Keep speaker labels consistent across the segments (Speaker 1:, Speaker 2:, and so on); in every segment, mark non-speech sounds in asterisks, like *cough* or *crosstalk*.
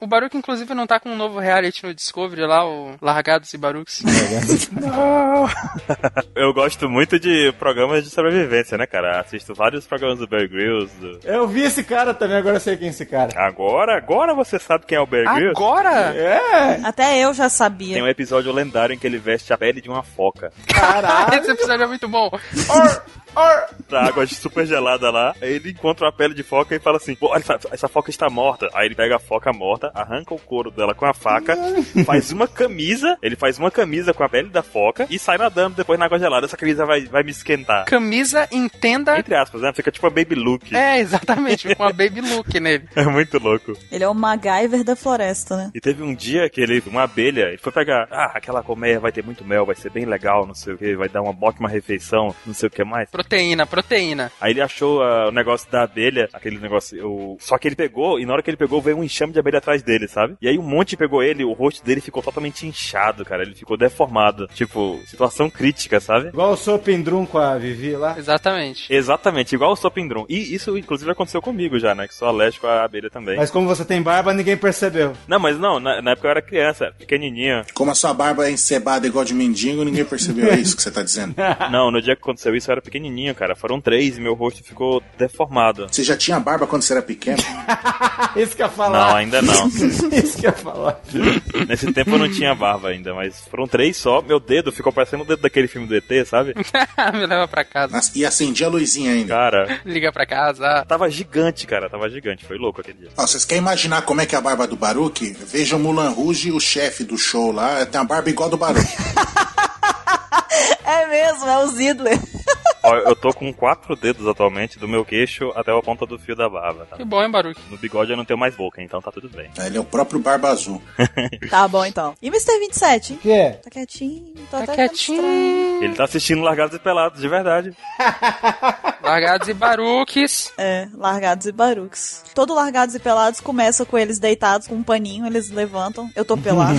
Speaker 1: O Baruch, inclusive, não tá com um novo reality no Discovery lá, o Largados e Baruchs.
Speaker 2: não! Eu gosto muito de programas de sobrevivência, né, cara? Assisto vários programas do Bear Grylls. Do...
Speaker 3: Eu vi esse cara também, agora eu sei quem é esse cara.
Speaker 2: Agora? Agora você sabe quem é o Bear Grylls?
Speaker 1: Agora?
Speaker 3: É!
Speaker 4: Até eu já sabia.
Speaker 2: Tem um episódio lendário em que ele veste a pele de uma foca.
Speaker 3: Caralho!
Speaker 1: Esse episódio é muito bom.
Speaker 3: Or, or.
Speaker 2: Tá água *laughs* super gelada lá, aí ele encontra uma pele de foca e fala assim, "Pô, olha, essa, essa foca está morta. Aí ele pega a foca morta, arranca o couro dela com
Speaker 1: *laughs*
Speaker 2: a faca, faz uma camisa, ele faz uma camisa com a pele da foca e sai nadando depois na água gelada. Essa camisa vai, vai me esquentar.
Speaker 1: Camisa, entenda.
Speaker 2: Entre aspas, né? Fica tipo a Baby Look.
Speaker 1: É, exatamente, com a Baby Look nele.
Speaker 2: *laughs* É muito louco.
Speaker 4: Ele é o MacGyver da floresta, né?
Speaker 2: E teve um dia que ele, uma abelha, ele foi pegar, ah, aquela colmeia vai ter muito mel, vai ser bem legal, não sei o que, vai dar uma ótima refeição, não sei o que mais.
Speaker 1: Proteína, proteína.
Speaker 2: Aí ele achou ah, o negócio da abelha, aquele negócio, o... só que ele pegou, e na hora que ele pegou, veio um enxame de abelha atrás dele, sabe? E aí um monte pegou ele, o rosto dele ficou totalmente inchado, cara, ele ficou deformado. Tipo, situação crítica, sabe?
Speaker 3: Igual o Sopendrum com a Vivi lá.
Speaker 1: Exatamente.
Speaker 2: Exatamente, igual o Sopindrum. E isso, inclusive, aconteceu comigo já, né? Que sou alérgico à abelha também.
Speaker 3: Mas como você tem *laughs* barba, ninguém percebeu.
Speaker 2: Não, mas não, na, na época eu era criança,
Speaker 1: *laughs*
Speaker 2: pequenininha.
Speaker 5: Como a sua barba é encebada igual de mendigo, ninguém percebeu isso que você tá dizendo.
Speaker 2: Não, no dia que aconteceu isso eu era pequenininho, cara. Foram três e meu rosto ficou deformado.
Speaker 5: Você já tinha barba quando você era pequeno?
Speaker 3: Isso que eu ia falar.
Speaker 2: *laughs* Não,
Speaker 1: *laughs*
Speaker 2: ainda
Speaker 3: *laughs*
Speaker 2: não.
Speaker 3: Isso que eu ia falar.
Speaker 2: Nesse tempo eu não tinha barba ainda, mas foram três só. Meu dedo ficou parecendo o dedo daquele filme do ET, sabe?
Speaker 1: *laughs* Me leva pra casa.
Speaker 5: Nas- E acendi a luzinha ainda.
Speaker 2: Cara,
Speaker 1: Liga pra casa.
Speaker 2: tava gigante, cara. Tava gigante. Foi louco aquele dia.
Speaker 5: Ó, vocês querem imaginar como é que é a barba do Baruque? Vejam Mulan Rouge, o chefe do show lá, tem a barba igual a do Baruque.
Speaker 4: É mesmo, é o Zidler.
Speaker 2: Ó, eu tô com quatro dedos atualmente, do meu queixo até a ponta do fio da barba, tá?
Speaker 1: Que bom, hein, Baruch?
Speaker 2: No bigode eu não tenho mais boca, então tá tudo bem.
Speaker 5: Ele é o próprio Barba Azul.
Speaker 4: Tá bom, então. E Mr. 27, hein?
Speaker 3: Que é?
Speaker 4: Tá quietinho, tô
Speaker 1: Tá
Speaker 4: até
Speaker 1: quietinho.
Speaker 2: Ele tá assistindo Largados e Pelados, de verdade.
Speaker 1: Largados e Baruques.
Speaker 4: É, largados e baruques. Todo largados e pelados começa com eles deitados com um paninho, eles levantam. Eu tô pelado.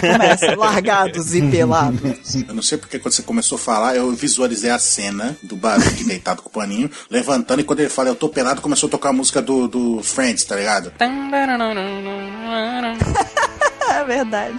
Speaker 4: começa, largados e pelados.
Speaker 5: Eu não sei porque quando você começou a falar, eu visualizei a cena do Baruque deitado com o paninho, levantando, e quando ele fala, eu tô pelado, começou a tocar a música do, do Friends, tá ligado?
Speaker 4: É verdade.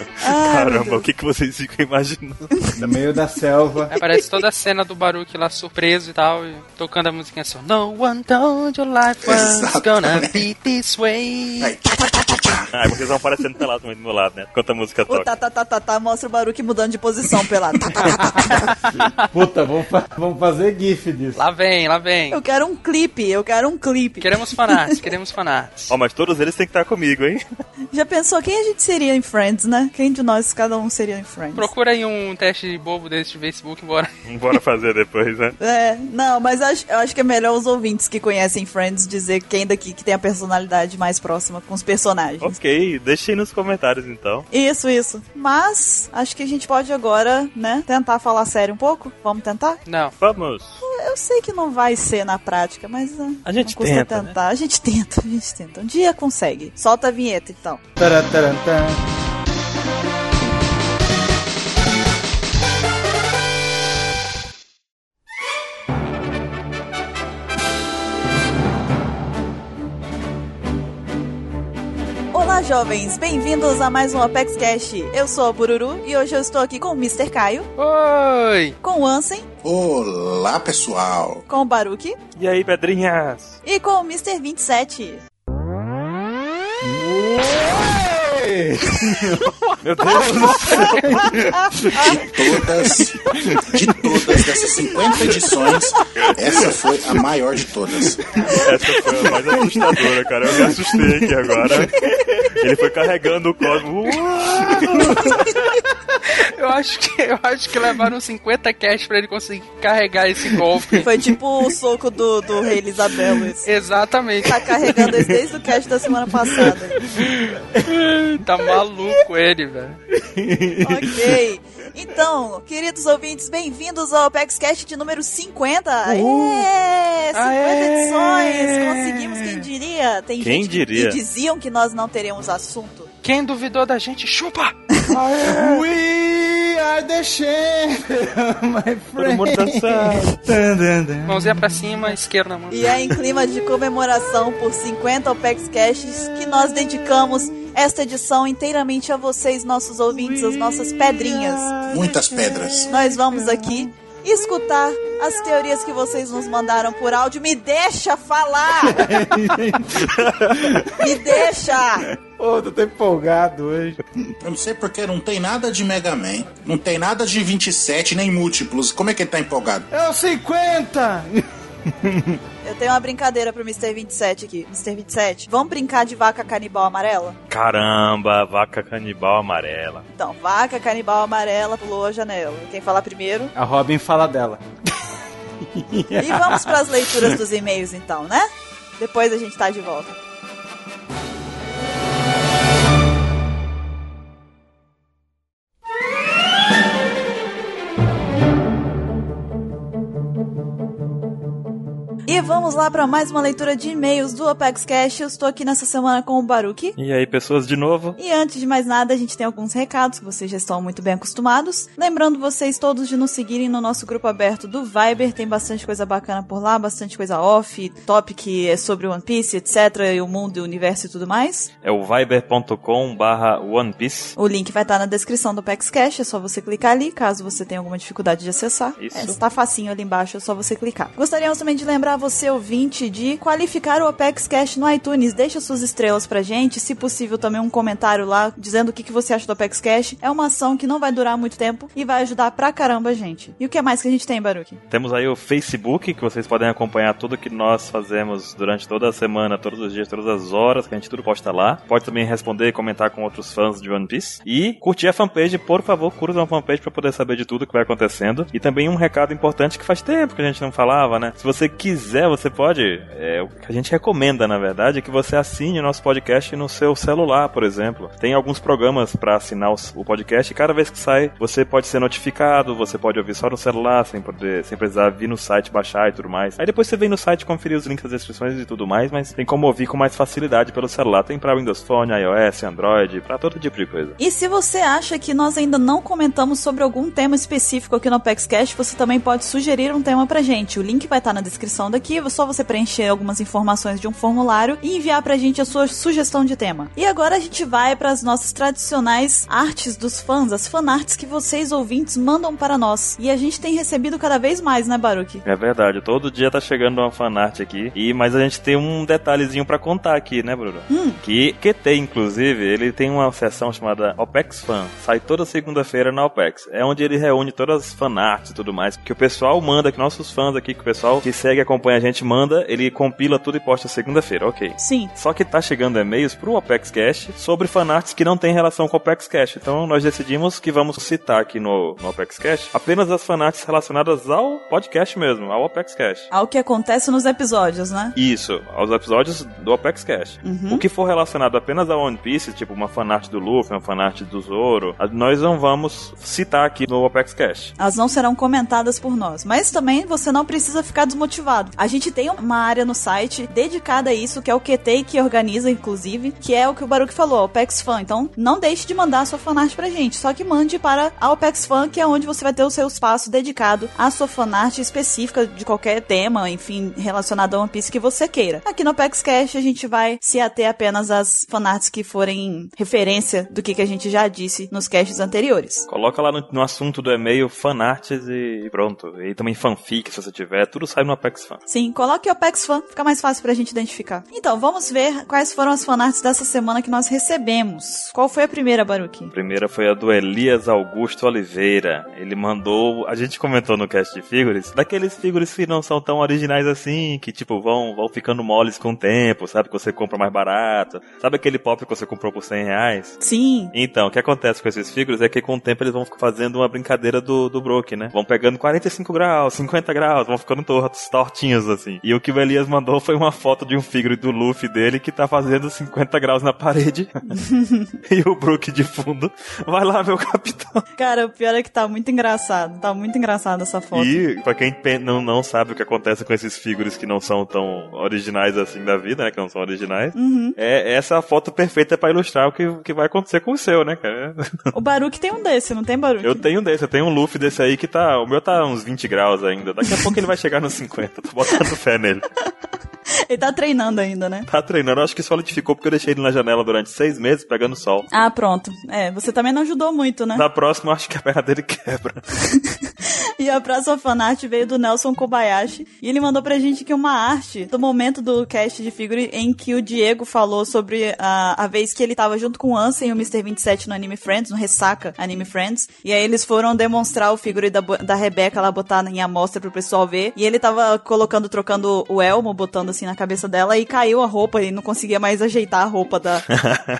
Speaker 4: Ai, Ah, meu
Speaker 2: Caramba,
Speaker 4: Deus. É,
Speaker 2: o que, que vocês ficam imaginando?
Speaker 3: No meio da selva.
Speaker 1: Aparece toda a cena do Baruch lá surpreso e tal, e tocando a musiquinha assim: No one told your life was gonna be this way.
Speaker 5: Aí, tchá, tchá, tchá, tchá, tchá.
Speaker 2: Ah, vocês vão parecendo pelados muito do meu lado, né? Enquanto a música
Speaker 4: O tá,
Speaker 2: toca.
Speaker 4: tá, tá, tá, tá, mostra o Baruque mudando de posição pelado. Tá, tá, tá, tá.
Speaker 3: Puta, vamos, fa- vamos fazer gif disso.
Speaker 1: Lá vem, lá vem.
Speaker 4: Eu quero um clipe, eu quero um clipe.
Speaker 1: Queremos fanarts, queremos fanarts.
Speaker 2: Ó, mas todos eles têm que estar comigo, hein? *laughs*
Speaker 4: Já pensou quem a gente seria em Friends, né? Quem de nós, cada um seria em Friends?
Speaker 1: Procura aí um teste bobo desse de Facebook, bora.
Speaker 2: Bora fazer depois, né?
Speaker 4: É, não, mas acho- eu acho que é melhor os ouvintes que conhecem Friends dizer quem daqui que tem a personalidade mais próxima com os personagens.
Speaker 2: Ok, deixa aí nos comentários então.
Speaker 4: Isso, isso. Mas acho que a gente pode agora, né, tentar falar sério um pouco. Vamos tentar?
Speaker 1: Não.
Speaker 2: Vamos!
Speaker 4: Eu sei que não vai ser na prática, mas ah,
Speaker 2: A gente
Speaker 4: não custa
Speaker 2: tenta, né?
Speaker 4: tentar. A gente tenta, a gente tenta. Um dia consegue. Solta a vinheta então.
Speaker 3: Tarantarantã.
Speaker 4: Olá, jovens. Bem-vindos a mais um Apex Cash. Eu sou a Bururu e hoje eu estou aqui com o Mr. Caio,
Speaker 1: Oi!
Speaker 4: com o Ansem,
Speaker 5: Olá, pessoal.
Speaker 4: com o Baruki
Speaker 2: E aí, pedrinhas?
Speaker 4: e com o Mr. 27.
Speaker 3: Ei!
Speaker 2: Meu Deus do céu!
Speaker 3: *laughs*
Speaker 5: Todas, de todas dessas 50 edições, essa foi a maior de todas.
Speaker 2: Essa foi a mais assustadora, cara. Eu me assustei aqui agora.
Speaker 1: *laughs*
Speaker 2: Ele foi carregando o cosmo.
Speaker 1: Eu acho que eu acho que levaram 50 cash pra ele conseguir carregar esse golpe.
Speaker 4: Foi tipo o soco do, do Rei Elisabelo. Esse.
Speaker 1: Exatamente.
Speaker 4: Tá carregando esse desde o cast da semana
Speaker 3: *laughs*
Speaker 4: passada.
Speaker 1: Tá maluco ele, velho.
Speaker 4: Ok. Então, queridos ouvintes, bem-vindos ao Apex Cast de número 50. É, 50
Speaker 1: Aê!
Speaker 4: edições. Conseguimos, quem diria? Tem
Speaker 2: Quem
Speaker 4: gente
Speaker 2: diria?
Speaker 4: que diziam que nós não teremos assunto.
Speaker 1: Quem duvidou da gente, chupa!
Speaker 3: We are the champion, my
Speaker 2: Todo
Speaker 3: friend.
Speaker 2: mundo dançando.
Speaker 3: Tan, tan, tan.
Speaker 1: Mãozinha pra cima, esquerda na mão.
Speaker 4: E é em clima de comemoração por 50 OPEX Caches que nós dedicamos esta edição inteiramente a vocês, nossos ouvintes, as nossas pedrinhas.
Speaker 5: Muitas pedras.
Speaker 4: Nós vamos aqui escutar as teorias que vocês nos mandaram por áudio. Me deixa falar! Me deixa!
Speaker 3: Ô, tô tão empolgado hoje.
Speaker 5: Eu não sei porque não tem nada de Mega Man, não tem nada de 27, nem múltiplos. Como é que ele tá empolgado?
Speaker 3: É o 50!
Speaker 4: Eu tenho uma brincadeira pro Mr. 27 aqui. Mr. 27, vamos brincar de vaca canibal amarela?
Speaker 2: Uh, Caramba, vaca canibal amarela.
Speaker 4: Então, vaca canibal amarela pulou a janela. Quem falar primeiro?
Speaker 3: A Robin fala dela.
Speaker 4: E
Speaker 3: *laughs*
Speaker 4: vamos pras leituras dos e-mails então, né? Depois a gente tá de volta. E vamos lá pra mais uma leitura de e-mails do Apex Cash. Eu estou aqui nessa semana com o Baruki.
Speaker 2: E aí, pessoas, de novo?
Speaker 4: E antes de mais nada, a gente tem alguns recados que vocês já estão muito bem acostumados. Lembrando vocês todos de nos seguirem no nosso grupo aberto do Viber, tem bastante coisa bacana por lá, bastante coisa off, topic é sobre One Piece, etc, e o mundo, e o universo e tudo mais.
Speaker 2: É o viber.com barra One Piece.
Speaker 4: O link vai estar na descrição do Pex Cash, é só você clicar ali, caso você tenha alguma dificuldade de acessar.
Speaker 2: Isso.
Speaker 4: É, está facinho ali embaixo, é só você clicar. Gostaríamos também de lembrar você, ouvinte, de qualificar o Apex Cash no iTunes. Deixa suas estrelas pra gente, se possível também um comentário lá, dizendo o que, que você acha do Apex Cash. É uma ação que não vai durar muito tempo e vai ajudar pra caramba a gente. E o que mais que a gente tem, Baruque?
Speaker 2: Temos aí o Facebook, que vocês podem acompanhar tudo que nós fazemos durante toda a semana, todos os dias, todas as horas, que a gente tudo posta lá. Pode também responder e comentar com outros fãs de One Piece. E curtir a fanpage, por favor, curta a fanpage pra poder saber de tudo que vai acontecendo. E também um recado importante que faz tempo que a gente não falava, né? Se você quiser, você pode. É, o que a gente recomenda, na verdade, é que você assine o nosso podcast no seu celular, por exemplo. Tem alguns programas pra assinar os- o podcast e cada vez que sai, você pode ser notificado, você pode ouvir só no celular, sem poder, sem precisar vir no site baixar e tudo mais. Aí depois você vem no site conferir os links das descrições e tudo mais, mas tem como ouvir com mais facilidade pelo celular. Tem pra Windows Phone, iOS, Android, pra todo tipo de coisa.
Speaker 4: E se você acha que nós ainda não comentamos sobre algum tema específico aqui no Apex Cash, você também pode sugerir um tema pra gente. O link vai estar na descrição daqui, é só você preencher algumas informações de um formulário e enviar pra gente a sua sugestão de tema. E agora a gente vai pras nossas tradicionais artes dos fãs, as fanarts que vocês ouvintes mandam para nós. E a gente tem recebido cada vez mais, né, Baruque?
Speaker 2: É verdade, todo dia tá chegando uma fanart aqui. E mas a gente tem um detalhezinho pra contar aqui, né, Bruno?
Speaker 4: Hum.
Speaker 2: Que QT, inclusive, ele tem uma sessão chamada OPEX Fan. Sai toda segunda-feira na OPEX. É onde ele reúne todas as fanarts e tudo mais. Que o pessoal manda, que nossos fãs aqui, que o pessoal que segue e acompanha a gente manda, ele compila tudo e posta segunda-feira, ok.
Speaker 4: Sim,
Speaker 2: Só que tá chegando e-mails pro Apex Cash sobre fanarts que não tem relação com o Apex Cash. Então nós decidimos que vamos citar aqui no, no Apex Cash apenas as fanarts relacionadas ao podcast mesmo, ao Apex Cash.
Speaker 4: ao que acontece nos episódios, né?
Speaker 2: Isso, aos episódios do Apex Cash.
Speaker 4: Uhum.
Speaker 2: O que for relacionado apenas a One Piece, tipo uma fanart do Luffy, uma fanart do Zoro, a- nós não vamos citar aqui no Apex Cash.
Speaker 4: Elas não serão comentadas por nós. Mas também você não precisa ficar desmotivado. A gente tem uma área no site dedicada a isso, que é o QT que organiza, inclusive, que é o que o Baruque falou, o Pex Fan. Então, não deixe de mandar a sua fanart pra gente. Só que mande para a Opex Fan, que é onde você vai ter o seu espaço dedicado à sua fanart específica de qualquer tema, enfim, relacionado a One Piece que você queira. Aqui no Apex Cash a gente vai se ater apenas às fanarts que forem referência do que, que a gente já disse nos caches anteriores.
Speaker 2: Coloca lá no, no assunto do e-mail fanarts e, e pronto. E também fanfic, se você tiver, tudo sai no Apex Fan.
Speaker 4: Sim, coloque o Apex Fan, fica mais fácil pra gente identificar. Então, vamos ver quais foram as fanarts dessa semana que nós recebemos. Qual foi a primeira,
Speaker 2: *laughs*
Speaker 4: Baruki?
Speaker 2: A primeira foi a do Elias Augusto Oliveira. Ele mandou, a gente comentou no cast de figures, daqueles figures que não são tão originais assim, que tipo vão, vão ficando moles com o tempo, sabe? Que você compra mais barato. Sabe aquele pop que você comprou por 100 reais?
Speaker 4: Sim.
Speaker 2: Então, o que acontece com esses figures é que com o tempo eles vão fazendo uma brincadeira do, do Brook, né? Vão pegando 45 graus, 50 graus, vão ficando tortos, tortinhos assim. assim. E o que o Elias mandou foi uma foto de um figure do Luffy dele que tá fazendo 50 graus na *laughs* parede. e o Brook de fundo. Vai lá, meu capitão.
Speaker 4: Cara, o pior é que tá muito engraçado. Tá muito engraçado essa foto.
Speaker 2: E pra quem pe- não, não sabe o que acontece com esses figures que não são tão originais assim da vida, né? Que não são originais.
Speaker 4: Uhum.
Speaker 2: É essa é a foto perfeita pra ilustrar o que, o que vai acontecer com o seu, né, cara? *laughs*
Speaker 4: O Baruque tem um desse, não tem Baruque?
Speaker 2: Eu tenho um desse, eu tenho um Luffy desse aí que tá. O meu tá uns 20 graus ainda. Daqui a pouco ele vai chegar nos 50. Tô botando fé nele.
Speaker 4: Ele tá treinando ainda, né?
Speaker 2: Tá treinando, eu acho que solidificou porque eu deixei ele na janela durante seis meses pegando sol.
Speaker 4: Ah, pronto. É, você também não ajudou muito, né?
Speaker 2: Na próxima, eu acho que a perna dele quebra.
Speaker 4: E a próxima fanart veio do Nelson Kobayashi. E ele mandou pra gente que uma arte do momento do cast de figure em que o Diego falou sobre a, a vez que ele tava junto com o Ansem e o Mr. 27 no Anime Friends, no Ressaca Anime Friends. E aí eles foram demonstrar o figure da, bo- da Rebeca lá, botar em amostra pro pessoal ver. E ele tava colocando, trocando o elmo, botando assim na cabeça dela e caiu a roupa. Ele não conseguia mais ajeitar a roupa da,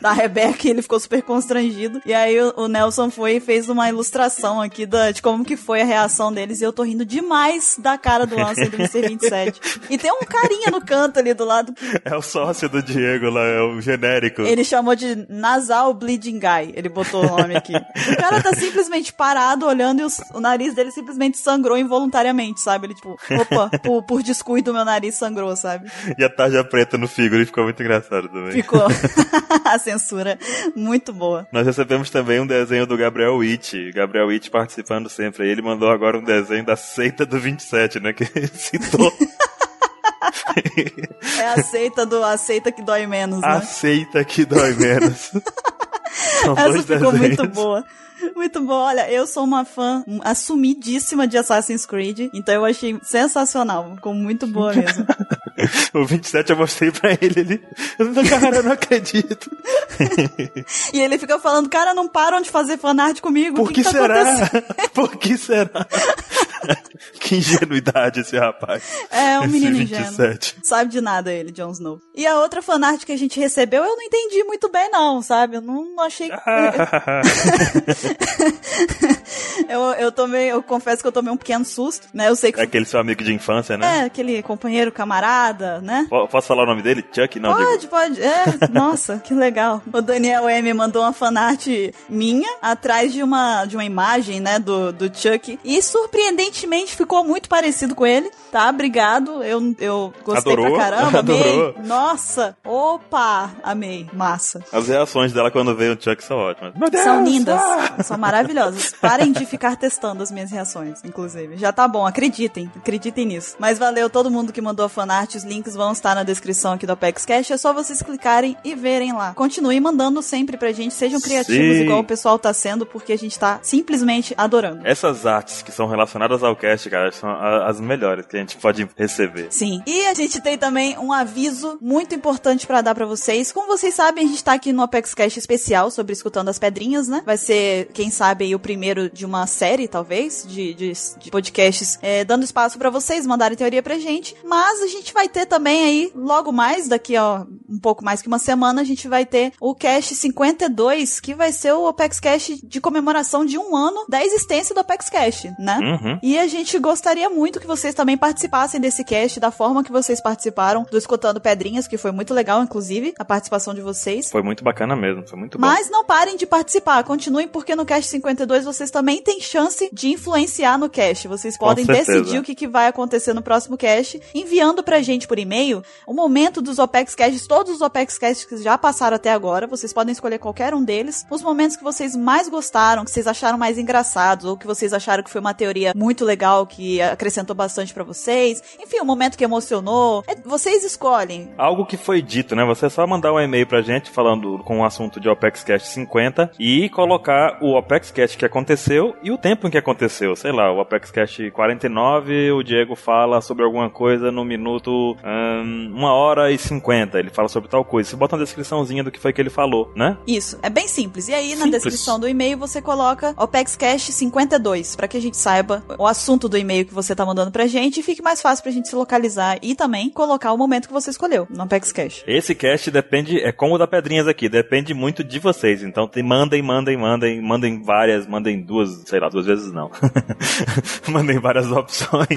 Speaker 4: da Rebeca *laughs* e ele ficou super constrangido. E aí o, o Nelson foi e fez uma ilustração aqui da, de como que foi a reação deles. E eu tô rindo demais da cara do Ansem do Mr. 27. E tem um carinha no canto ali do lado.
Speaker 2: É o sócio do Diego lá, é o genérico.
Speaker 4: Ele chamou de Nasal Bleeding Guy. Ele botou o nome aqui. O cara tá simplesmente parado olhando e os- o nariz dele simplesmente sangrou involuntariamente, sabe? Ele tipo, opa, por, por descuido meu nariz sangrou, sabe?
Speaker 2: E a tarja preta no figure ficou muito engraçado também.
Speaker 4: Ficou *laughs* a censura muito boa.
Speaker 2: Nós recebemos também um desenho do Gabriel Witt. Gabriel Witt participando sempre. Ele mandou agora um desenho da seita do 27, né? Que ele citou
Speaker 4: *laughs* É a seita do aceita que dói menos,
Speaker 2: a
Speaker 4: né?
Speaker 2: seita que
Speaker 4: *laughs*
Speaker 2: dói menos. São
Speaker 4: Essa
Speaker 2: dois
Speaker 4: ficou
Speaker 2: desenhos.
Speaker 4: muito boa. Muito boa. Olha, eu sou uma fã assumidíssima de Assassin's Creed, então eu achei sensacional. Ficou muito boa
Speaker 2: *laughs*
Speaker 4: mesmo.
Speaker 2: O 27 eu mostrei pra ele. Ele. Cara, eu
Speaker 4: *laughs*
Speaker 2: não acredito.
Speaker 4: e ele fica falando, cara, não param de fazer fanart comigo. o
Speaker 2: Por que,
Speaker 4: que, que tá acontecendo?"
Speaker 2: será? *laughs* Por que será? que ingenuidade esse rapaz.
Speaker 4: É, um
Speaker 2: esse
Speaker 4: menino ingênuo.
Speaker 2: 27.
Speaker 4: Sabe de nada ele, Jon Snow. E a outra fanart que a gente recebeu, eu não entendi muito bem, não, sabe? Eu não não achei.
Speaker 2: Ah.
Speaker 4: *laughs* eu, eu tomei, eu confesso que eu tomei um pequeno susto, né? Eu sei que.
Speaker 2: *laughs* é aquele seu amigo de infância, né?
Speaker 4: é aquele companheiro, camarada, né?
Speaker 2: Po- Posso falar o nome dele? Chuck? Não,
Speaker 4: Pode,
Speaker 2: digo.
Speaker 4: pode. É, nossa, que legal. O Daniel M mandou uma fanart minha atrás de uma, de uma imagem, né, do, do Chuck. E surpreendentemente ficou muito parecido com ele, tá? Obrigado. Eu, eu gostei
Speaker 2: Adorou,
Speaker 4: pra caramba. Amei.
Speaker 2: *laughs* adorou.
Speaker 4: Nossa. Opa! Amei. Massa.
Speaker 2: As reações dela quando veio o Chuck são ótimas. Meu Deus! Ah!
Speaker 4: São lindas, são maravilhosas. Parem de ficar testando as minhas reações, inclusive. Já tá bom, acreditem, acreditem nisso. Mas valeu todo mundo que mandou a fanart, os links vão estar na descrição aqui do Apex Cash, é só vocês clicarem e verem lá. Continuem mandando sempre pra gente, sejam criativos
Speaker 2: Sim.
Speaker 4: igual o pessoal tá sendo, porque a gente tá simplesmente adorando.
Speaker 2: Essas artes que são relacionadas ao cast, cara, são a- as melhores que a gente pode receber.
Speaker 4: Sim. E a gente tem também um aviso muito importante pra dar pra vocês. Como vocês sabem, a gente tá aqui no Apex Cash especial sobre escutando as pedrinhas, né? Vai ser, quem sabe, aí o primeiro de uma série, talvez, de, de, de podcasts, é, dando espaço pra vocês mandarem teoria pra gente. Mas a gente vai ter também aí, logo mais, daqui ó, um pouco mais que uma semana, a gente vai ter o Cash 52, que vai ser o Apex Cash de comemoração de um ano da existência do Apex Cash, né?
Speaker 2: Uhum.
Speaker 4: E a gente gostaria muito que vocês também participassem desse cast da forma que vocês participaram do Escutando Pedrinhas, que foi muito legal, inclusive, a participação de vocês.
Speaker 2: Foi muito bacana mesmo, foi muito bom.
Speaker 4: Mas não parem de participar, continuem, porque no Cast 52 vocês também têm chance de influenciar no cast. Vocês
Speaker 2: Com
Speaker 4: podem
Speaker 2: certeza.
Speaker 4: decidir o que, que vai acontecer no próximo cast, enviando pra gente por e-mail o momento dos OPEX Casts, todos os OPEX Casts que já passaram até agora. Vocês podem escolher qualquer um deles. Os momentos que vocês mais gostaram, que vocês acharam mais engraçados, ou que vocês acharam que foi uma teoria muito legal, que acrescentou bastante pra vocês. Enfim, o momento que emocionou. É, vocês escolhem.
Speaker 2: Algo que foi dito, né? Você é só mandar um e-mail pra gente falando com o assunto de OpexCast 50 e colocar o OpexCast que aconteceu e o tempo em que aconteceu. Sei lá, o OpexCast 49, o Diego fala sobre alguma coisa no minuto 1 hora e 50. Ele fala sobre tal coisa. Você bota uma descriçãozinha do que foi que ele falou, né?
Speaker 4: Isso, é bem simples. E aí, na
Speaker 2: Simples.
Speaker 4: descrição do e-mail, você coloca OPEXCast 52, pra que a gente saiba o assunto do e-mail que você tá mandando pra gente e fique mais fácil pra gente se localizar e também colocar o momento que você escolheu no OPEXCast. *laughs*
Speaker 2: Esse cast depende, é como o da Pedrinhas aqui, depende muito de vocês. Então tem, mandem, mandem, mandem, mandem várias, mandem duas, sei lá, duas vezes não. *laughs* mandem várias opções.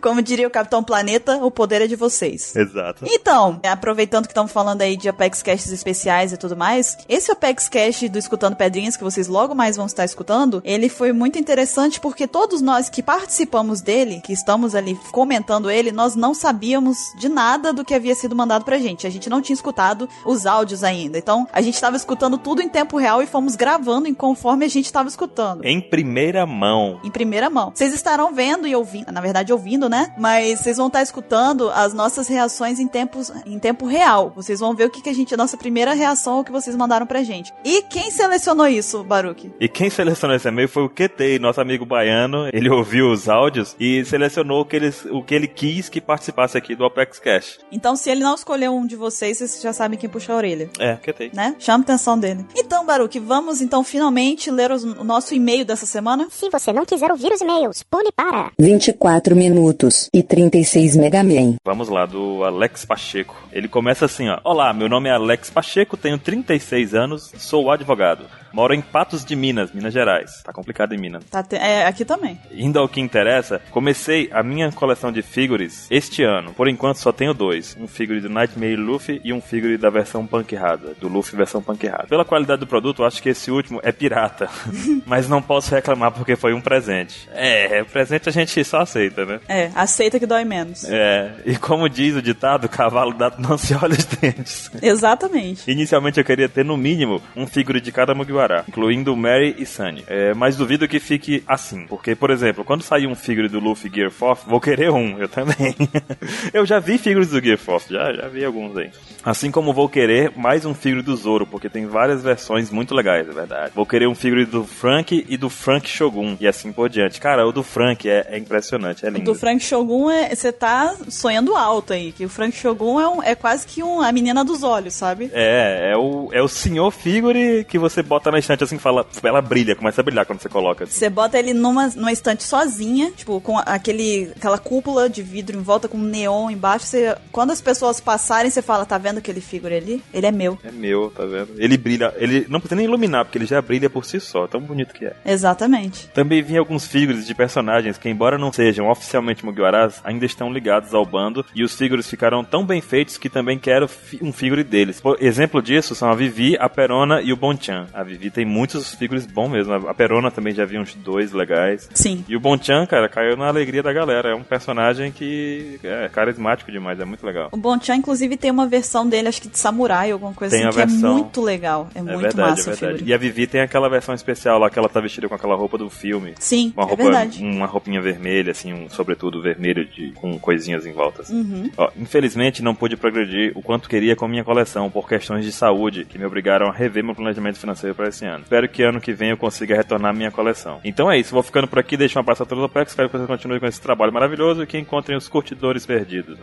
Speaker 4: Como diria o Capitão Planeta, o poder é de vocês.
Speaker 2: Exato.
Speaker 4: Então, aproveitando que estamos falando aí de Apex Caches especiais e tudo mais, esse Apex Cache do Escutando Pedrinhas, que vocês logo mais vão estar escutando, ele foi muito interessante porque todos nós que participamos dele, que estamos ali comentando ele, nós não sabíamos de nada do que havia sido mandado pra gente. A gente não tinha escutado os áudios ainda. Então, a gente estava escutando tudo em tempo real e fomos gravando em conforme a gente estava escutando
Speaker 2: Em primeira mão.
Speaker 4: em primeira mão. Vocês estarão vendo e ouvindo, na verdade ouvindo, né? Mas vocês vão estar escutando as nossas reações em, tempos, em tempo real. Vocês vão ver o que, que a gente, a nossa primeira reação ao que vocês mandaram pra gente. E quem selecionou isso, Baruque?
Speaker 2: E quem selecionou esse e-mail foi o QT, nosso amigo baiano. Ele ouviu os áudios e selecionou o que ele, o que ele quis que participasse aqui do Apex Cash.
Speaker 4: Então, se ele não escolheu um de vocês, vocês já sabem quem puxa a orelha.
Speaker 2: É, QT.
Speaker 4: Né? Chama a atenção dele. Então, Baruque, vamos então finalmente ler os- o nosso e-mail dessa semana?
Speaker 6: Se você não quiser ouvir os e-mails, pule para.
Speaker 7: 24 minutos e 36 Megaman.
Speaker 2: Vamos lá, do Alex Pacheco. Ele começa assim, ó. Olá, meu nome é Alex Pacheco, tenho 36 anos, sou advogado. Moro em Patos de Minas, Minas Gerais. Tá complicado em Minas.
Speaker 4: Tá te- É, aqui também.
Speaker 2: Indo ao que interessa, comecei a minha coleção de figures este ano. Por enquanto só tenho dois: um figure do Nightmare Luffy e um figure da versão Punk Hazard, do Luffy versão Punk Hazard. Pela qualidade do produto, acho que esse último é pirata, *laughs* mas não posso reclamar porque foi um presente. É, presente a gente só aceita, né?
Speaker 4: É, aceita que dói menos.
Speaker 2: É, e como diz o ditado, cavalo dado não se olha os dentes.
Speaker 4: Exatamente.
Speaker 2: Inicialmente eu queria ter no mínimo um figure de cada Mugiwara, incluindo Mary e Sunny. É, mas duvido que fique assim, porque, por exemplo, quando sair um figure do Luffy Gear 4, vou querer um, eu também. *laughs* eu já vi figures do Gear 4, já, já vi alguns aí. Assim como vou querer mais um figure do Zoro, porque tem várias versões muito legais, é verdade. Vou querer um figure do Frank e do Frank Shogun, e assim por diante. Cara, o do Frank é, é impressionante, é
Speaker 4: O
Speaker 2: lindo.
Speaker 4: Do Frank Shogun, é- você tá sonhando alto aí, que o Frank Shogun é, um- é quase que um, a menina dos olhos, sabe?
Speaker 2: É, é o, é o senhor figure que você bota na estante assim e fala, ela brilha, começa a brilhar quando você coloca. assim.
Speaker 4: Você bota ele numa, numa estante sozinha, tipo, com aquele, aquela cúpula de vidro em volta, com neon embaixo. Você, quando as pessoas passarem, você fala, tá vendo aquele figure ali? Ele é meu.
Speaker 2: É meu, tá vendo? Ele brilha, ele não precisa nem iluminar, porque ele já brilha por si só, tão bonito que é.
Speaker 4: Exatamente.
Speaker 2: Também vi alguns figures de personagens que, embora não sejam oficialmente Mugiwaras, ainda estão ligados ao bando, e os figures ficaram tão bem feitos que também quero fi- um figure deles. Por exemplo disso são a Vivi, a Perona e o Bonchan. A Vivi tem muitos figures bons mesmo, a a Perona também já vi uns dois legais.
Speaker 4: Sim.
Speaker 2: E o Bonchan, cara, caiu na alegria da galera. É um personagem que é carismático demais, é muito legal.
Speaker 4: O Bonchan, inclusive, tem uma versão dele, acho que de samurai, alguma coisa
Speaker 2: Tem
Speaker 4: assim,
Speaker 2: a
Speaker 4: que é
Speaker 2: versão.
Speaker 4: muito legal. É,
Speaker 2: é
Speaker 4: muito
Speaker 2: verdade,
Speaker 4: massa
Speaker 2: é
Speaker 4: o
Speaker 2: verdade.
Speaker 4: figure.
Speaker 2: E a Vivi tem aquela versão especial lá que ela tá vestida com aquela roupa do filme.
Speaker 4: Sim,
Speaker 2: Uma
Speaker 4: é
Speaker 2: roupa,
Speaker 4: verdade.
Speaker 2: uma roupinha vermelha, assim, um sobretudo vermelho de, com coisinhas em volta. assim.
Speaker 4: Uhum.
Speaker 2: Ó, infelizmente não pude progredir o quanto queria com minha coleção por questões de saúde que me obrigaram a rever meu planejamento financeiro para esse ano. Espero que ano que vem eu consiga retornar à minha coleção. Então é isso, vou ficando por aqui, deixo um abraço a todos do Apex, espero que vocês continuem com esse trabalho maravilhoso e que encontrem os curtidores perdidos.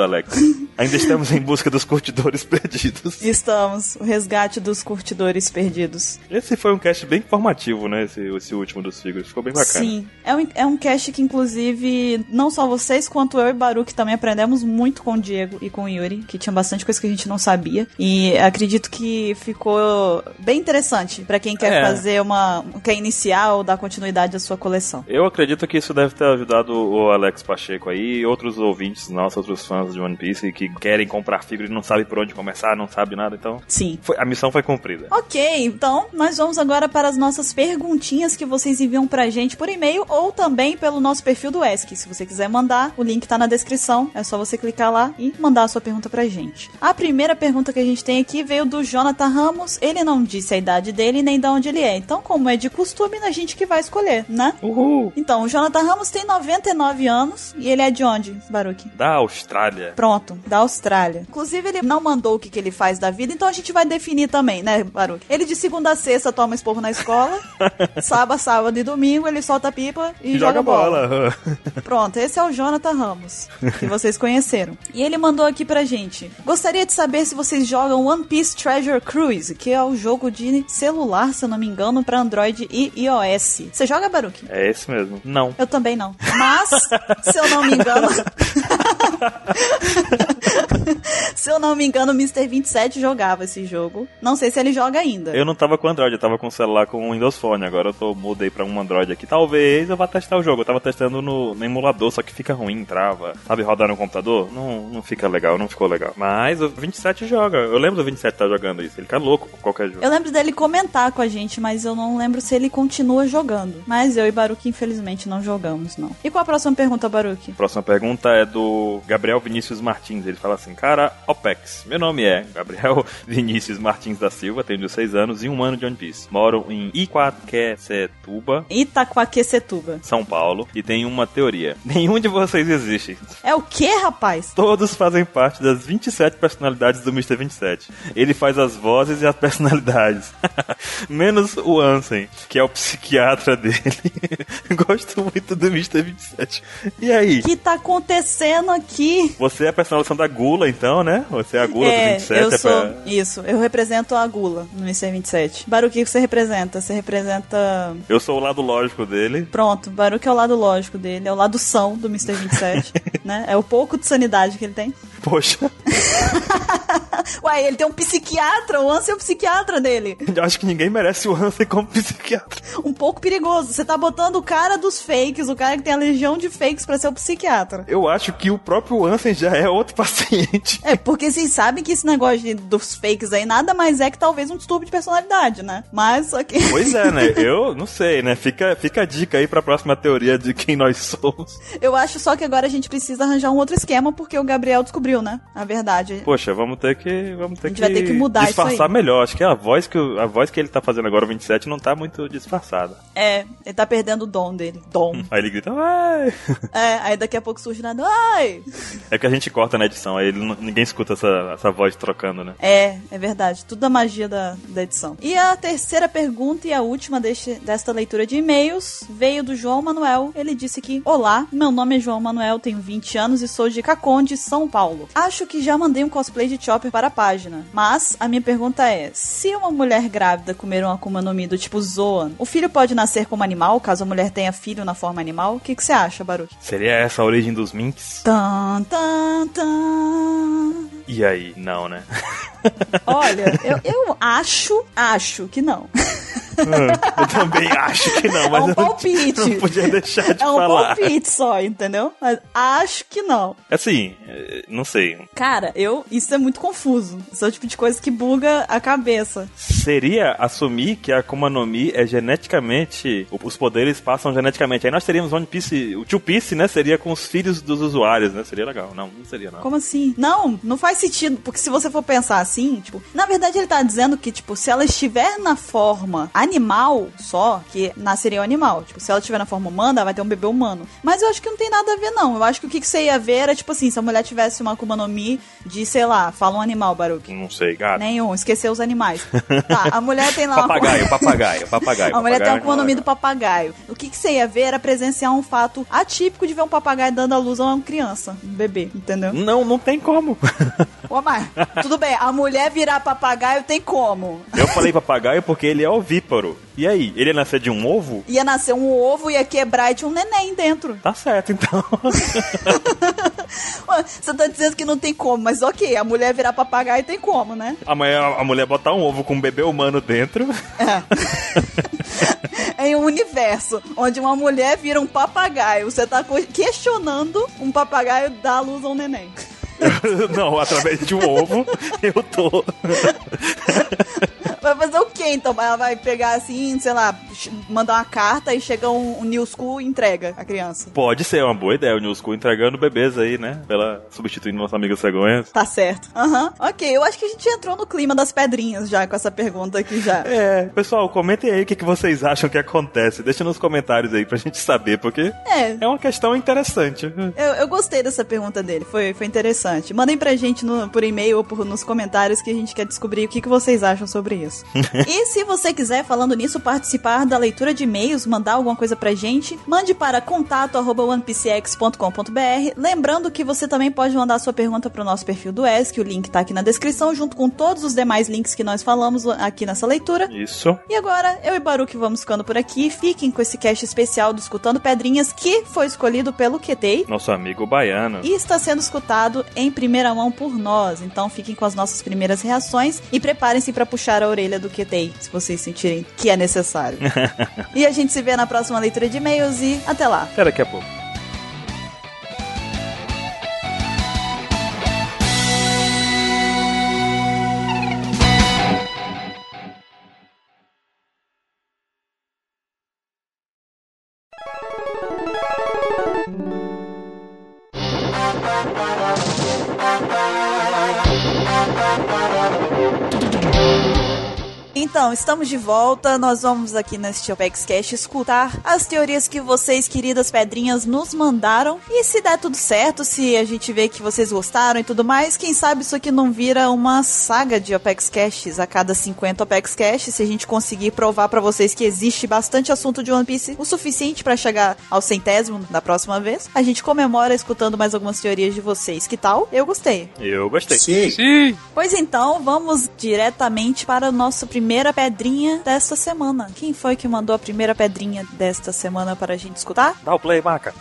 Speaker 4: *laughs*
Speaker 2: Alex. Ainda estamos em busca dos curtidores perdidos.
Speaker 4: Estamos, o resgate dos curtidores perdidos.
Speaker 2: Esse foi um cast bem informativo, né? Esse, esse último dos figures. Ficou bem bacana.
Speaker 4: Sim. É um, é um cast que, inclusive, não só vocês, quanto eu e Baruque também aprendemos muito com o Diego e com o Yuri, que tinha bastante coisa que a gente não sabia. E acredito que ficou bem interessante pra quem quer
Speaker 2: É.
Speaker 4: fazer uma. quer iniciar ou dar continuidade à sua coleção.
Speaker 2: Eu acredito que isso deve ter ajudado o Alex Pacheco aí e outros ouvintes nossos, outros fãs de One Piece que querem comprar figura e não sabe por onde começar, não sabe nada, então
Speaker 4: Sim.
Speaker 2: foi- a missão foi cumprida.
Speaker 4: Ok, então nós vamos agora para as nossas perguntinhas que vocês enviam pra gente por e-mail ou também pelo nosso perfil do ESC. Se você quiser mandar, o link tá na descrição. É só você clicar lá e mandar a sua pergunta pra gente. A primeira pergunta que a gente tem aqui veio do Jonathan Ramos. Ele não disse a idade dele nem de onde ele é. Então, como é de costume, a gente que vai escolher, né?
Speaker 2: Uhul!
Speaker 4: Então, o Jonathan Ramos tem 99 anos e ele é de onde, Baruque?
Speaker 2: Da Austrália.
Speaker 4: Pronto, da Austrália. Inclusive, ele não mandou o que, que ele faz da vida, então a gente vai definir também, né, Baruque? Ele de segunda a sexta toma esporro na
Speaker 2: *laughs*
Speaker 4: escola, sábado, sábado e domingo ele solta pipa e,
Speaker 2: E joga bola. *laughs*
Speaker 4: Pronto, esse é o Jonathan Ramos, que vocês conheceram. E ele mandou aqui pra gente. Gostaria de saber se vocês jogam One Piece Treasure Cruise, que é o jogo de celular, se eu não me engano, pra Android e iOS. Você joga, Baruque?
Speaker 2: É esse mesmo. Não.
Speaker 4: Eu também não.
Speaker 2: *laughs*
Speaker 4: Mas, se eu não me engano. *laughs* se eu não me engano, o Mr. 27 jogava esse jogo. Não sei se ele joga ainda.
Speaker 2: Eu não tava com Android, eu tava com o celular com o Windows Phone. Agora eu tô, mudei pra um Android aqui. Talvez eu vá testar o jogo. Eu tava testando no, no emulador, só que fica ruim, trava. Sabe, rodar no computador? Não, não fica legal, não ficou legal. Mas o 27 joga. Eu lembro do 27 tá jogando isso. Ele fica louco com qualquer jogo.
Speaker 4: Eu lembro dele comentar com a gente, mas eu não lembro se ele continua jogando. Mas eu e Baruque, infelizmente, não jogamos, não. E qual a próxima pergunta, Baruque?
Speaker 2: Próxima pergunta é do Gabriel Vinícius Martins. Ele fala assim: Cara, OPEX. Meu nome é Gabriel *laughs* Vinícius Martins da Silva, tenho 16 anos e um ano de One Piece. Moro em Iquaquecetuba,
Speaker 4: Itaquaquecetuba.
Speaker 2: São Paulo, e tenho uma teoria: *laughs* Nenhum de vocês existe.
Speaker 4: É o que, rapaz?
Speaker 2: *laughs* Todos fazem parte das 27 personalidades do Mr. 27. Ele faz as vozes e as personalidades. *laughs* Menos o Ansem, que é o psiquiatra dele. *laughs* Gosto muito do Mr. 27. E aí?
Speaker 4: O que tá acontecendo aqui?
Speaker 2: Você é a personalização da Gula, então, né? Você é a Gula
Speaker 4: é,
Speaker 2: do 27.
Speaker 4: eu
Speaker 2: é
Speaker 4: sou.
Speaker 2: pra-
Speaker 4: Isso, eu represento a Gula no Mr. 27. Baruque, o que você representa? Você representa.
Speaker 2: eu sou o lado lógico dele.
Speaker 4: Pronto, Baruque é o lado lógico dele, é o lado são do Mr.
Speaker 2: *laughs*
Speaker 4: 27, né? É o pouco de sanidade que ele tem.
Speaker 2: Poxa,
Speaker 4: *laughs* Uai, ele tem um psiquiatra, o Anse é o psiquiatra dele.
Speaker 2: eu acho que ninguém merece o Hansen como psiquiatra.
Speaker 4: um pouco perigoso. Você tá botando o cara dos fakes, o cara que tem a legião de fakes pra ser o psiquiatra.
Speaker 2: Eu acho que o próprio Hansen já é outro paciente.
Speaker 4: É, porque vocês sabem que esse negócio de- dos fakes aí nada mais é que talvez um distúrbio de personalidade, né? Mas só que. *laughs*
Speaker 2: Pois é, né? Eu não sei, né? Fica, fica a dica aí pra próxima teoria de quem nós somos.
Speaker 4: Eu acho só que agora a gente precisa arranjar um outro esquema, porque o Gabriel descobriu, né? A verdade.
Speaker 2: Poxa, vamos ter que. Vamos ter
Speaker 4: A gente vai ter que mudar isso
Speaker 2: disfarçar
Speaker 4: aí.
Speaker 2: melhor. Acho que a voz que, o- a voz que ele tá fazendo agora, o 27, não tá muito disfarçada.
Speaker 4: É, ele tá perdendo o dom dele. Dom.
Speaker 2: Aí ele grita, "Ah." vai!
Speaker 4: é, aí daqui a pouco surge nada. Ai!
Speaker 2: É que a gente corta na edição, aí ele não- ninguém escuta essa, essa voz trocando, né?
Speaker 4: É, é verdade. Tudo a magia da, da edição. E a terceira pergunta e a última deste, desta leitura de e-mails veio do João Manuel. Ele disse que: Olá, meu nome é João Manuel, tenho 20 anos e sou de Caconde, São Paulo. Acho que já mandei um cosplay de Chopper para a página. Mas a minha pergunta é: se uma mulher grávida comer um Akuma no Mi do tipo Zoan, o filho pode nascer como animal, caso a mulher tenha filho na forma animal? O que, que você acha, Baruch?
Speaker 2: Seria essa a origem dos minks?
Speaker 4: Tan, tan, tan.
Speaker 2: E aí? Não, né? *laughs*
Speaker 4: Olha, eu, eu acho, acho que não.
Speaker 2: eu também acho que não, mas
Speaker 4: É um
Speaker 2: eu não-
Speaker 4: palpite.
Speaker 2: não podia deixar de
Speaker 4: É um
Speaker 2: falar.
Speaker 4: palpite só, entendeu? Mas acho que não.
Speaker 2: Assim, eh, não sei.
Speaker 4: Cara, eu. Isso é muito confuso. Isso é o tipo de coisa que buga a cabeça.
Speaker 2: Seria assumir que a Akuma no Mi é geneticamente. Os poderes passam geneticamente. Aí nós teríamos One Piece. O Two Piece, né? Seria com os filhos dos usuários, né? Seria legal. Não, não seria, não.
Speaker 4: Como assim? Não, não faz sentido. Porque se você for pensar assim, tipo, na verdade ele tá dizendo que, tipo, se ela estiver na forma animal só, que nasceria um animal. Tipo, se ela estiver na forma humana, ela vai ter um bebê humano. Mas eu acho que não tem nada a ver, não. Eu acho que o que, que você ia ver era, tipo assim, se a mulher tivesse uma Akuma no Mi de, sei lá, fala um animal, Baruque.
Speaker 2: Não sei, gato.
Speaker 4: Nenhum, esqueceu os
Speaker 2: *laughs*
Speaker 4: animais. Tá, a mulher tem lá uma-
Speaker 2: Papagaio, papagaio, papagaio.
Speaker 4: A mulher tem
Speaker 2: papagaio é
Speaker 4: um condomínio do
Speaker 2: animal.
Speaker 4: papagaio. O que, que você ia ver era presenciar um fato atípico de ver um papagaio dando a luz a uma criança, um bebê, entendeu?
Speaker 2: Não, não tem como.
Speaker 4: *laughs* Ô, Mar, tudo bem, a mulher virar papagaio tem como.
Speaker 2: Eu falei papagaio porque ele é ovíparo. E aí? Ele ia nascer de um ovo?
Speaker 4: Ia nascer um ovo, ia quebrar e tinha um neném dentro.
Speaker 2: Tá certo, então. *laughs*
Speaker 4: Ué, Você tá dizendo que não tem como, mas ok, a mulher virar papagaio tem como, né?
Speaker 2: Amanhã a mulher botar um ovo com um bebê humano dentro.
Speaker 4: em um universo onde uma mulher vira um papagaio, você tá co- questionando um papagaio dar luz a um neném.
Speaker 2: *laughs* não, através de um ovo, *laughs* eu tô.
Speaker 4: Vai fazer o quê? quê, então? Ela vai pegar assim, sei lá, ch- mandar uma carta e chega um, um New School e entrega a criança.
Speaker 2: Pode ser uma boa ideia o New School entregando bebês aí, né? Ela substituindo nossa amiga cegonhas.
Speaker 4: Tá certo. Aham. Ok, eu acho que a gente entrou no clima das pedrinhas já com essa pergunta aqui já.
Speaker 2: É, pessoal, comentem aí o que, que vocês acham que acontece. Deixa nos comentários aí pra gente saber, porque
Speaker 4: É.
Speaker 2: é uma questão interessante.
Speaker 4: Eu, eu gostei dessa pergunta dele, foi, foi interessante. Mandem pra gente no- por e-mail ou por, nos comentários que a gente quer descobrir o que, que vocês acham sobre isso. *laughs* e se você quiser, falando nisso, participar da leitura de e-mails, mandar alguma coisa pra gente, mande para contato arroba onepcx.com.br. Lembrando que você também pode mandar sua pergunta pro nosso perfil do ESC, o link tá aqui na descrição, junto com todos os demais links que nós falamos aqui nessa leitura.
Speaker 2: Isso.
Speaker 4: E agora, eu e Baruque vamos ficando por aqui. Fiquem com esse cast especial do Escutando Pedrinhas, que foi escolhido pelo QTEI
Speaker 2: Nosso amigo baiano.
Speaker 4: e está sendo escutado em primeira mão por nós. Então fiquem com as nossas primeiras reações e preparem-se para puxar a orelha do QTI, se vocês sentirem que é necessário. e a gente se vê na próxima leitura de e-mails e até lá.
Speaker 2: *laughs* Até daqui a pouco.
Speaker 4: Então, estamos de volta. Nós vamos aqui neste Opex Cash escutar as teorias que vocês, queridas pedrinhas, nos mandaram. E se der tudo certo, se a gente vê que vocês gostaram e tudo mais, quem sabe isso aqui não vira uma saga de Opex Caches a cada 50 Opex Cash, se a gente conseguir provar pra vocês que existe bastante assunto de One Piece o suficiente pra chegar ao centésimo da próxima vez. A gente comemora escutando mais algumas teorias de vocês. Que tal? Eu gostei.
Speaker 2: Eu gostei.
Speaker 5: Sim.
Speaker 1: Sim!
Speaker 4: Pois então, vamos diretamente para a nossa primeira pedrinha desta semana. Quem foi que mandou a primeira pedrinha desta semana para a gente escutar?
Speaker 2: Dá o play, Maca.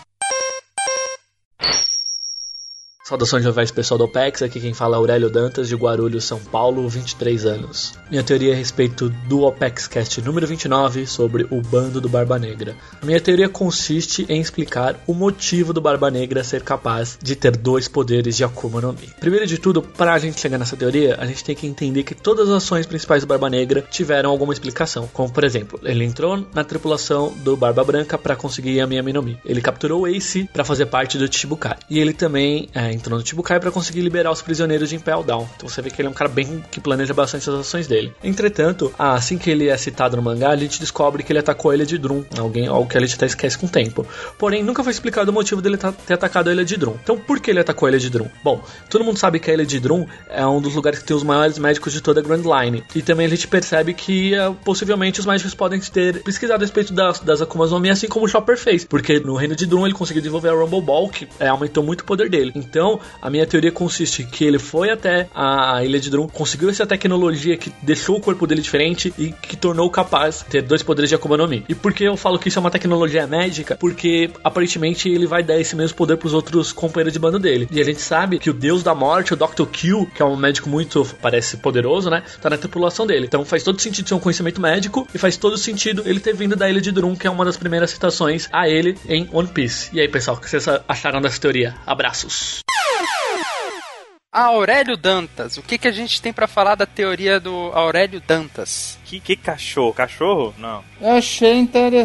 Speaker 8: Saudações jovens pessoal do OPEX, aqui quem fala é Aurélio Dantas, de Guarulhos, São Paulo, 23 anos. Minha teoria é a respeito do OPEXcast número 29, sobre o bando do Barba Negra. A minha teoria consiste em explicar o motivo do Barba Negra ser capaz de ter dois poderes de Akuma no Mi. Primeiro de tudo, para a gente chegar nessa teoria, a gente tem que entender que todas as ações principais do Barba Negra tiveram alguma explicação, como por exemplo, ele entrou na tripulação do Barba Branca para conseguir a Miami no Mi. Ele capturou o Ace para fazer parte do Chibukai. E ele também é, entrou no Chibukai para conseguir liberar os prisioneiros de Impel Down. Então você vê que ele é um cara bem que planeja bastante as ações dele. Entretanto, ah, assim que ele é citado no mangá, a gente descobre que ele atacou a Ilha de Drum, alguém, algo que a gente até esquece com o tempo. Porém, nunca foi explicado o motivo dele ta- ter atacado a Ilha de Drum. Então, por que ele atacou a Ilha de Drum? Bom, todo mundo sabe que a Ilha de Drum é um dos lugares que tem os maiores médicos de toda a Grand Line. E também a gente percebe que ah, possivelmente os médicos podem ter pesquisado a respeito das, das Akumas no Mi, assim como o Chopper fez. Porque no reino de Drum ele conseguiu desenvolver a Rumble Ball, que é, aumentou muito o poder dele. Então, a minha teoria consiste que ele foi até a Ilha de Drum, conseguiu essa tecnologia que deixou o corpo dele diferente e que tornou capaz de ter dois poderes de Akuma no Mi. E por que eu falo que isso é uma tecnologia médica? Porque aparentemente ele vai dar esse mesmo poder pros outros companheiros de bando dele. E a gente sabe que o deus da morte, o Dr. Kill, que é um médico muito, parece poderoso, né? Tá na tripulação dele. Então faz todo sentido ser um conhecimento médico e faz todo sentido ele ter vindo da Ilha de Drum, que é uma das primeiras citações a ele em One Piece. E aí, pessoal, o que vocês acharam dessa teoria? Abraços!
Speaker 1: Aurélio Dantas. O que, que a gente tem pra falar da teoria do Aurélio Dantas?
Speaker 2: Que, que cachorro? Cachorro? Não.
Speaker 3: Eu achei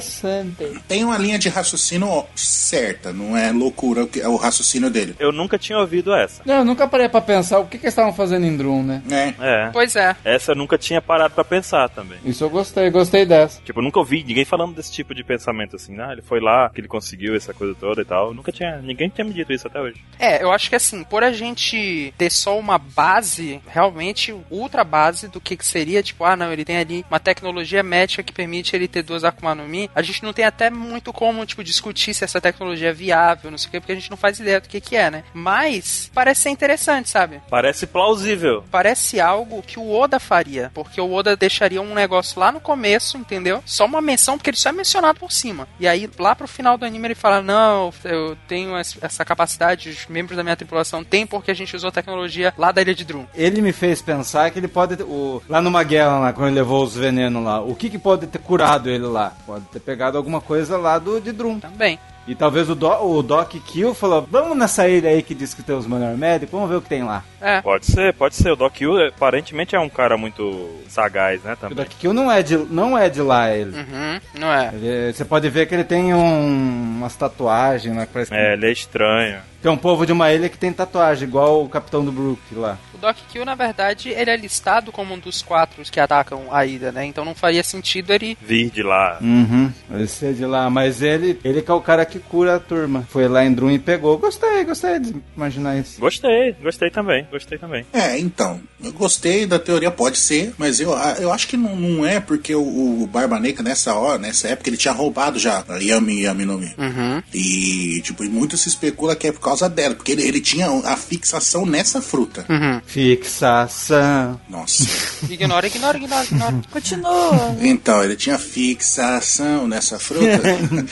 Speaker 3: interessante.
Speaker 5: Tem uma linha de raciocínio certa, não é loucura o que- é o raciocínio dele.
Speaker 2: Eu nunca tinha ouvido essa.
Speaker 3: Não, eu nunca parei pra pensar o que, que eles estavam fazendo em Drum, né?
Speaker 5: É.
Speaker 2: É.
Speaker 1: Pois é.
Speaker 2: Essa eu nunca tinha parado pra pensar também.
Speaker 3: Isso eu gostei, gostei dessa.
Speaker 2: Tipo, eu nunca ouvi ninguém falando desse tipo de pensamento assim. Ah, ele foi lá, que ele conseguiu essa coisa toda e tal. Eu nunca tinha. Ninguém tinha me dito isso até hoje.
Speaker 1: É, eu acho que assim, por a gente ter só uma base, realmente ultra base do que, que seria, tipo, ah não, ele tem ali uma tecnologia médica que permite ele ter duas Akuma no Mi, a gente não tem até muito como, tipo, discutir se essa tecnologia é viável, não sei o quê, porque a gente não faz ideia do que que é, né? Mas, parece ser interessante, sabe?
Speaker 2: Parece plausível.
Speaker 1: parece algo que o Oda faria, porque o Oda deixaria um negócio lá no começo, entendeu? Só uma menção, porque ele só é mencionado por cima. E aí, lá pro final do anime, ele fala: Não, eu tenho es- essa capacidade, os membros da minha tripulação têm, porque a gente usou a tecnologia lá da Ilha de Drum.
Speaker 3: Ele me fez pensar que ele pode. ter- O, lá numa guerra, lá, quando ele levou os venenos lá, o que, que pode ter curado ele lá? Pode ter pegado alguma coisa lá do de Drum.
Speaker 1: Também.
Speaker 3: E talvez o, Do- o Doc Kill falou: vamos nessa ilha aí que diz que tem os menor médicos, vamos ver o que tem lá.
Speaker 1: É.
Speaker 2: Pode ser, pode ser. O Doc Yu é, aparentemente é um cara muito sagaz, né?
Speaker 3: O
Speaker 2: Também.
Speaker 3: Doc Kill não é de, não é de lá ele.
Speaker 1: Uhum, não é.
Speaker 3: Ele- Você pode ver que ele tem um, umas tatuagens lá que parece que
Speaker 2: É, ele é estranho.
Speaker 3: tem um povo de uma ilha que tem tatuagem, igual o Capitão do Brook lá.
Speaker 1: O Doc Kill, na verdade, ele é listado como um dos quatro que atacam a ilha, né? Então não faria sentido ele.
Speaker 2: Vir de lá.
Speaker 3: Uhum. Ele ser de lá, mas ele, ele que é o cara que cura a turma. Foi lá em Drum e pegou. Gostei, gostei de imaginar isso.
Speaker 2: Gostei, gostei também, gostei também.
Speaker 5: É, então, eu gostei da teoria, pode ser, mas eu, ah, eu acho que não, não é porque o, o Barba Negra nessa hora, nessa época, ele tinha roubado já a Yami Yami no Mi.
Speaker 1: Uhum.
Speaker 5: E, tipo, e muito se especula que é por causa dela, porque ele, ele tinha a fixação nessa fruta.
Speaker 1: Uhum.
Speaker 3: Fixação.
Speaker 5: Nossa.
Speaker 1: Ignora, ignora, ignora, ignora.
Speaker 4: Continua.
Speaker 5: Então, ele tinha fixação nessa
Speaker 2: *laughs*
Speaker 5: fruta.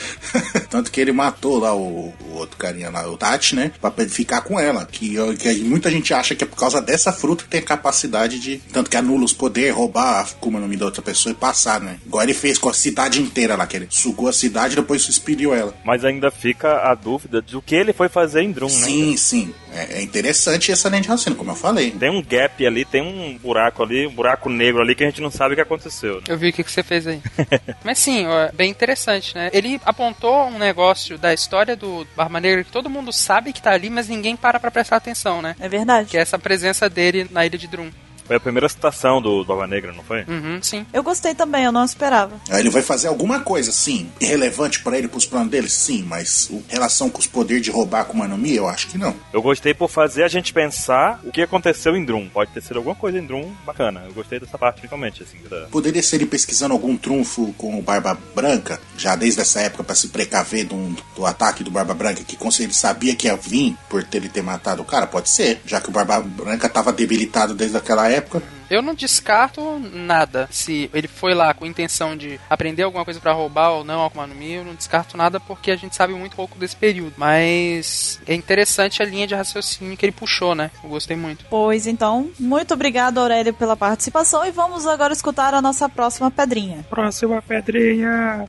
Speaker 5: *laughs* Tanto que ele matou lá o, o outro carinha lá, o Tati, né? Pra ele ficar com ela. Que, que muita gente acha que é por causa dessa fruta que tem a capacidade de. Tanto que anula os poderes, roubar a Kuma no Mi da outra pessoa e passar, né? Igual ele fez com a cidade inteira lá, que ele sugou a cidade e depois expeliu ela.
Speaker 2: Mas ainda fica a dúvida do que ele foi fazer em Drum, né?
Speaker 5: Sim, sim. É, é interessante essa linha de raciocínio, como eu falei.
Speaker 2: Tem um gap ali, tem um buraco ali, um buraco negro ali que a gente não sabe o que aconteceu, né?
Speaker 1: Eu vi o que, que você fez aí. Mas sim, ó, é bem interessante, né? Ele apontou um negócio da história do Barba Negra que todo mundo sabe que tá ali, mas ninguém para pra prestar atenção, né?
Speaker 4: É verdade.
Speaker 1: Que é essa presença dele na ilha de Drum.
Speaker 2: Foi a primeira citação do Barba Negra, não foi?
Speaker 1: Uhum, sim.
Speaker 4: Eu gostei também, eu não esperava.
Speaker 5: Aí ele vai fazer alguma coisa, sim. Relevante pra ele, pros planos dele, sim. Mas o- relação com os poderes de roubar com o Manomi, eu acho que não.
Speaker 2: Eu gostei por fazer a gente pensar o que aconteceu em Drum. Pode ter sido alguma coisa em Drum bacana. Eu gostei dessa parte principalmente, assim. Da...
Speaker 5: Poderia ser ele pesquisando algum trunfo com o Barba Branca, já desde essa época, pra se precaver do, do ataque do Barba Branca, que com- ele sabia que ia vir por ter- ele ter matado o cara? Pode ser, já que o Barba Branca tava debilitado desde aquela época.
Speaker 1: Eu não descarto nada. Se ele foi lá com intenção de aprender alguma coisa pra roubar ou não, Akuma no Mi, eu não descarto nada porque a gente sabe muito pouco desse período. Mas é interessante a linha de raciocínio que ele puxou, né? Eu gostei muito.
Speaker 4: Pois então, muito obrigado, Aurélio, pela participação e vamos agora escutar a nossa próxima pedrinha.
Speaker 2: Próxima pedrinha!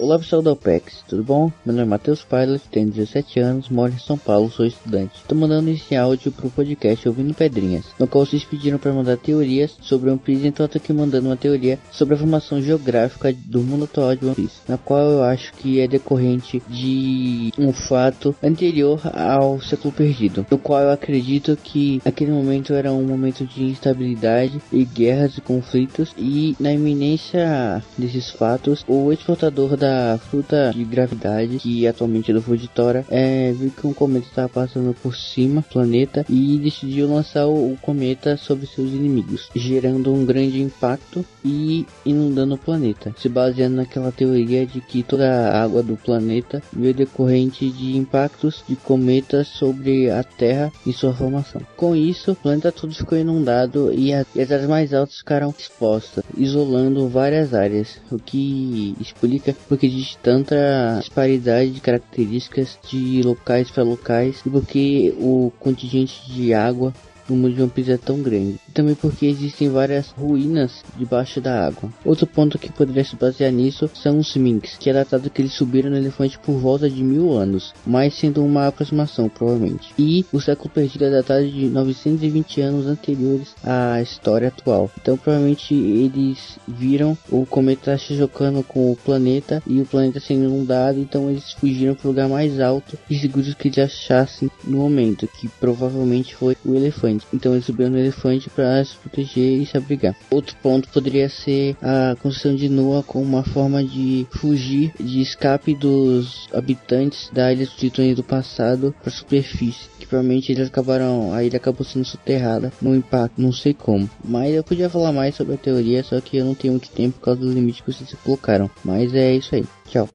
Speaker 9: Olá pessoal da OPEX, tudo bom? Meu nome é Matheus Pilot, tenho 17 anos, moro em São Paulo, sou estudante. Estou mandando esse áudio pro podcast Ouvindo Pedrinhas, no qual vocês pediram para mandar teorias sobre One Piece, então eu tô aqui mandando uma teoria sobre a formação geográfica do mundo atual de One Piece, na qual eu acho que é decorrente de um fato anterior ao século perdido, no qual eu acredito que aquele momento era um momento de instabilidade e guerras e conflitos, e na iminência desses fatos, o exportador da fruta de gravidade, que atualmente é do Fujitora, é, viu que um cometa estava passando por cima do planeta e decidiu lançar o, o cometa sobre seus inimigos, gerando um grande impacto e inundando o planeta, se baseando naquela teoria de que toda a água do planeta veio decorrente de impactos de cometas sobre a Terra e sua formação. Com isso, o planeta todo ficou inundado e a- e as áreas mais altas ficaram expostas, isolando várias áreas, o que explica porque existe tanta disparidade de características de locais para locais e porque o contingente de água no mundo de One Piece é tão grande. E também porque existem várias ruínas debaixo da água. Outro ponto que poderia se basear nisso são os Minks, que é datado que eles subiram no elefante por volta de mil anos, mas sendo uma aproximação, provavelmente. E o século perdido é datado de 920 anos anteriores à história atual. Então, provavelmente, eles viram o cometa se chocando com o planeta e o planeta sendo inundado, então eles fugiram para o lugar mais alto e seguros que eles achassem no momento, que provavelmente foi o elefante. Então eles subiram no elefante para se proteger e se abrigar. Outro ponto poderia ser a construção de Noah como uma forma de fugir de escape dos habitantes da ilha dos titãs do passado para a superfície. Que provavelmente eles acabaram, a ilha acabou sendo soterrada no impacto, não sei como. Mas eu podia falar mais sobre a teoria, só que eu não tenho muito tempo por causa do limite que vocês colocaram. Mas é isso aí, tchau.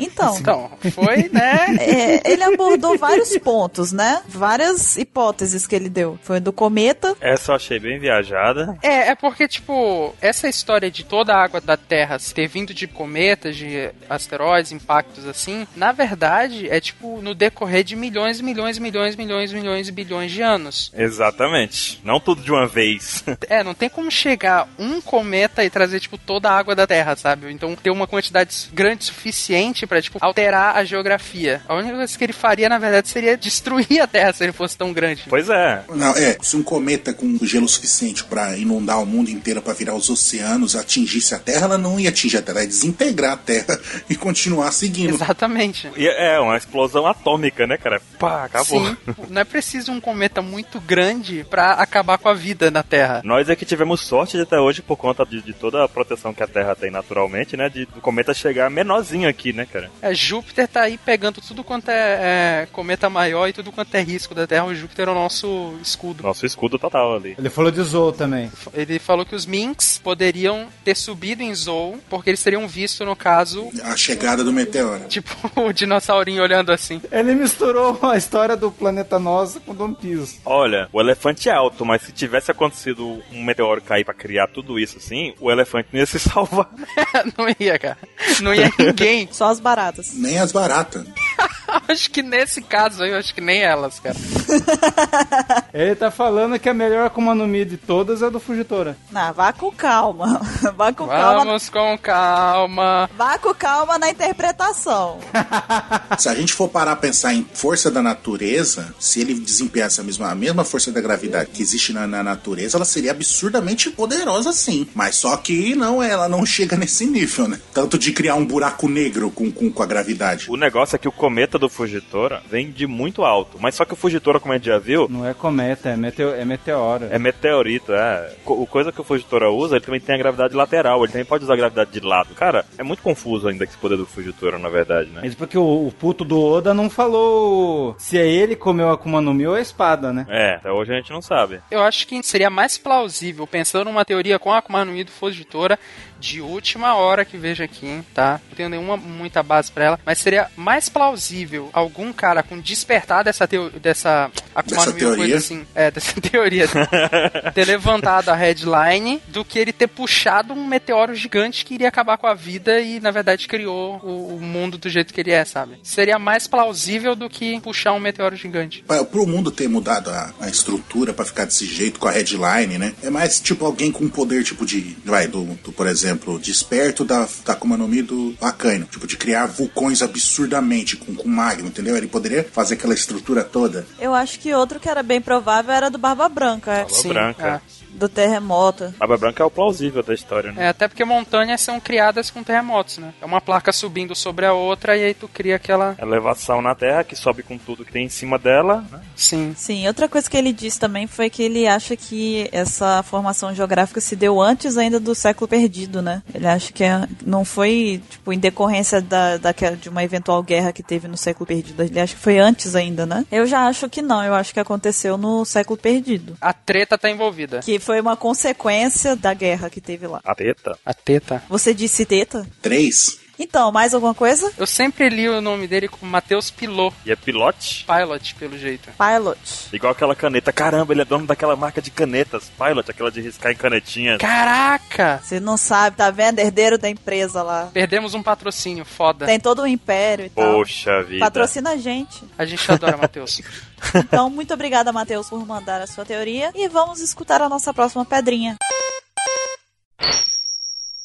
Speaker 4: Então,
Speaker 1: Então, foi, né?
Speaker 4: *laughs* é, ele abordou vários pontos, né? Várias hipóteses que ele deu. Foi do cometa.
Speaker 2: Essa eu achei bem viajada.
Speaker 1: É, é porque, tipo, essa história de toda a água da Terra ter vindo de cometas, de asteroides, impactos assim, na verdade é tipo no decorrer de milhões, milhões, milhões, milhões, milhões e bilhões de anos.
Speaker 2: Exatamente. Não tudo de uma vez. *laughs*
Speaker 1: É, não tem como chegar um cometa e trazer, tipo, toda a água da Terra, sabe? Então ter uma quantidade grande suficiente pra, tipo, alterar a geografia. A única coisa que ele faria, na verdade, seria *laughs* destruir a Terra se ele fosse tão grande.
Speaker 2: pois é.
Speaker 5: Não, é, se um cometa com gelo suficiente pra inundar o mundo inteiro, pra virar os oceanos, atingisse a Terra, ela não ia atingir a Terra, ia desintegrar a Terra *laughs* e continuar seguindo.
Speaker 1: Exatamente.
Speaker 2: E é uma explosão atômica, né, cara? Pá, acabou.
Speaker 1: Sim, não é preciso um cometa muito grande pra acabar com a vida na Terra.
Speaker 2: *laughs* Nós é que tivemos sorte de até hoje, por conta de, de toda a proteção que a Terra tem naturalmente, né? De, do cometa chegar menorzinho aqui, né, cara?
Speaker 1: É, Júpiter tá aí pegando tudo quanto é, é, cometa maior e tudo quanto é risco da Terra. O Júpiter é o nosso escudo.
Speaker 2: *laughs* Nosso escudo total ali.
Speaker 3: Ele falou de Zou também.
Speaker 1: Ele falou que os Minks poderiam ter subido em Zou, porque eles teriam visto, no caso,
Speaker 5: A chegada do meteoro.
Speaker 1: tipo, *laughs* o dinossaurinho olhando assim. *laughs*
Speaker 3: Ele misturou a história do planeta nosso com Dom Piso.
Speaker 2: Olha, o elefante é alto, mas se tivesse acontecido um meteoro cair pra criar tudo isso assim, o elefante não ia se *laughs* salvar.
Speaker 1: Não ia, cara. Não ia ninguém.
Speaker 4: *laughs* Só as baratas.
Speaker 5: Nem as baratas.
Speaker 1: *laughs* acho que nesse caso aí, eu acho que nem elas, cara.
Speaker 3: Ele tá falando que a melhor Akuma no Mi de todas é a do Fugitora.
Speaker 4: Ah, vá com calma. Vá com calma.
Speaker 1: Vamos com calma.
Speaker 4: Vá com calma na interpretação.
Speaker 5: Se a gente for parar a pensar em força da natureza, se ele desempenhasse a mesma, a mesma força da gravidade que existe na, na natureza, ela seria absurdamente poderosa sim. Mas só que não, ela não chega nesse nível, né? Tanto de criar um buraco negro com, com, com a gravidade.
Speaker 2: O negócio é que o cometa do Fugitora vem de muito alto, mas só que o Fugitora, como a gente já viu,
Speaker 3: Não é cometa, é, meteo, é meteoro.
Speaker 2: é meteorito, é. Co- O coisa que o Fugitora usa, ele também tem a gravidade lateral, ele também pode usar a gravidade de lado. Cara, é muito confuso ainda esse poder do Fugitora, na verdade, né?
Speaker 3: Mas porque o, o puto do Oda não falou se é ele que comeu a Akuma no Mi ou a espada, né?
Speaker 2: É, até hoje a gente não sabe.
Speaker 1: Eu acho que seria mais plausível, pensando numa teoria com a Akuma no Mi do Fugitora, de última hora que vejo aqui, hein, tá? Não tenho nenhuma muita base pra ela, mas seria mais plausível algum cara com despertar dessa teo- dessa Akuma
Speaker 5: Dessa
Speaker 1: no Mi, uma coisa
Speaker 5: teoria?
Speaker 1: assim, é, dessa *laughs* teoria, ter levantado a headline do que ele ter puxado um meteoro gigante que iria acabar com a vida e na verdade criou o, o mundo do jeito que ele é, sabe? Seria mais plausível do que puxar um meteoro gigante.
Speaker 5: Para o mundo ter mudado a, a estrutura pra ficar desse jeito com a headline, né? É mais tipo alguém com poder tipo de, vai do, do, por exemplo, desperto da da Akuma no Mi do Akainu, tipo de criar vulcões absurdamente com com magma, entendeu? Ele poderia fazer aquela estrutura toda.
Speaker 4: Eu acho que outro que era bem provável era do Barba Branca, é,
Speaker 2: Barba Branca.
Speaker 1: é.
Speaker 4: do terremoto.
Speaker 2: Barba Branca é o plausível da história, né?
Speaker 1: É, até porque montanhas são criadas com terremotos, né? É uma placa subindo sobre a outra e aí tu cria aquela.
Speaker 2: Elevação na Terra que sobe com tudo que tem em cima dela, né?
Speaker 1: Sim.
Speaker 4: Sim, outra coisa que ele disse também foi que ele acha que essa formação geográfica se deu antes ainda do século perdido, né? Ele acha que é- não foi, tipo, em decorrência da, daquela- de uma eventual guerra que teve no século perdido. Ele acha que foi antes ainda, né? Eu já acho que não, eu acho que aconteceu no século perdido.
Speaker 1: A treta tá envolvida.
Speaker 4: Que foi uma consequência da guerra que teve lá.
Speaker 2: A teta.
Speaker 1: A teta?
Speaker 4: Você disse teta?
Speaker 5: Três.
Speaker 4: Então, mais alguma coisa?
Speaker 1: Eu sempre li o nome dele como Matheus Pilot.
Speaker 2: E é pilote.
Speaker 1: Pilot, pelo jeito.
Speaker 4: Pilot.
Speaker 2: Igual aquela caneta. Caramba, ele é dono daquela marca de canetas. Pilot, aquela de riscar em canetinha.
Speaker 1: Caraca!
Speaker 4: Você não sabe, tá vendo? Herdeiro da empresa lá.
Speaker 1: Perdemos um patrocínio, foda.
Speaker 4: Tem todo um império e tal.
Speaker 2: Poxa vida.
Speaker 4: Patrocina a gente.
Speaker 1: A gente
Speaker 2: *laughs*
Speaker 1: adora, Matheus.
Speaker 4: Então, muito obrigada, Matheus, por mandar a sua teoria. E vamos escutar a nossa próxima pedrinha.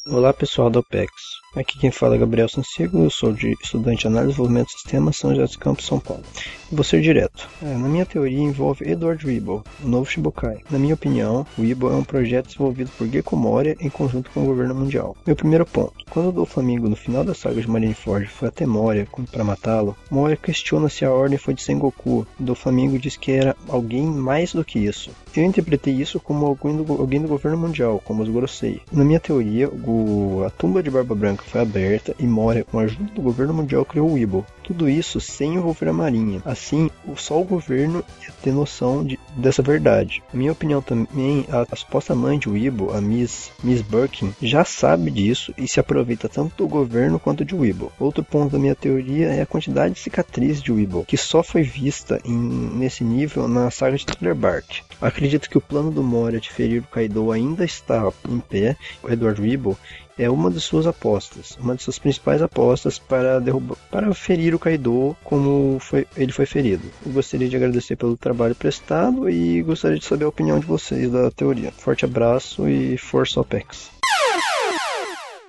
Speaker 10: Olá pessoal da OPEX, aqui quem fala é Gabriel Sancigo, eu sou de estudante de análise e desenvolvimento de sistemas São José dos Campos, São Paulo. E Vou ser direto. É, na minha teoria envolve Edward Weeble, o novo Shibukai. Na minha opinião, o Weeble é um projeto desenvolvido por Gecko Moria em conjunto com o governo mundial. Meu primeiro ponto, quando o Doflamingo no final da saga de Marineford foi até Moria com- pra matá-lo, Moria questiona se a ordem foi de Sengoku, e Doflamingo diz que era alguém mais do que isso. Eu interpretei isso como alguém do, alguém do governo mundial, como os Gorosei. Na minha um teoria, o- a tumba de Barba Branca foi aberta e Moria, com a ajuda do governo mundial, criou o Weeble. Tudo isso sem envolver a Marinha. Assim, o- só o governo ia ter noção de, dessa verdade. Na minha opinião também, a, a suposta mãe de Weeble, a Miss, Miss Birkin, já sabe disso e se aproveita tanto do governo quanto de Weeble. Outro ponto da minha teoria é a quantidade de cicatriz de Weeble, que só foi vista em- nesse nível na saga de Thriller Bark. Acredito que o plano do Moria de ferir o Kaido ainda está em pé. O Edward Weeble é uma de suas apostas, uma de suas principais apostas para derrubar, para ferir o Kaido como foi, ele foi ferido. Eu gostaria de agradecer pelo trabalho prestado e gostaria de saber a opinião de vocês da teoria. Forte abraço e força OPEX.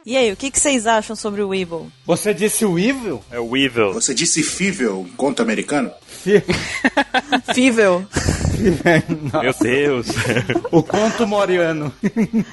Speaker 4: E aí, o que, que vocês acham sobre o Weeble?
Speaker 3: Você disse o Evil?
Speaker 2: É o Evil.
Speaker 5: Você disse Fível, um conto americano?
Speaker 3: *laughs*
Speaker 4: Fível.
Speaker 2: Meu Deus.
Speaker 3: o conto moriano.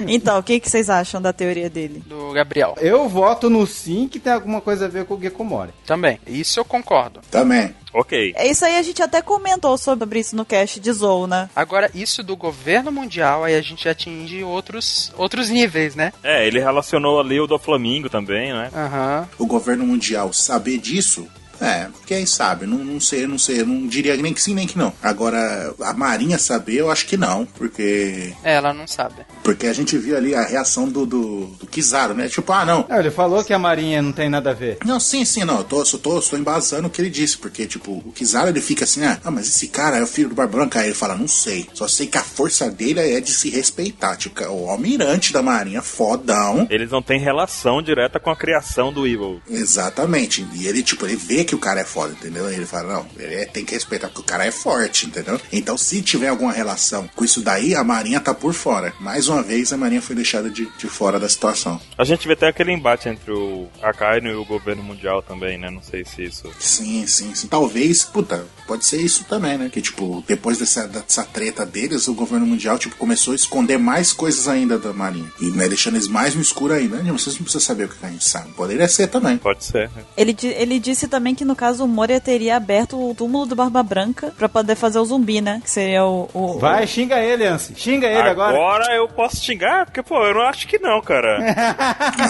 Speaker 4: Então, o que, que vocês acham da teoria dele?
Speaker 1: Do Gabriel.
Speaker 3: Eu voto no sim que tem alguma coisa a ver com o Gekomori.
Speaker 1: Também. Isso eu concordo.
Speaker 5: Também.
Speaker 2: ok.
Speaker 4: É isso aí, a gente até comentou sobre isso no cast de Zou, né?
Speaker 1: Agora, isso do governo mundial, aí a gente atinge outros, outros níveis, né?
Speaker 2: *laughs* É, ele relacionou ali o do Flamengo também, né?
Speaker 1: Aham.
Speaker 5: O governo mundial saber disso. É, quem sabe? Não, não sei, não sei. Não diria nem que sim, nem que não. Agora, a Marinha saber, eu acho que não. Porque
Speaker 1: É, Ela não sabe.
Speaker 5: porque a gente viu ali a reação do, do, do Kizaru, né? Tipo, ah, não.
Speaker 3: Ah, ele falou que a marinha não tem nada a ver.
Speaker 5: Não, sim, sim, não. Eu tô, eu tô, eu tô embasando o que ele disse, porque, tipo, o Kizaru ele fica assim, ah, ah, mas esse cara é o filho do Barbanca. Aí ele fala, não sei. Só sei que a força dele é de se respeitar. Tipo, o almirante da marinha, fodão.
Speaker 2: Eles não têm relação direta com a criação do Evil.
Speaker 5: Exatamente. E ele, tipo, ele vê que o cara é foda, entendeu? Ele fala, não, ele é- tem que respeitar porque o cara é forte, entendeu? Então, se tiver alguma relação com isso daí, a Marinha tá por fora. Mais uma vez, a Marinha foi deixada de, de fora da situação.
Speaker 2: A gente vê até aquele embate entre o Akainu e o governo mundial também, né? Não sei se isso.
Speaker 5: Sim, sim, sim. Talvez, puta, pode ser isso também, né? Que, tipo, depois dessa, dessa treta deles, o governo mundial, tipo, começou a esconder mais coisas ainda da Marinha. E, né, deixando eles mais no escuro ainda. Né? Vocês não precisam saber o que a gente sabe. Poderia ser também.
Speaker 2: Pode ser. né?
Speaker 4: Ele, di- ele disse também que no caso o Moria teria aberto o túmulo do Barba Branca pra poder fazer o zumbi, né? Que seria o. o-
Speaker 3: Vai, xinga ele, Ansi. Xinga ele agora.
Speaker 2: eu posso xingar? Porque, pô, eu não acho que
Speaker 3: *laughs*
Speaker 2: não, cara.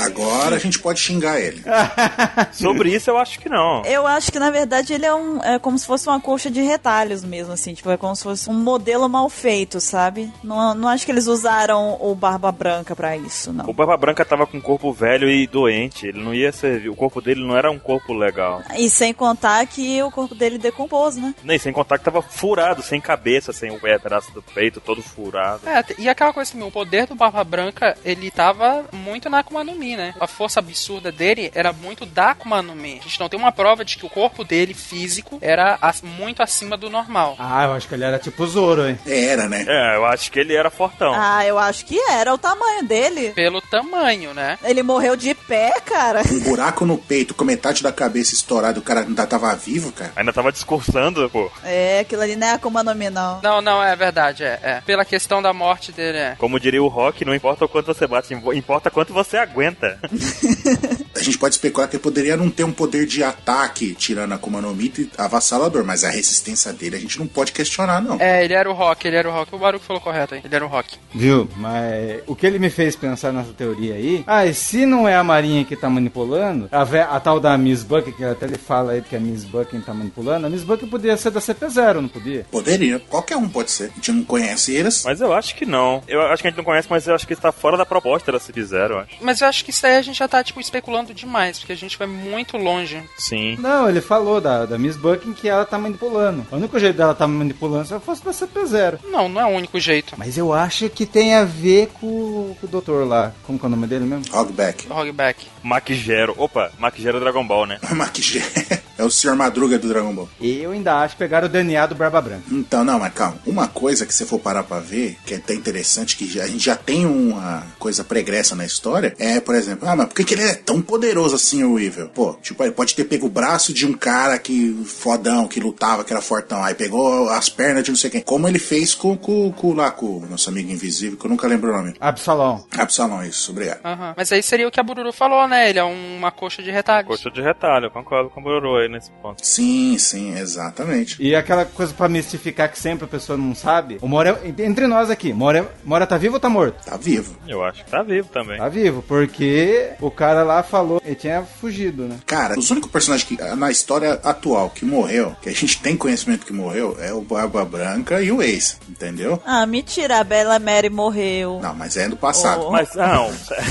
Speaker 5: Agora a gente pode xingar ele.
Speaker 2: *laughs* Sobre isso, eu acho que não.
Speaker 4: Eu acho que na verdade ele é um. É como se fosse uma coxa de retalhos mesmo, assim. Tipo, é como se fosse um modelo mal feito, sabe? Não, não acho que eles usaram o Barba Branca pra isso,
Speaker 2: O
Speaker 4: não.
Speaker 2: Barba Branca tava com um corpo velho e doente. Ele não ia servir. O corpo dele não era um corpo legal.
Speaker 4: E sem contar que o corpo dele decompôs, né?
Speaker 2: Nem sem contar que tava furado, sem cabeça, sem o pé, pedaço do peito, todo furado.
Speaker 1: É, te- e aquela coisa assim, o poder do Barba Branca, ele tava muito na Akuma no Mi, né? A força absurda dele era muito da Akuma no Mi. A gente não tem uma prova de que o corpo dele, físico, era ac- muito acima do normal.
Speaker 3: Ah, eu acho que ele era tipo Zoro, hein?
Speaker 5: Era, né?
Speaker 2: É, eu acho que ele era fortão.
Speaker 4: Ah, eu acho que era o tamanho dele.
Speaker 1: Pelo tamanho, né?
Speaker 4: Ele morreu de pé,
Speaker 1: *laughs*
Speaker 4: cara.
Speaker 5: um buraco no peito com metade da cabeça estourada, o cara ainda tava vivo, cara.
Speaker 2: Ainda tava discursando, pô.
Speaker 4: É, aquilo ali não é Akuma no Mi, não.
Speaker 1: Não, não, é verdade, é, é. Pela questão da morte dele, é.
Speaker 2: Como diria o Rock, não importa o quanto você bate, impo- importa quanto você aguenta.
Speaker 5: A gente pode especular que ele poderia não ter um poder de ataque, tirando a Kuma no Mi, avassalador, mas a resistência dele a gente não pode questionar, não.
Speaker 1: É, ele era o Rock, ele era o Rock. O Baruco falou correto aí. Ele era o Rock.
Speaker 3: Viu? Mas o que ele me fez pensar nessa teoria aí? Ah, e se não é a Marinha que tá manipulando, a, ve- a tal da Miss Buck, que até ele fala aí que a Miss Bucking tá manipulando, a Miss Buck podia ser da CP0, não podia?
Speaker 5: Poderia, qualquer um pode ser. A gente não conhece eles.
Speaker 2: Mas eu acho que não. Eu acho que a gente não conhece, mas eu acho que está fora da proposta da Cid Zero, eu acho.
Speaker 1: Mas eu acho que isso aí a gente já tá, tipo, especulando demais, porque a gente vai muito longe.
Speaker 2: Sim.
Speaker 3: Não, ele falou da, da Miss Bucking que ela tá manipulando. O único jeito dela tá manipulando é se ela fosse da CP0.
Speaker 1: Não, não é o único jeito.
Speaker 3: Mas eu acho que tem a ver com, com o doutor lá. Como que é o nome dele mesmo?
Speaker 5: Hogback.
Speaker 1: Hogback.
Speaker 2: Mac Gero. Opa, Mac Gero é Dragon
Speaker 5: *laughs*
Speaker 2: Ball, né?
Speaker 5: Maquigé. É o Sr. Madruga do Dragon Ball.
Speaker 3: Eu ainda acho que pegaram o DNA do Barba Branca.
Speaker 5: Então, não, mas calma. Uma coisa que você for parar pra ver, que é até interessante, que já- a gente já tem uma coisa pregressa na história, é, por exemplo, ah, mas por que, que ele é tão poderoso assim, o Evil? Pô, tipo, ele pode ter pego o braço de um cara que fodão, que lutava, que era fortão, aí pegou as pernas de não sei quem. Como ele fez com, com, com lá, com o nosso amigo invisível, que eu nunca lembro o nome.
Speaker 3: Absalom.
Speaker 5: Absalom, isso, obrigado.
Speaker 1: Aham. Mas aí seria o que a Bururu falou, né? Ele é uma coxa de retalhos.
Speaker 2: Coxa de retalho, eu concordo com o Bororô. aí nesse ponto.
Speaker 5: Sim, sim, exatamente.
Speaker 3: E aquela coisa pra mistificar que sempre a pessoa não sabe. O Mora, entre nós aqui, Mora, Mora tá vivo ou tá morto?
Speaker 5: Tá vivo.
Speaker 2: Eu acho que tá vivo também.
Speaker 3: Tá vivo, porque o cara lá falou, ele tinha fugido, né?
Speaker 5: Cara, os únicos personagens que, na história atual que morreu, que a gente tem conhecimento que morreu, é o Barba Branca e o Ace, entendeu?
Speaker 4: Ah, mentira, a Bela Mary morreu.
Speaker 5: Não, mas é do passado.
Speaker 4: Oh.
Speaker 2: Mas não, *laughs*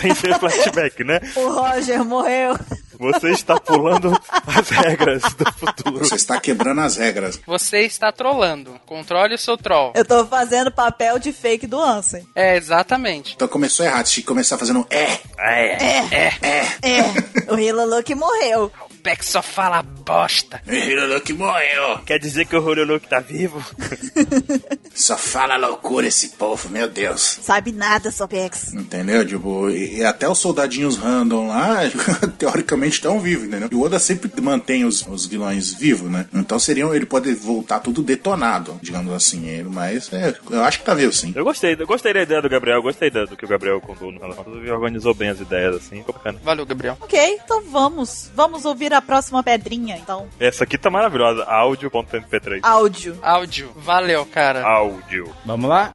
Speaker 2: sem ser flashback, né?
Speaker 4: O Roger morreu.
Speaker 2: Você está pulando as regras do futuro.
Speaker 5: Você está quebrando as regras.
Speaker 1: Você está trollando. Controle o seu troll.
Speaker 4: Eu tô fazendo papel de fake do Ansem.
Speaker 1: É, exatamente.
Speaker 5: Então começou errado, tinha que começar fazendo um é,
Speaker 2: É,
Speaker 4: É,
Speaker 5: é.
Speaker 4: é. O Hilolo que morreu.
Speaker 1: O Beck só fala bosta.
Speaker 5: que É, morreu.
Speaker 2: Quer dizer que o Horoloke tá vivo?
Speaker 5: *laughs* Só fala loucura esse povo, meu Deus.
Speaker 4: Sabe nada, Sopex.
Speaker 5: Entendeu? Tipo, e, e até os soldadinhos random lá, *laughs* teoricamente, estão vivos, entendeu? E o Oda sempre mantém os, os vilões vivos, né? Então seriam, ele pode voltar tudo detonado, digamos assim. ele- Mas é, eu acho que tá vivo, sim.
Speaker 2: Eu gostei, eu gostei da ideia do Gabriel, eu gostei da- do que o Gabriel contou no final. das contas, Ele organizou bem as ideias, assim, ficou bacana.
Speaker 1: Valeu, Gabriel.
Speaker 4: Ok, então vamos. Vamos ouvir a próxima pedrinha, então.
Speaker 2: Essa aqui tá maravilhosa, áudio.mp3.
Speaker 4: Áudio.
Speaker 1: Áudio. Valeu, cara.
Speaker 2: Áudio.
Speaker 3: Vamos lá?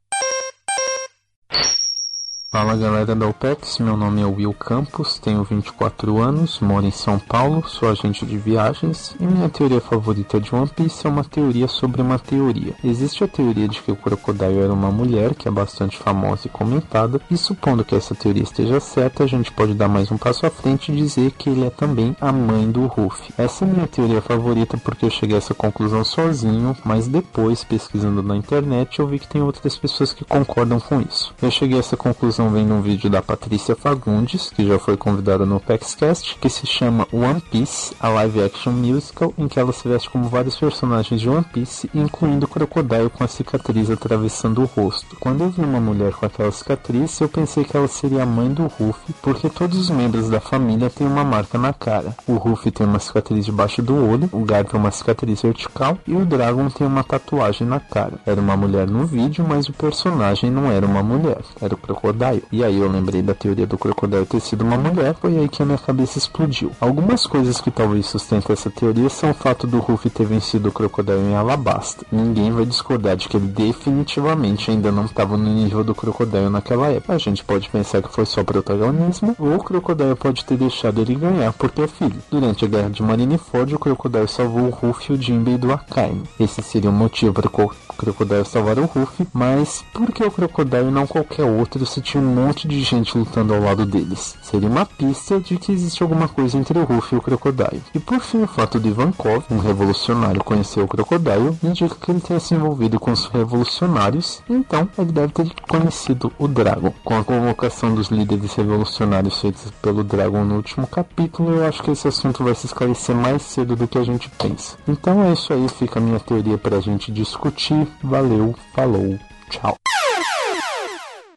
Speaker 11: Fala galera da OPEX, meu nome é Will Campos, tenho 24 anos, moro em São Paulo, sou agente de viagens e minha teoria favorita de One Piece é uma teoria sobre uma teoria. Existe a teoria de que o Crocodile era uma mulher, que é bastante famosa e comentada, e supondo que essa teoria esteja certa, a gente pode dar mais um passo à frente e dizer que ele é também a mãe do Ruffy. Essa é minha teoria favorita porque eu cheguei a essa conclusão sozinho, mas depois, pesquisando na internet, eu vi que tem outras pessoas que concordam com isso. Eu cheguei a essa conclusão vendo um vídeo da Patrícia Fagundes, que já foi convidada no PaxCast, que se chama One Piece, a live action musical, em que ela se veste como vários personagens de One Piece, incluindo o Crocodile com a cicatriz atravessando o rosto. Quando eu vi uma mulher com aquela cicatriz, eu pensei que ela seria a mãe do Ruffy, porque todos os membros da família têm uma marca na cara. O Ruffy tem uma cicatriz debaixo do olho, o Gar tem uma cicatriz vertical e o Dragon tem uma tatuagem na cara. Era uma mulher no vídeo, mas o personagem não era uma mulher, era o Crocodile. E aí eu lembrei da teoria do Crocodile ter sido uma mulher, foi aí que a minha cabeça explodiu. Algumas coisas que talvez sustentem essa teoria são o fato do Ruffy ter vencido o Crocodile em Alabasta. Ninguém vai discordar de que ele definitivamente ainda não estava no nível do Crocodile naquela época. A gente pode pensar que foi só protagonismo, ou o Crocodile pode ter deixado ele ganhar porque é filho. Durante a guerra de Marineford, o Crocodile salvou o Ruffy, o Jinbei do Akainu. Esse seria o motivo para o co- Crocodile salvar o Ruffy, mas por que o Crocodile e não qualquer outro se tinha um monte de gente lutando ao lado deles? Seria uma pista de que existe alguma coisa entre o Ruffy e o Crocodile. E por fim, o fato de Ivankov, um revolucionário, conhecer o Crocodile, indica que ele tenha se envolvido com os revolucionários, então ele deve ter conhecido o Dragon. Com a convocação dos líderes revolucionários feitos pelo Dragon no último capítulo, eu acho que esse assunto vai se esclarecer mais cedo do que a gente pensa. Então é isso aí, fica a minha teoria pra gente discutir. Valeu, falou, tchau.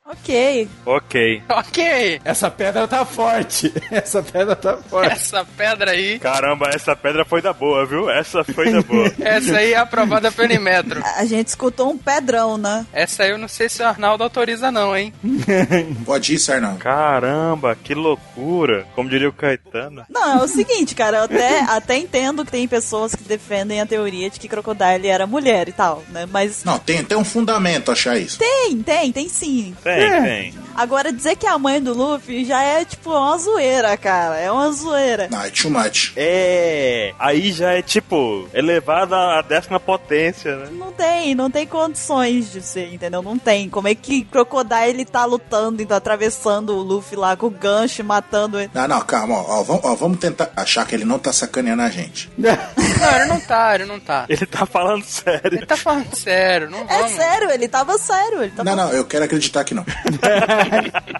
Speaker 4: Ok.
Speaker 2: Ok.
Speaker 1: Ok.
Speaker 3: Essa pedra tá forte. *laughs* Essa pedra tá forte.
Speaker 1: Essa pedra aí.
Speaker 2: Caramba, essa pedra foi da boa, viu? Essa foi da boa.
Speaker 1: *laughs* Essa aí é
Speaker 2: *laughs*
Speaker 1: aprovada pelo Inmetro.
Speaker 4: A gente escutou um pedrão, né?
Speaker 1: Essa aí eu não sei se o Arnaldo autoriza, não, hein?
Speaker 5: Pode ir, Sarnão.
Speaker 2: Caramba, que loucura. Como diria o Caetano.
Speaker 4: Não, é o seguinte, cara, eu
Speaker 5: *laughs*
Speaker 4: até, até entendo que tem pessoas que defendem a teoria de que Crocodile era mulher e tal, né? Mas
Speaker 5: Não, tem, tem um fundamento achar isso. É.
Speaker 4: tem, tem, tem sim.
Speaker 2: Tem, tem.
Speaker 4: Agora, dizer que é a mãe do Luffy já é, tipo, uma zoeira, cara. É uma zoeira.
Speaker 5: Não, é too much.
Speaker 2: É, aí já é tipo, elevado à décima potência, né?
Speaker 4: Não tem, não tem condições de ser, entendeu? Não tem. Como é que Crocodile tá lutando, então, atravessando o Luffy lá com o gancho, matando ele?
Speaker 5: Ah, Não, não, calma, ó, ó, vamos, ó, vamos tentar achar que ele não tá sacaneando a
Speaker 2: *laughs*
Speaker 5: gente.
Speaker 1: Não, ele não tá, ele não tá.
Speaker 2: Ele tá falando sério.
Speaker 1: Ele tá falando sério, não
Speaker 4: É
Speaker 1: vamos.
Speaker 4: sério, ele tava sério, ele tava
Speaker 5: não, não, eu quero acreditar que não.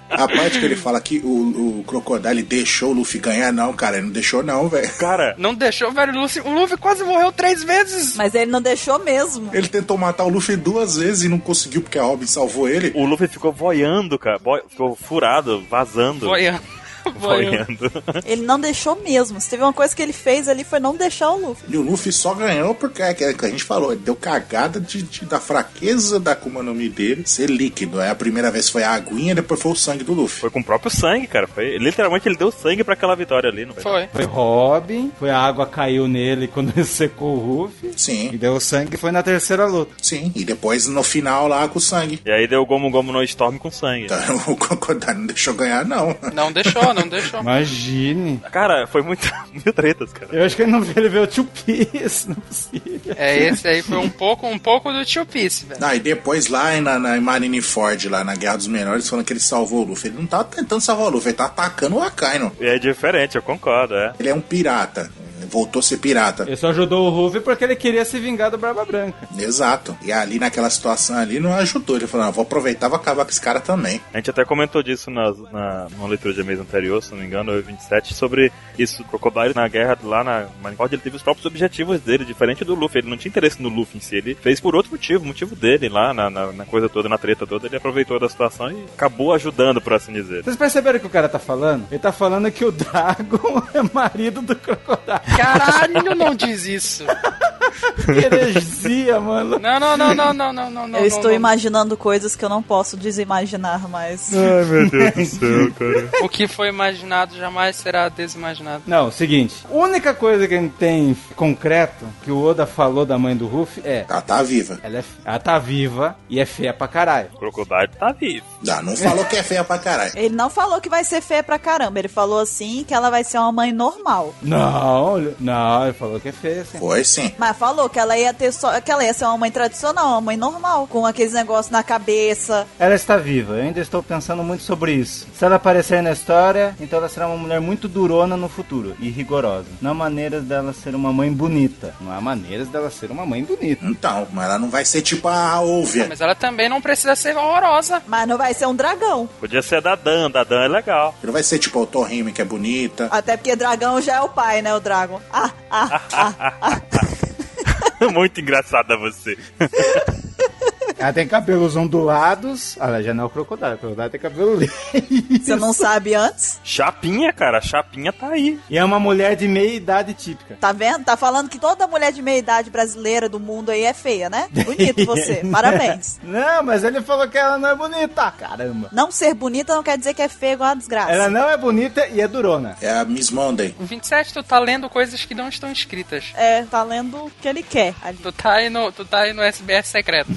Speaker 5: a parte que ele fala que o, o Crocodile deixou o Luffy ganhar, não, cara, ele não deixou, não, velho.
Speaker 2: Cara,
Speaker 1: Não deixou, velho. O Luffy, o Luffy quase morreu três vezes.
Speaker 4: Mas ele não deixou mesmo.
Speaker 5: Ele tentou matar o Luffy duas vezes e não conseguiu porque a Robin salvou ele.
Speaker 2: o Luffy ficou voando, cara. Boi- Ficou furado, vazando. *laughs*
Speaker 1: Voiando.
Speaker 2: apoiando.
Speaker 4: Ele não deixou mesmo. Se teve uma coisa que ele fez ali foi não deixar o Luffy.
Speaker 5: E o Luffy só ganhou porque é aquilo que a gente falou, ele deu cagada de, de- da fraqueza da Akuma no Mi dele ser líquido. Aí a primeira vez foi a aguinha, depois foi o sangue do Luffy.
Speaker 2: Foi com o próprio sangue, cara. Foi, literalmente ele deu sangue pra aquela vitória ali, não
Speaker 1: Foi.
Speaker 3: Foi Robin, foi a água caiu nele *laughs* quando ele secou o Ruffy.
Speaker 5: Sim.
Speaker 3: E deu sangue foi na terceira luta.
Speaker 5: Sim. E depois no final lá com o sangue. Então,
Speaker 2: E aí deu o Gomu Gomu no Storm com sangue.
Speaker 5: *laughs* O Crocodile não deixou ganhar, não.
Speaker 1: Não deixou, não deixou.
Speaker 3: Imagine.
Speaker 2: Cara, foi *laughs* muito, mil tretas, cara.
Speaker 3: Eu acho que ele não viu, ele veio o Two Piece, *laughs* não é possível.
Speaker 1: É, esse aí foi um pouco, um pouco do Tio Piece, velho.
Speaker 5: Ah, e depois lá na, na em Marineford, lá na Guerra dos Menores, falando que ele salvou o Luffy. Ele não tá tentando salvar o Luffy, ele tá atacando o Akaino.
Speaker 2: É diferente, eu concordo, é.
Speaker 5: Ele é um pirata. Voltou a ser pirata.
Speaker 3: Ele só ajudou o Ruffy porque ele queria se vingar do Barba Branca.
Speaker 5: Exato. E ali naquela situação ali não ajudou. Ele falou, não, vou aproveitar, vou acabar com esse cara também.
Speaker 2: A gente até comentou disso na, na, numa leitura de mês anterior, se não me engano, ou 27, sobre isso. O Crocodile na guerra lá na Manicord, ele teve os próprios objetivos dele, diferente do Luffy. Ele não tinha interesse no Luffy em si, ele fez por outro motivo, motivo dele lá na, na, na coisa toda, na treta toda. Ele aproveitou da situação e acabou ajudando, por
Speaker 3: *laughs*
Speaker 2: assim dizer. *laughs*
Speaker 3: Vocês perceberam o que o cara tá falando? Ele tá falando que o Dragon *laughs* é marido do Crocodile.
Speaker 1: Caralho, não diz isso.
Speaker 3: *laughs* Que heresia, mano.
Speaker 1: Não, não, não, não, não, não, não.
Speaker 4: eu
Speaker 1: não,
Speaker 4: estou
Speaker 1: não.
Speaker 4: imaginando coisas que eu não posso desimaginar mais.
Speaker 2: Ai, meu Deus
Speaker 4: *laughs*
Speaker 2: do céu, cara.
Speaker 1: O que foi imaginado jamais será desimaginado.
Speaker 3: Não, seguinte. A única coisa que a gente tem concreto que o Oda falou da mãe do Ruffy é.
Speaker 5: Ela tá viva.
Speaker 3: Ela, é, ela tá viva e é feia pra caralho.
Speaker 2: O Crocodile tá vivo.
Speaker 5: Não, não falou que é feia pra caralho.
Speaker 4: Ele não falou que vai ser feia pra caramba. Ele falou assim que ela vai ser uma mãe normal.
Speaker 3: Não, ele- não, ele falou que é feia, sim.
Speaker 5: Foi sim.
Speaker 4: Mas falou que ela ia ter só, que ela ia ser uma mãe tradicional, uma mãe normal, com aqueles negócios na cabeça.
Speaker 3: Ela está viva, eu ainda estou pensando muito sobre isso. Se ela aparecer na história, então ela será uma mulher muito durona no futuro e rigorosa. Não há maneiras dela ser uma mãe bonita. Não há maneiras dela ser uma mãe bonita.
Speaker 5: Então, mas ela não vai ser tipo a Olvia.
Speaker 1: Mas ela também não precisa ser horrorosa.
Speaker 4: Mas não vai ser um dragão.
Speaker 2: Podia ser da Dan, da Dan é legal.
Speaker 5: Não vai ser tipo a Otorrime, que é
Speaker 2: *laughs*
Speaker 5: bonita. *laughs*
Speaker 4: Até porque dragão já é o pai, né? O dragão. Ah, ah, ah, ah.
Speaker 2: muito engraçada você.
Speaker 3: Ela tem cabelos ondulados. Ah, ela já não é o crocodilo, o crocodilo tem cabelo liso.
Speaker 4: Você não sabe antes?
Speaker 2: Chapinha, cara, a Chapinha tá aí.
Speaker 3: E é uma mulher de meia idade típica. *laughs*
Speaker 4: Tá vendo? Tá falando que toda mulher de meia idade brasileira do mundo aí é feia, né?
Speaker 3: *laughs*
Speaker 4: Bonito você. Parabéns.
Speaker 3: Não, mas ele falou que ela não é bonita. Caramba.
Speaker 4: Não ser bonita não quer dizer que é feia igual a desgraça.
Speaker 3: Ela não é bonita e é durona.
Speaker 5: É a Miss Monday.
Speaker 1: O 27, tu tá lendo coisas que não estão escritas.
Speaker 4: É, tá lendo o que ele quer. ali.
Speaker 1: Tu tá aí no, tu tá aí no SBS secreto.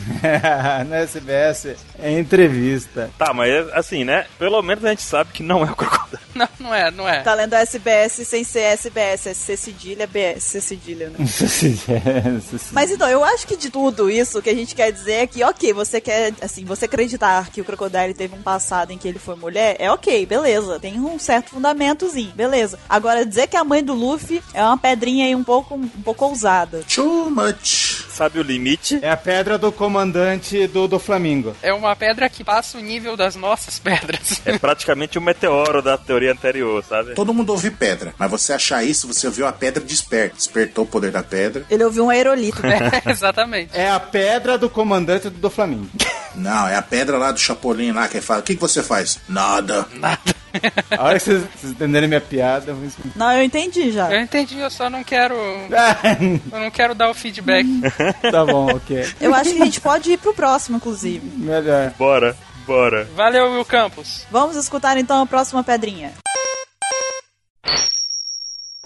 Speaker 3: no SBS é entrevista. *laughs*
Speaker 2: Tá, mas assim, né? Pelo menos a gente sabe que não é o Crocodile.
Speaker 1: Não, não é, não é.
Speaker 4: Tá lendo SBS sem ser SBS, é C cedilha, BS, C cedilha, né? Mas então, eu acho que de tudo isso, o que a gente quer dizer é que, ok, você quer, assim, você acreditar que o Crocodile teve um passado em que ele foi mulher, é ok, beleza. Tem um certo fundamentozinho, beleza. Agora, dizer que a mãe do Luffy é uma pedrinha aí um pouco, um pouco ousada.
Speaker 5: Too much.
Speaker 2: Sabe o limite?
Speaker 3: É a pedra do comandante do, do Flamingo.
Speaker 1: É uma pedra que passa o nível das nossas *laughs* pedras.
Speaker 2: É praticamente o meteoro da teoria anterior, sabe? *laughs*
Speaker 5: Todo mundo ouve pedra. Mas você achar isso, você ouviu a pedra desperta. Despertou o poder da pedra.
Speaker 4: Ele ouviu um aerolito,
Speaker 2: *laughs*
Speaker 4: né?
Speaker 1: É, exatamente.
Speaker 3: É a pedra do comandante do Flamingo.
Speaker 5: Não, é a pedra lá do Chapolin lá que fala: O que, que você faz? Nada.
Speaker 3: *laughs* A hora que vocês, vocês entenderem minha piada, eu vou explicar.
Speaker 4: Não, eu entendi já.
Speaker 1: Eu entendi, eu só não *laughs* quero.
Speaker 3: Ah,
Speaker 1: Eu não quero dar o feedback.
Speaker 3: tá bom, ok.
Speaker 4: Eu acho que a gente pode ir pro próximo, inclusive.
Speaker 3: Melhor.
Speaker 2: Bora, bora.
Speaker 1: Valeu, Will Campos.
Speaker 4: Vamos escutar então a próxima pedrinha.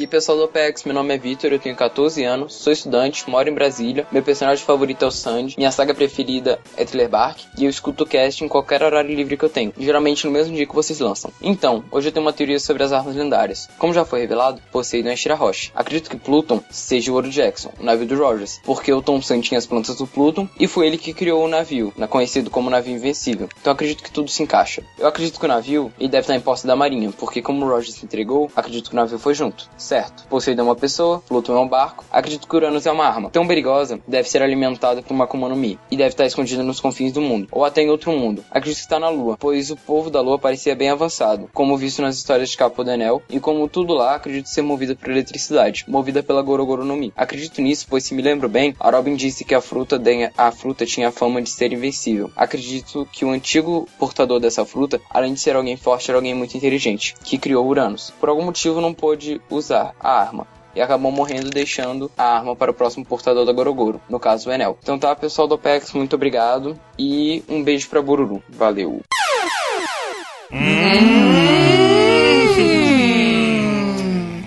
Speaker 12: E pessoal do OPEX, meu nome é Vitor, eu tenho 14 anos, sou estudante, moro em Brasília, meu personagem favorito é o Sandy, minha saga preferida é Thriller Bark, e eu escuto o cast em qualquer horário livre que eu tenho, geralmente no mesmo dia que vocês lançam. Então, hoje eu tenho uma teoria sobre as armas lendárias. Como já foi revelado, Poseidon é Shirahoshi. Acredito que Pluton seja o Ouro Jackson, o navio do Rogers, porque o Tom Santinha as plantas do Pluton, e foi ele que criou o navio, na- conhecido como navio invencível. Então acredito que tudo se encaixa. Eu acredito que o navio, ele deve estar em posse da marinha, porque como o Rogers entregou, acredito que o navio foi junto. certo. Poseidon é uma pessoa, Plutão é um barco, acredito que Uranus é uma arma tão perigosa, deve ser alimentada por uma Akuma no Mi, e deve estar escondida nos confins do mundo, ou até em outro mundo. Acredito que está na Lua, pois o povo da Lua parecia bem avançado, como visto nas histórias de Capo Daniel, e como tudo lá acredito ser movido por eletricidade, movida pela Gorogoro no Mi. Acredito nisso, pois se me lembro bem, a Robin disse que a fruta, de- a fruta tinha a fama de ser invencível. Acredito que o antigo portador dessa fruta, além de ser alguém forte, era alguém muito inteligente, que criou Uranus. Por algum motivo não pôde usar a arma, e acabou morrendo deixando a arma para o próximo portador da Gorogoro, no caso o Enel. Então tá, pessoal do OPEX, muito obrigado e um beijo pra Bururu. Valeu.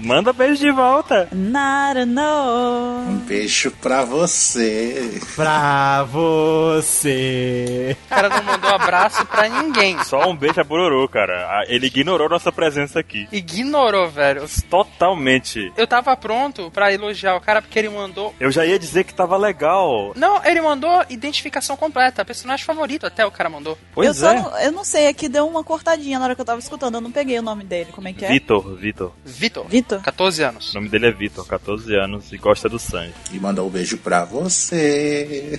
Speaker 2: Manda beijo de volta.
Speaker 4: Nara, não.
Speaker 5: Um beijo pra você.
Speaker 3: Pra você. *laughs*
Speaker 1: O cara não mandou abraço pra ninguém.
Speaker 2: Só um beijo a Bururu, cara. Ah, Ele ignorou nossa presença aqui.
Speaker 1: Ignorou, velho.
Speaker 2: Totalmente.
Speaker 1: Eu tava pronto pra elogiar o cara porque ele mandou.
Speaker 2: Eu já ia dizer que tava legal.
Speaker 1: Não, ele mandou identificação completa. Personagem favorito, até o cara mandou.
Speaker 4: eu, só não, eu não sei, aqui deu uma cortadinha na hora que eu tava escutando, eu não peguei o nome dele, como é que é?
Speaker 2: Vitor, Vitor.
Speaker 1: Vitor.
Speaker 4: Vitor?
Speaker 1: 14 anos.
Speaker 2: O nome dele é Vitor, 14 anos e gosta do sangue.
Speaker 5: E mandou um beijo pra você.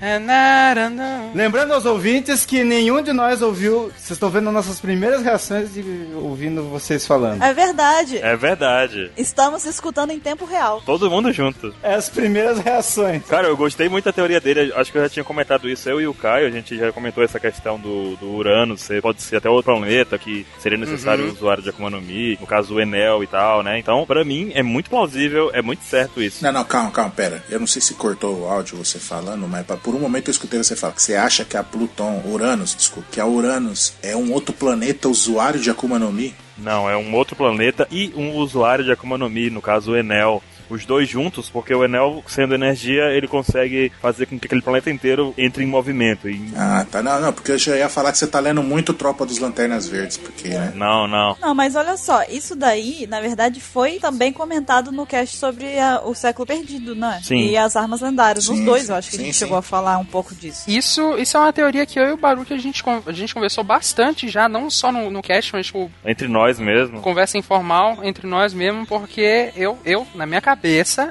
Speaker 1: É nada, não.
Speaker 3: Lembrando aos ouvintes que nenhum de nós ouviu. Vocês estão vendo nossas primeiras reações de ouvindo vocês falando.
Speaker 4: É verdade.
Speaker 2: É verdade.
Speaker 4: Estamos escutando em tempo real.
Speaker 2: Todo mundo junto.
Speaker 3: É as primeiras reações.
Speaker 2: Cara, eu gostei muito da teoria dele. Acho que eu já tinha comentado isso. Eu e o Caio, a gente já comentou essa questão do, do Urano. ser- pode ser até outro planeta que seria necessário
Speaker 1: Uhum.
Speaker 2: o usuário de Akuma no Mi. No caso, o Enel e tal, né? Então, pra mim, é muito plausível. É muito certo isso.
Speaker 5: Não, não, calma, calma, pera. Eu não sei se cortou o áudio você falando, mas pra- por um momento eu escutei você falar que você acha que a Plutão, Uranus, desculpa, que a Uranus é um outro planeta usuário de Akuma no Mi?
Speaker 2: Não, é um outro planeta e um usuário de Akuma no Mi, no caso o Enel. Os dois juntos, porque o Enel, sendo energia, ele consegue fazer com que aquele planeta inteiro entre em movimento. E...
Speaker 5: Ah, tá. Não, não, porque eu já ia falar que você tá lendo muito Tropa dos Lanternas Verdes, porque, né?
Speaker 2: Não, não.
Speaker 4: Não, mas olha só, isso daí, na verdade, foi também comentado no cast sobre a- o século perdido, né?
Speaker 1: Sim.
Speaker 4: E as armas lendárias, os
Speaker 1: Sim,
Speaker 4: dois,
Speaker 1: sim,
Speaker 4: eu acho que a
Speaker 1: sim,
Speaker 4: gente
Speaker 1: sim.
Speaker 4: chegou a falar um pouco disso.
Speaker 1: Isso, isso é uma teoria que eu e o Baruch a gente, con- a gente conversou bastante já, não só no, no cast, mas tipo,
Speaker 2: Entre nós mesmo.
Speaker 1: conversa informal entre nós mesmo, porque eu, eu, na minha cabeça,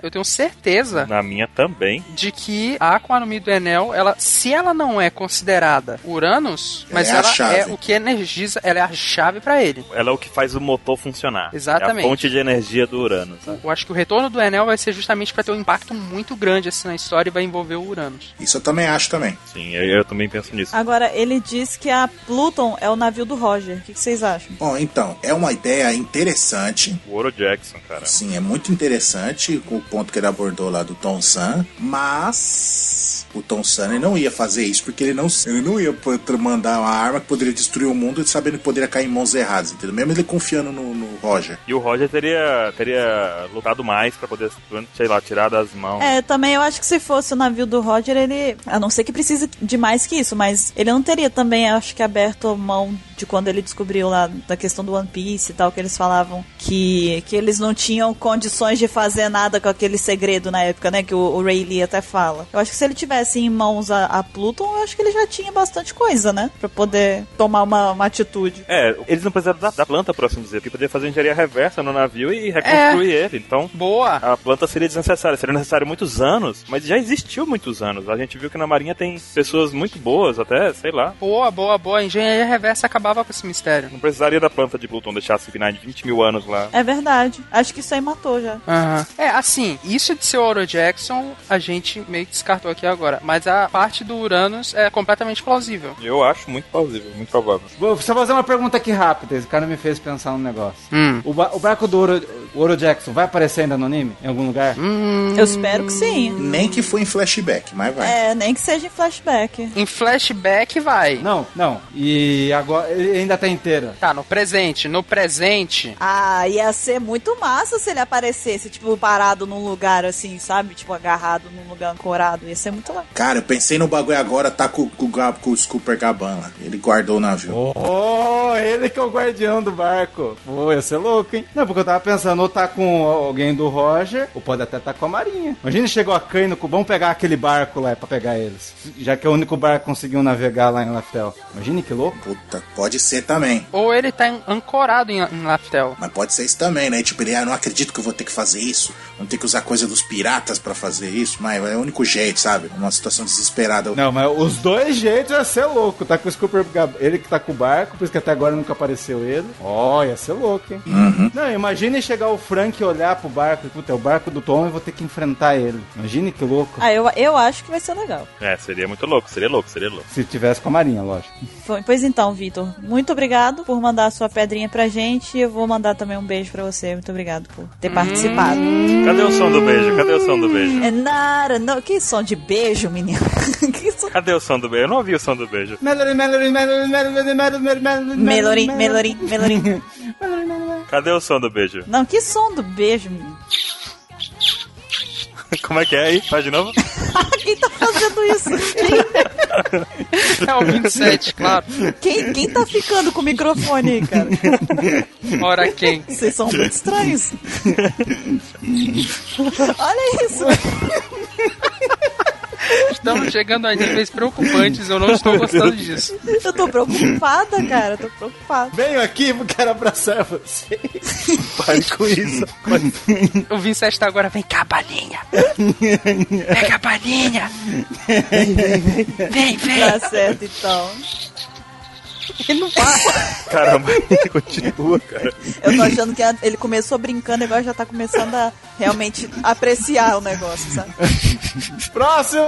Speaker 1: eu tenho certeza
Speaker 2: Na minha também.
Speaker 1: de que a Aqua no Mi do Enel, ela, se ela não é considerada Uranus, mas
Speaker 2: é a
Speaker 1: ela
Speaker 2: chave.
Speaker 1: é o que energiza, ela é a chave pra ele.
Speaker 2: Ela é o que faz o motor funcionar.
Speaker 1: *laughs* Exatamente.
Speaker 2: É a fonte de energia do Urano. sabe?
Speaker 1: Eu acho que o retorno do Enel vai ser justamente pra ter um impacto muito grande assim na história e vai envolver o Uranus.
Speaker 5: Isso eu também acho também.
Speaker 2: Sim, eu, eu também penso nisso.
Speaker 4: Agora, ele diz que a Pluton é o navio do Roger. O que que vocês acham?
Speaker 5: Bom, então, é uma ideia interessante.
Speaker 2: O Oro Jackson, cara.
Speaker 5: Sim, é muito interessante com o ponto que ele abordou lá do Tom San, mas o Tom San ele não ia fazer isso porque ele não, ele não ia pô- mandar uma arma que poderia destruir o mundo e sabendo que poderia cair em mãos erradas, entendeu? Mesmo ele confiando no, no Roger.
Speaker 2: E o Roger teria, teria lutado mais pra poder, sei lá, tirar das mãos.
Speaker 4: É, também eu acho que se fosse o navio do Roger, ele. A não ser que precise de mais que isso, mas ele não teria também, acho que, aberto mão de quando ele descobriu lá da questão do One Piece e tal, que eles falavam que, que eles não tinham condições de fazer nada com aquele segredo na época, né? Que o, o Ray Lee até fala. Eu acho que se ele tivesse em mãos a, a Pluton, eu acho que ele já tinha bastante coisa, né? Pra poder tomar uma, uma atitude.
Speaker 2: É, eles não precisaram da, da planta, por assim dizer, porque poderia fazer engenharia reversa no navio e reconstruir ele. Então,
Speaker 1: boa.
Speaker 2: A planta seria desnecessária, seria necessário muitos anos, mas já existiu muitos anos. A gente viu que na marinha tem pessoas muito boas, até, sei lá.
Speaker 1: Boa, boa, boa. A engenharia reversa acabava com esse mistério.
Speaker 2: Não precisaria da planta de Pluton deixar se final de 20 mil anos lá.
Speaker 4: É verdade. Acho que isso aí matou já.
Speaker 1: Aham. É, assim, isso de ser o Oro Jackson, a gente meio que descartou aqui agora. Mas a parte do Uranus é completamente plausível.
Speaker 2: Eu acho muito plausível, muito provável.
Speaker 3: Vou só fazer uma pergunta aqui rápida. Esse cara me fez pensar um negócio. O, ba- o barco do Oro, o Oro Jackson vai aparecer ainda no anime? Em algum lugar?
Speaker 4: Eu espero que sim.
Speaker 5: Nem que foi em flashback, mas vai.
Speaker 4: É, nem que seja em flashback.
Speaker 1: Em flashback vai.
Speaker 3: Não, não. E agora ele ainda tá inteira.
Speaker 1: Tá, no presente, no presente.
Speaker 4: Ah, ia ser muito massa se ele aparecesse, tipo, parado num lugar assim, sabe? Tipo, agarrado num lugar ancorado. Ia ser muito legal.
Speaker 5: Cara, eu pensei no bagulho agora, tá com, com, o Gab- com o Scooper Gabana. Ele guardou o navio.
Speaker 3: Oh, ele que é o guardião do barco. Pô, ia ser louco, hein? Não, porque eu tava pensando, Kano tá com alguém do Roger, ou pode até tá com a Marinha. Imagina chegou a Kano, vamos pegar aquele barco lá é pra pegar eles. Já que é o único barco que conseguiu navegar lá em Laftel. Imagine que louco.
Speaker 5: Puta, pode ser também.
Speaker 1: Ou ele tá
Speaker 2: *laughs*
Speaker 1: em- ancorado em, em Laftel.
Speaker 5: Mas pode ser isso também, né? Tipo, ele, ah, não acredito que eu vou ter que fazer isso. Vou ter que usar coisa dos piratas pra fazer isso. Mas é o único jeito, sabe? Uma situação desesperada.
Speaker 3: Não, mas os dois jeitos ia ser louco. Tá com o Scooper, ele que tá com o barco, por isso que até agora nunca apareceu ele. Ó, ia ser louco, hein?
Speaker 5: Uhum.
Speaker 3: Não, imagine chegar o Frank e olhar pro barco. Puta, é o barco do Tom e vou ter que enfrentar ele. Imagine que louco.
Speaker 4: Ah, eu, eu acho que vai ser legal.
Speaker 2: É, seria muito louco, seria louco, seria louco.
Speaker 3: Se tivesse com a Marinha, lógico.
Speaker 4: Foi- Pois então, Vitor, muito obrigado por mandar a sua pedrinha pra gente. E eu vou mandar também um beijo pra você. Muito obrigado por ter participado.
Speaker 2: Cadê o som do beijo? Cadê o som do beijo?
Speaker 4: É nada, não. Que som de beijo, menino.
Speaker 2: Cadê o som do beijo? Eu não ouvi o som do beijo.
Speaker 3: Melody, melody, melody, melody, melody, melody,
Speaker 4: Melody, melody, melody.
Speaker 2: Cadê o som do beijo? *laughs*
Speaker 4: Não, que som do beijo, menino. *laughs*
Speaker 2: Como é que é aí? Faz de novo?
Speaker 4: Quem tá fazendo isso?
Speaker 1: *laughs* É o 27, claro.
Speaker 4: Quem, quem tá ficando com o microfone aí, cara?
Speaker 1: Ora quem?
Speaker 4: Vocês são muito estranhos. Olha isso.
Speaker 1: Estamos chegando a níveis preocupantes, eu não estou gostando disso.
Speaker 4: Eu tô preocupada, cara. Eu tô preocupada.
Speaker 3: Venho aqui, eu quero abraçar você.
Speaker 2: Pare com isso.
Speaker 1: *laughs* O Vincent tá agora, vem cá, balinha. Pega a balinha. Vem, vem.
Speaker 4: Tá certo, então.
Speaker 1: Ele não para.
Speaker 2: Caramba, continua, cara.
Speaker 4: Eu tô achando que a- ele começou brincando, agora já tá começando a realmente apreciar o negócio, sabe?
Speaker 3: Próximo!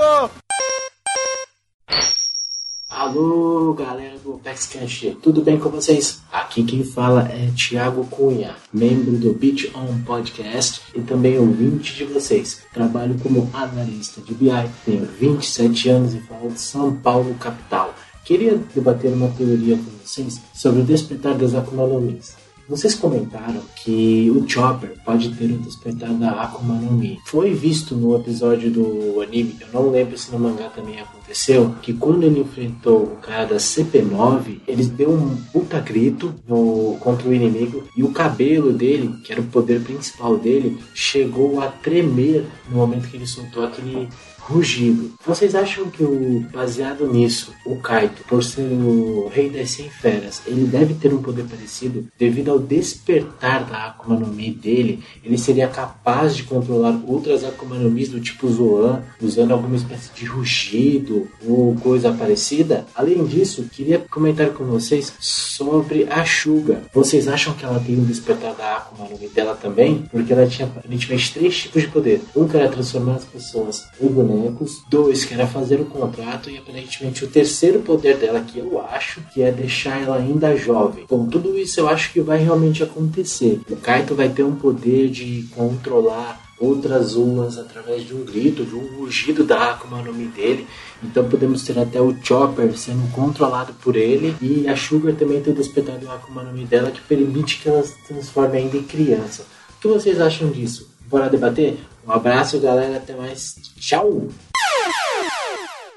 Speaker 13: Alô, galera do PaxCast, tudo bem com vocês? Aqui quem fala é Thiago Cunha, membro do Beat On Podcast e também ouvinte de vocês. Trabalho como analista de BI, tenho 27 anos e falo de São Paulo, capital. Queria debater uma teoria com vocês sobre o despertar das Akuma no Mis. Vocês comentaram que o Chopper pode ter o despertar da Akuma no Mi. Foi visto no episódio do anime, eu não lembro se no mangá também aconteceu, que quando ele enfrentou o cara da CP9, ele deu um puta grito no- contra o inimigo e o cabelo dele, que era o poder principal dele, chegou a tremer no momento que ele soltou aquele rugido. Vocês acham que o baseado nisso, o Kaito, por ser o rei das 100 feras, ele deve ter um poder parecido devido ao despertar da Akuma no Mi dele, ele seria capaz de controlar outras Akuma no Mis do tipo Zoan, usando alguma espécie de rugido ou coisa parecida? Além disso, queria comentar com vocês sobre a Shuga. Vocês acham que ela tem um despertar da Akuma no Mi dela também? Porque ela tinha aparentemente três tipos de poder. Um que era transformar as pessoas em bonecos. Dois que era fazer o contrato. E aparentemente o terceiro poder dela, que eu acho, que é deixar ela ainda jovem. Bom, tudo isso eu acho que vai realmente acontecer. O Kaito vai ter um poder de controlar outras umas através de um grito, de um rugido da Akuma no Mi dele. Então podemos ter até o Chopper sendo controlado por ele e a Sugar também tem o despertar do Akuma no Mi dela é que permite que ela se transforme ainda em criança. O que vocês acham disso? Bora debater? Um abraço, galera. Até mais. Tchau!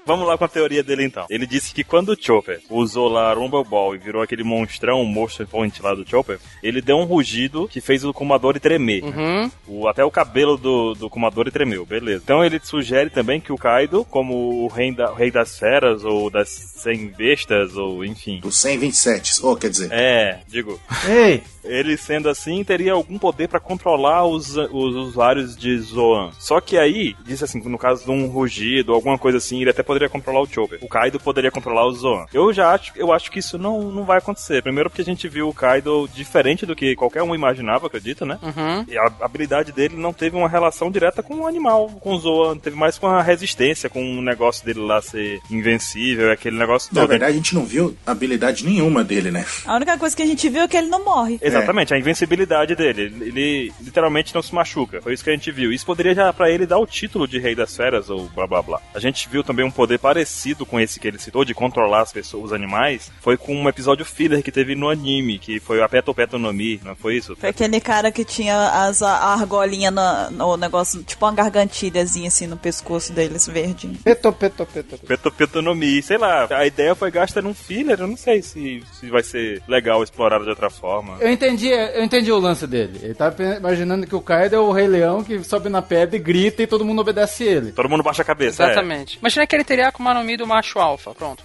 Speaker 2: Vamos lá com a teoria dele então. Ele disse que quando o Chopper usou lá a Rumble Ball e virou aquele monstrão, o Monster Point lá do Chopper, ele deu um rugido que fez o Kumadori tremer.
Speaker 1: Uhum.
Speaker 2: O- até o cabelo do, do Kumadori tremeu, beleza. Então ele sugere também que o Kaido, como o rei, da- o rei das feras, ou das 100 bestas, ou enfim.
Speaker 5: Dos 127, ou oh, quer dizer.
Speaker 2: É, digo.
Speaker 3: Ei!
Speaker 2: Ele sendo assim, teria algum poder pra controlar os, os usuários de Zoan. Só que aí, disse assim, no caso de um rugido, alguma coisa assim, ele até poderia controlar o Chopper. O Kaido poderia controlar o Zoan. Eu já acho, eu acho que isso não, não vai acontecer. Primeiro porque a gente viu o Kaido diferente do que qualquer um imaginava, acredito, né?
Speaker 1: Uhum.
Speaker 2: E a habilidade dele não teve uma relação direta com o animal, com o Zoan. Teve mais com a resistência, com o negócio dele lá ser invencível, aquele negócio
Speaker 5: Na
Speaker 2: todo.
Speaker 5: verdade, a gente não viu habilidade nenhuma dele, né?
Speaker 4: A única coisa que a gente viu é que ele não morre.
Speaker 2: Exatamente, a invencibilidade dele. Ele, ele literalmente não se machuca. Foi isso que a gente viu. Isso poderia já pra ele dar o título de Rei das Feras ou blá blá blá. A gente viu também um poder parecido com esse que ele citou, de controlar as pessoas, os animais, foi com um episódio filler que teve no anime, que foi a Peto Peto no Mi, não foi isso?
Speaker 4: Foi aquele cara que tinha as, a a argolinha na- no negócio, tipo uma gargantilhazinha assim no pescoço deles, verdinho.
Speaker 3: Peto, peto, peto.
Speaker 2: Peto Peto no Mi, sei lá, a ideia foi gasta num filler, eu não sei se, se vai ser legal explorado de outra forma.
Speaker 3: Eu entendi, eu entendi o lance dele. Ele tá pe- imaginando que o Kaido é o Rei Leão que sobe na pedra e grita e todo mundo obedece ele.
Speaker 2: Todo mundo baixa a cabeça, é.
Speaker 1: Exatamente. Imagina que ele teria a Akuma no Mi do macho alfa, pronto.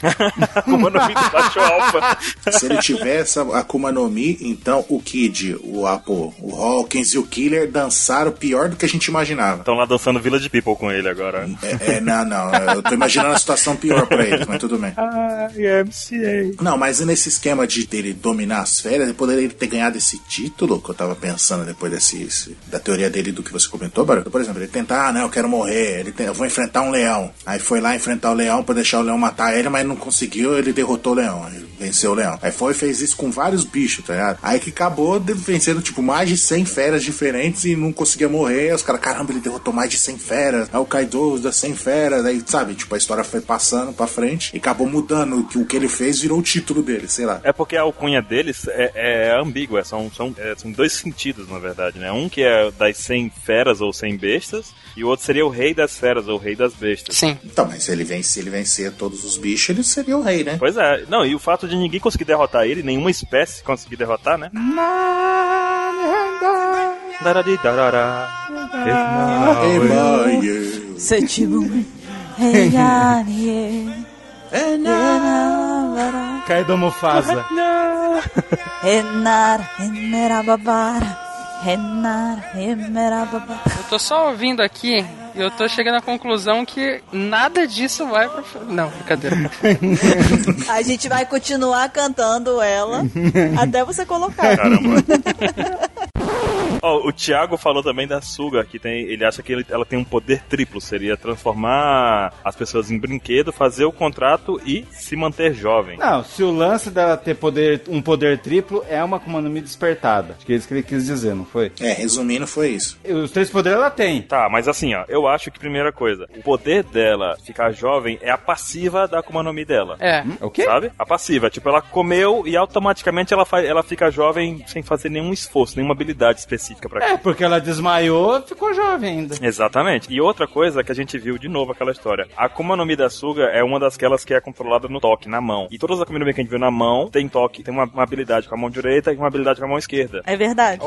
Speaker 2: Akuma no Mi do macho alfa.
Speaker 5: Se ele tiver essa Akuma no Mi, então o Kid, o Apo, o Hawkins e o Killer dançaram pior do que a gente imaginava.
Speaker 2: Estão lá dançando Village People com ele agora.
Speaker 5: É, é, não, não, eu tô imaginando a situação pior pra eles, mas tudo bem.
Speaker 2: Ah, MCA.
Speaker 5: Não, mas nesse esquema de dele dominar as férias, ele poderia ter ganhado esse título que eu tava pensando depois desse, esse- da teoria dele do que você comentou, Barulho. Por exemplo, ele tentar, ah, não, eu quero morrer, ele tem- eu vou enfrentar um leão. Aí foi lá enfrentar o leão pra deixar o leão matar ele, mas não conseguiu, ele derrotou o leão, né? ele venceu o leão. Aí foi e fez isso com vários bichos, tá ligado? Aí que acabou de- vencendo, tipo, mais de 100 feras diferentes e não conseguia morrer. Aí Os caras, caramba, ele derrotou mais de 100 feras. Aí o Kaido das 100 feras, aí, sabe, tipo, a história foi passando pra frente e acabou mudando. que O que ele fez virou o título dele, sei lá.
Speaker 2: É porque a alcunha deles é, é ambígua, são, são, é, são dois sentidos, na verdade, né? Um que é das 100 feras ou 100 bestas, e o outro seria o rei das feras ou o rei das bestas.
Speaker 1: Sim.
Speaker 5: Então, mas se ele, vence, se ele vencer todos os bichos, ele seria o rei, né?
Speaker 2: Pois é, não, e o fato de ninguém conseguir derrotar ele, nenhuma espécie conseguir derrotar, né? Darari, darará, Emmanuel.
Speaker 5: É
Speaker 4: Você tipo.
Speaker 3: *laughs* Kaido Mufasa.
Speaker 4: Renar, remerababara.
Speaker 1: *laughs*
Speaker 4: Renar, remerababara.
Speaker 1: Eu tô só ouvindo aqui e eu tô chegando à conclusão que nada disso vai pra. f- Não, brincadeira.
Speaker 4: *laughs* A gente vai continuar cantando ela
Speaker 5: *laughs*
Speaker 4: até você colocar.
Speaker 2: Ó, o Thiago falou também da Suga, que tem, ele acha que ele- ela tem um poder triplo, seria transformar as pessoas em brinquedo, fazer o contrato e se manter jovem.
Speaker 3: Não, se o lance dela ter poder, um poder triplo é uma Akuma no Mi despertada. Acho que é isso que ele quis dizer, não foi?
Speaker 5: É, resumindo, foi isso.
Speaker 3: Os três poderes ela tem.
Speaker 2: Tá, mas assim, ó, eu acho que primeira coisa, o poder dela ficar jovem é a passiva da Akuma no Mi dela.
Speaker 1: É.
Speaker 3: O quê?
Speaker 2: Sabe? A passiva. Tipo, ela comeu e automaticamente ela, faz, ela fica jovem sem fazer nenhum esforço, nenhuma habilidade específica pra
Speaker 3: É, porque ela desmaiou, ficou jovem ainda.
Speaker 2: Exatamente. E outra coisa que a gente viu de novo aquela história. A Akuma no Mi da Suga é uma das aquelas que é controlada no toque, na mão. E todas as Akuma no Mi que a gente viu na mão tem toque, tem uma, uma habilidade com a mão direita e uma habilidade com a mão esquerda.
Speaker 4: É verdade.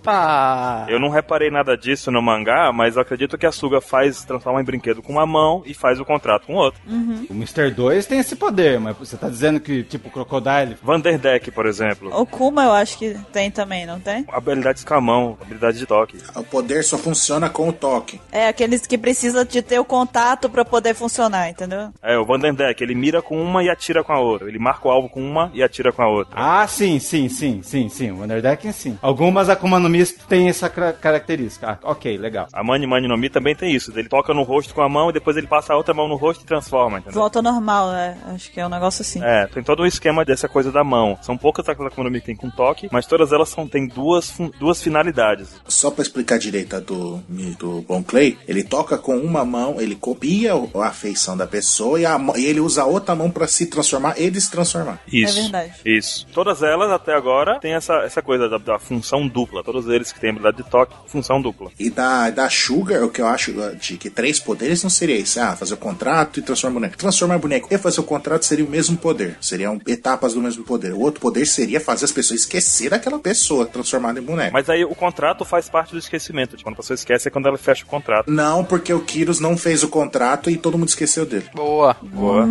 Speaker 1: Opa!
Speaker 2: Eu não reparei nada disso no mangá, mas eu acredito que a Suga faz transforma em brinquedo com uma mão e faz o contrato com outra.
Speaker 4: Uhum.
Speaker 3: O Mr. 2 tem esse poder, mas você tá dizendo que, tipo, o Crocodile.
Speaker 2: Vanderdeck, por exemplo.
Speaker 4: O Kuma eu acho que tem também, não tem?
Speaker 2: Habilidades com a mão, habilidade de toque.
Speaker 5: O poder só funciona com o toque.
Speaker 4: É, aqueles que precisam de ter o contato pra poder funcionar, entendeu?
Speaker 2: É, o Vanderdeck, ele mira com uma e atira com a outra. Ele marca o alvo com uma e atira com a outra.
Speaker 3: Ah, sim, sim, sim, sim, sim. O Underdeck, sim. Algumas Akuma no Mi têm essa cra- característica. Ah, ok, legal.
Speaker 2: A Mani Mani no Mi também tem isso. Ele toca no rosto com a mão e depois ele passa a outra mão no rosto e transforma, entendeu?
Speaker 4: Volta ao normal, é. Acho que é um negócio assim.
Speaker 2: É, tem todo um esquema dessa coisa da mão. São poucas as Akuma no Mi que tem com toque, mas todas elas são, têm duas, fun- duas finalidades.
Speaker 5: Só pra explicar direito a do, do Bon Clay, ele toca com uma mão, ele copia o- a feição da pessoa e, a mão- e ele usa a outra mão pra se transformar e destransformar.
Speaker 2: Isso.
Speaker 4: É verdade.
Speaker 2: Isso. Todas elas, até agora, têm essa, essa coisa da, da função dupla. Todos eles que têm habilidade de toque, função dupla.
Speaker 5: E da, da Sugar, o que eu acho uh, de que três poderes não seria isso. Ah, fazer o contrato e transformar boneco. Transformar boneco e fazer o contrato seria o mesmo poder. Seriam etapas do mesmo poder. O outro poder seria fazer as pessoas esquecer daquela pessoa transformada em
Speaker 4: É.
Speaker 5: boneco.
Speaker 2: Mas aí o contrato faz parte do esquecimento. Tipo, quando a pessoa esquece é quando ela fecha o contrato.
Speaker 5: Não, porque o Kyrus não fez o contrato e todo mundo esqueceu dele. Hum.
Speaker 1: Boa.
Speaker 2: Boa.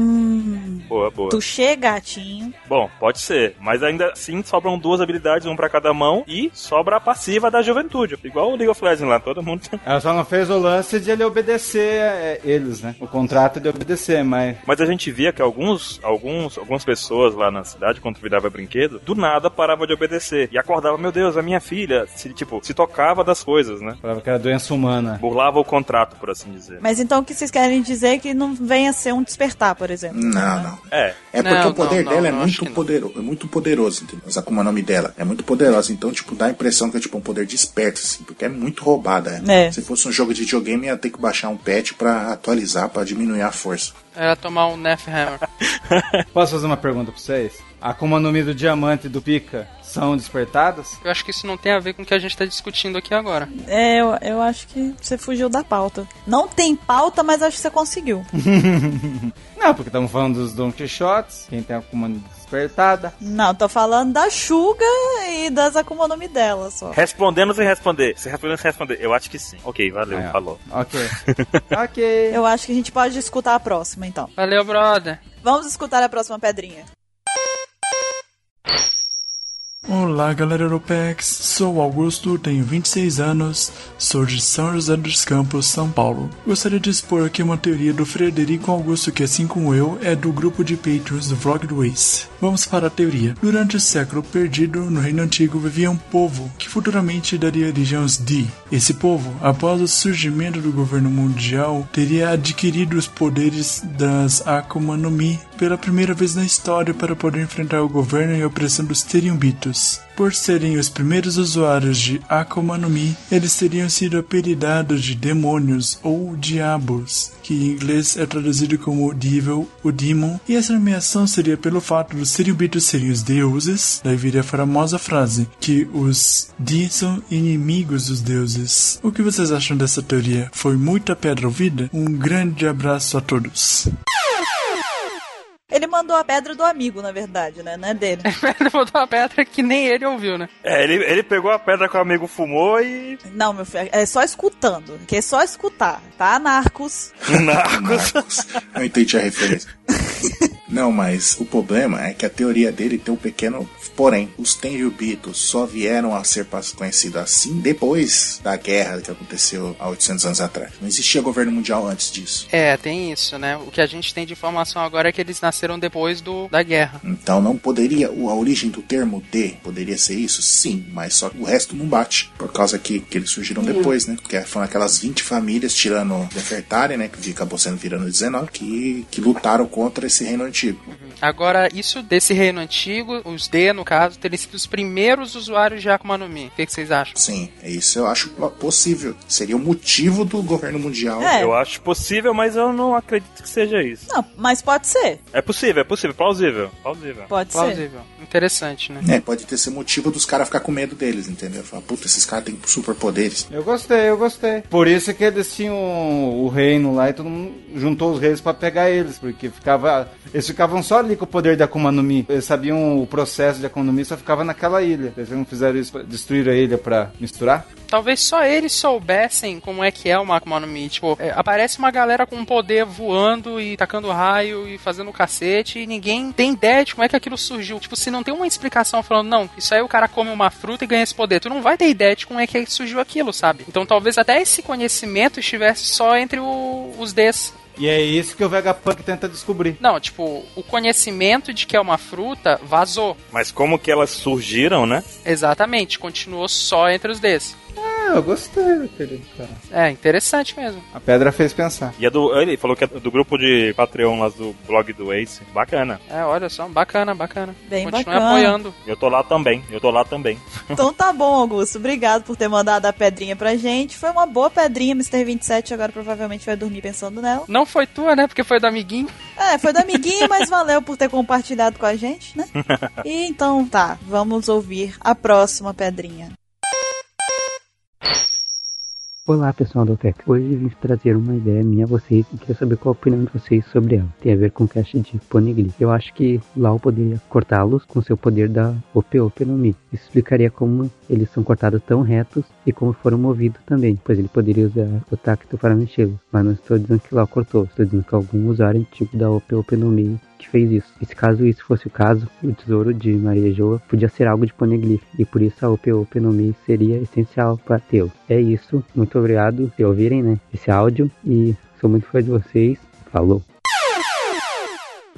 Speaker 2: Boa, boa.
Speaker 4: Tu chega, gatinho.
Speaker 2: Bom, pode ser. Mas ainda assim sobram duas habilidades, um pra cada mão, e sobra a passiva da juventude. Igual o League of Legends lá, todo mundo.
Speaker 3: Ela só não fez o lance de ele obedecer é, eles, né? O contrato de obedecer, mas.
Speaker 2: *laughs* Mas a gente via que alguns, alguns, algumas pessoas lá na cidade, quando virava brinquedo, do nada parava de obedecer. E acordava, meu Deus, a minha filha, se, tipo, se tocava das coisas, né?
Speaker 3: Falava que era doença humana.
Speaker 2: Burlava o contrato, por assim dizer.
Speaker 4: Mas então o que vocês querem dizer é que não venha ser um despertar, por exemplo. Né?
Speaker 5: Não, não.
Speaker 2: É.
Speaker 5: É porque
Speaker 4: Não,
Speaker 5: o poder
Speaker 4: não,
Speaker 5: dela
Speaker 4: não,
Speaker 5: é, muito poderoso, é muito poderoso, entendeu? Mas Akuma nome dela é muito poderosa, então, tipo, dá a impressão que é tipo um poder desperto, assim, porque é muito roubada.
Speaker 4: É.
Speaker 5: Se fosse um jogo de videogame, ia ter que baixar um patch pra atualizar, pra diminuir a força.
Speaker 1: Era tomar um Nef Hammer.
Speaker 3: Posso fazer uma pergunta pra vocês? A Akuma no Mi do Diamante e do Pica são despertadas? *laughs*
Speaker 1: Eu acho que isso não tem a ver com o que a gente tá discutindo aqui agora.
Speaker 4: É, eu, eu acho que você fugiu da pauta. Não tem pauta, mas acho que você conseguiu.
Speaker 3: Não, porque estamos falando dos Don Quixotes, quem tem a Akuma no Mi despertada.
Speaker 4: Não, tô falando da Shuga e das Akuma no Mi dela só.
Speaker 2: Respondendo sem responder. Se respondendo sem responder. Eu acho que sim. Ok, valeu,
Speaker 3: Aí, ó.
Speaker 2: falou.
Speaker 3: É. Ok. ok.
Speaker 4: Eu acho que a gente pode escutar a próxima, então.
Speaker 1: Valeu, brother.
Speaker 4: Vamos escutar a próxima pedrinha.
Speaker 14: Olá, galera Europex. Sou Augusto, tenho 26 anos, sou de São José dos Campos, São Paulo. Gostaria de expor aqui uma teoria do Frederico Augusto, que assim como eu, é do grupo de Patreons do Vlog do Ace. Vamos para a teoria. Durante o século perdido, no Reino Antigo vivia um povo que futuramente daria origem aos Di. Esse povo, após o surgimento do governo mundial, teria adquirido os poderes das Akuma no Mi pela primeira vez na história para poder enfrentar o governo e a opressão dos Teriumbitos. Por serem os primeiros usuários de Akuma no Mi, eles teriam sido apelidados de demônios ou diabos, que em inglês é traduzido como Devil, o Demon, e essa nomeação seria pelo fato dos Teriumbitos serem os deuses, daí viria a famosa frase que os Di são inimigos dos deuses. O que vocês acham dessa teoria? Foi muita pedra ouvida? Um grande abraço a todos.
Speaker 4: Ele mandou a pedra do amigo, na verdade, né? Não é dele.
Speaker 1: *laughs* ele mandou uma pedra que nem ele ouviu, né?
Speaker 2: É, ele, ele pegou a pedra que o amigo fumou e.
Speaker 4: Não, meu filho, é só escutando. Que é só escutar, tá? Narcos.
Speaker 5: *laughs*
Speaker 2: Narcos.
Speaker 5: Não entendi a referência. *laughs* Não, mas o problema é que a teoria dele tem um pequeno porém. Os Tenryubitos só vieram a ser pas- conhecidos assim depois da guerra que aconteceu há 800 anos atrás. Não existia governo mundial antes disso.
Speaker 1: É, tem isso, né? O que a gente tem de informação agora é que eles nasceram depois do, da guerra.
Speaker 5: Então não poderia, o- a origem do termo D poderia ser isso? Sim, mas só que o resto não bate, por causa que, que eles surgiram
Speaker 15: Hum.
Speaker 5: depois, né? Porque foram aquelas 20 famílias, tirando Nefertari, né? Que acabou sendo virando 19, que, que lutaram contra esse reino antigo.
Speaker 1: Uhum. Agora, isso desse reino antigo, os D, no caso, terem sido os primeiros usuários de Akuma no Mi. O que, que vocês acham?
Speaker 5: Sim, isso eu acho possível. Seria o motivo do governo mundial.
Speaker 4: É.
Speaker 2: Eu acho possível, mas eu não acredito que seja isso.
Speaker 4: *laughs* Não, mas pode ser.
Speaker 2: É possível, é possível, plausível. Plausível.
Speaker 4: Pode ser.
Speaker 1: Plausível. Interessante, né?
Speaker 5: É, pode ter sido motivo dos caras ficar com medo deles, entendeu? Falar, puta, esses caras têm superpoderes.
Speaker 3: Eu gostei, eu gostei. Por isso que eles tinham o reino lá e todo mundo juntou os reis pra pegar eles, porque ficava, eles ficavam só ali com o poder da Akuma no Mi. Eles sabiam o processo de Akuma no Mi, só ficava naquela ilha. Eles não fizeram isso, pra- destruíram a ilha pra misturar?
Speaker 1: Talvez só eles soubessem como é que é o Akuma no Mi. Tipo, é, aparece uma galera com um poder voando e tacando raio e fazendo cacete e ninguém tem ideia de como é que aquilo surgiu. Tipo, se não tem uma explicação falando, não, isso aí o cara come uma fruta e ganha esse poder, tu não vai ter ideia de como é que surgiu aquilo, sabe? Então talvez até esse conhecimento estivesse só entre o- os Ds.
Speaker 3: E é isso que o Vegapunk tenta descobrir.
Speaker 1: Não, tipo, o conhecimento de que é uma fruta vazou.
Speaker 2: Mas como que elas surgiram, né?
Speaker 1: Exatamente, continuou só entre os Ds.
Speaker 3: Ah, eu gostei daquele cara. Ah.
Speaker 1: É interessante mesmo.
Speaker 3: A pedra fez pensar.
Speaker 2: E é do, ele falou que é do grupo de Patreon lá do blog do Ace. Bacana.
Speaker 1: É, olha só, bacana, bacana.
Speaker 4: Bem
Speaker 1: Continue
Speaker 4: bacana.
Speaker 1: apoiando.
Speaker 2: Eu tô lá também, eu tô lá também.
Speaker 4: Então tá bom, Augusto. Obrigado por ter mandado a pedrinha pra gente. Foi uma boa pedrinha, Mr. 27 agora provavelmente vai dormir pensando nela.
Speaker 1: Não foi tua, né? Porque foi do
Speaker 3: *laughs*
Speaker 1: amiguinho.
Speaker 4: É, foi do amiguinho, mas valeu por ter compartilhado com a gente, né? E então tá, vamos ouvir a próxima pedrinha.
Speaker 15: Olá pessoal do OPEC, hoje vim trazer uma ideia minha a vocês e queria saber qual a opinião de vocês sobre ela. Tem a ver com o cast de Poneglyph. Eu acho que Lau poderia cortá-los com seu poder da OPOP no Mi. Isso explicaria como eles são cortados tão retos e como foram movidos também, pois ele poderia usar o tacto para mexê-los. Mas não estou dizendo que Lau cortou, estou dizendo que algum usuário antigo da OPOP no Mi que fez isso. E se caso isso fosse o caso, o tesouro de Maria Joa podia ser algo de Poneglyph, e por isso a OPO Penomi seria essencial para tê-lo. É isso, muito obrigado por ouvirem né, esse áudio, e sou muito fã de vocês. Falou!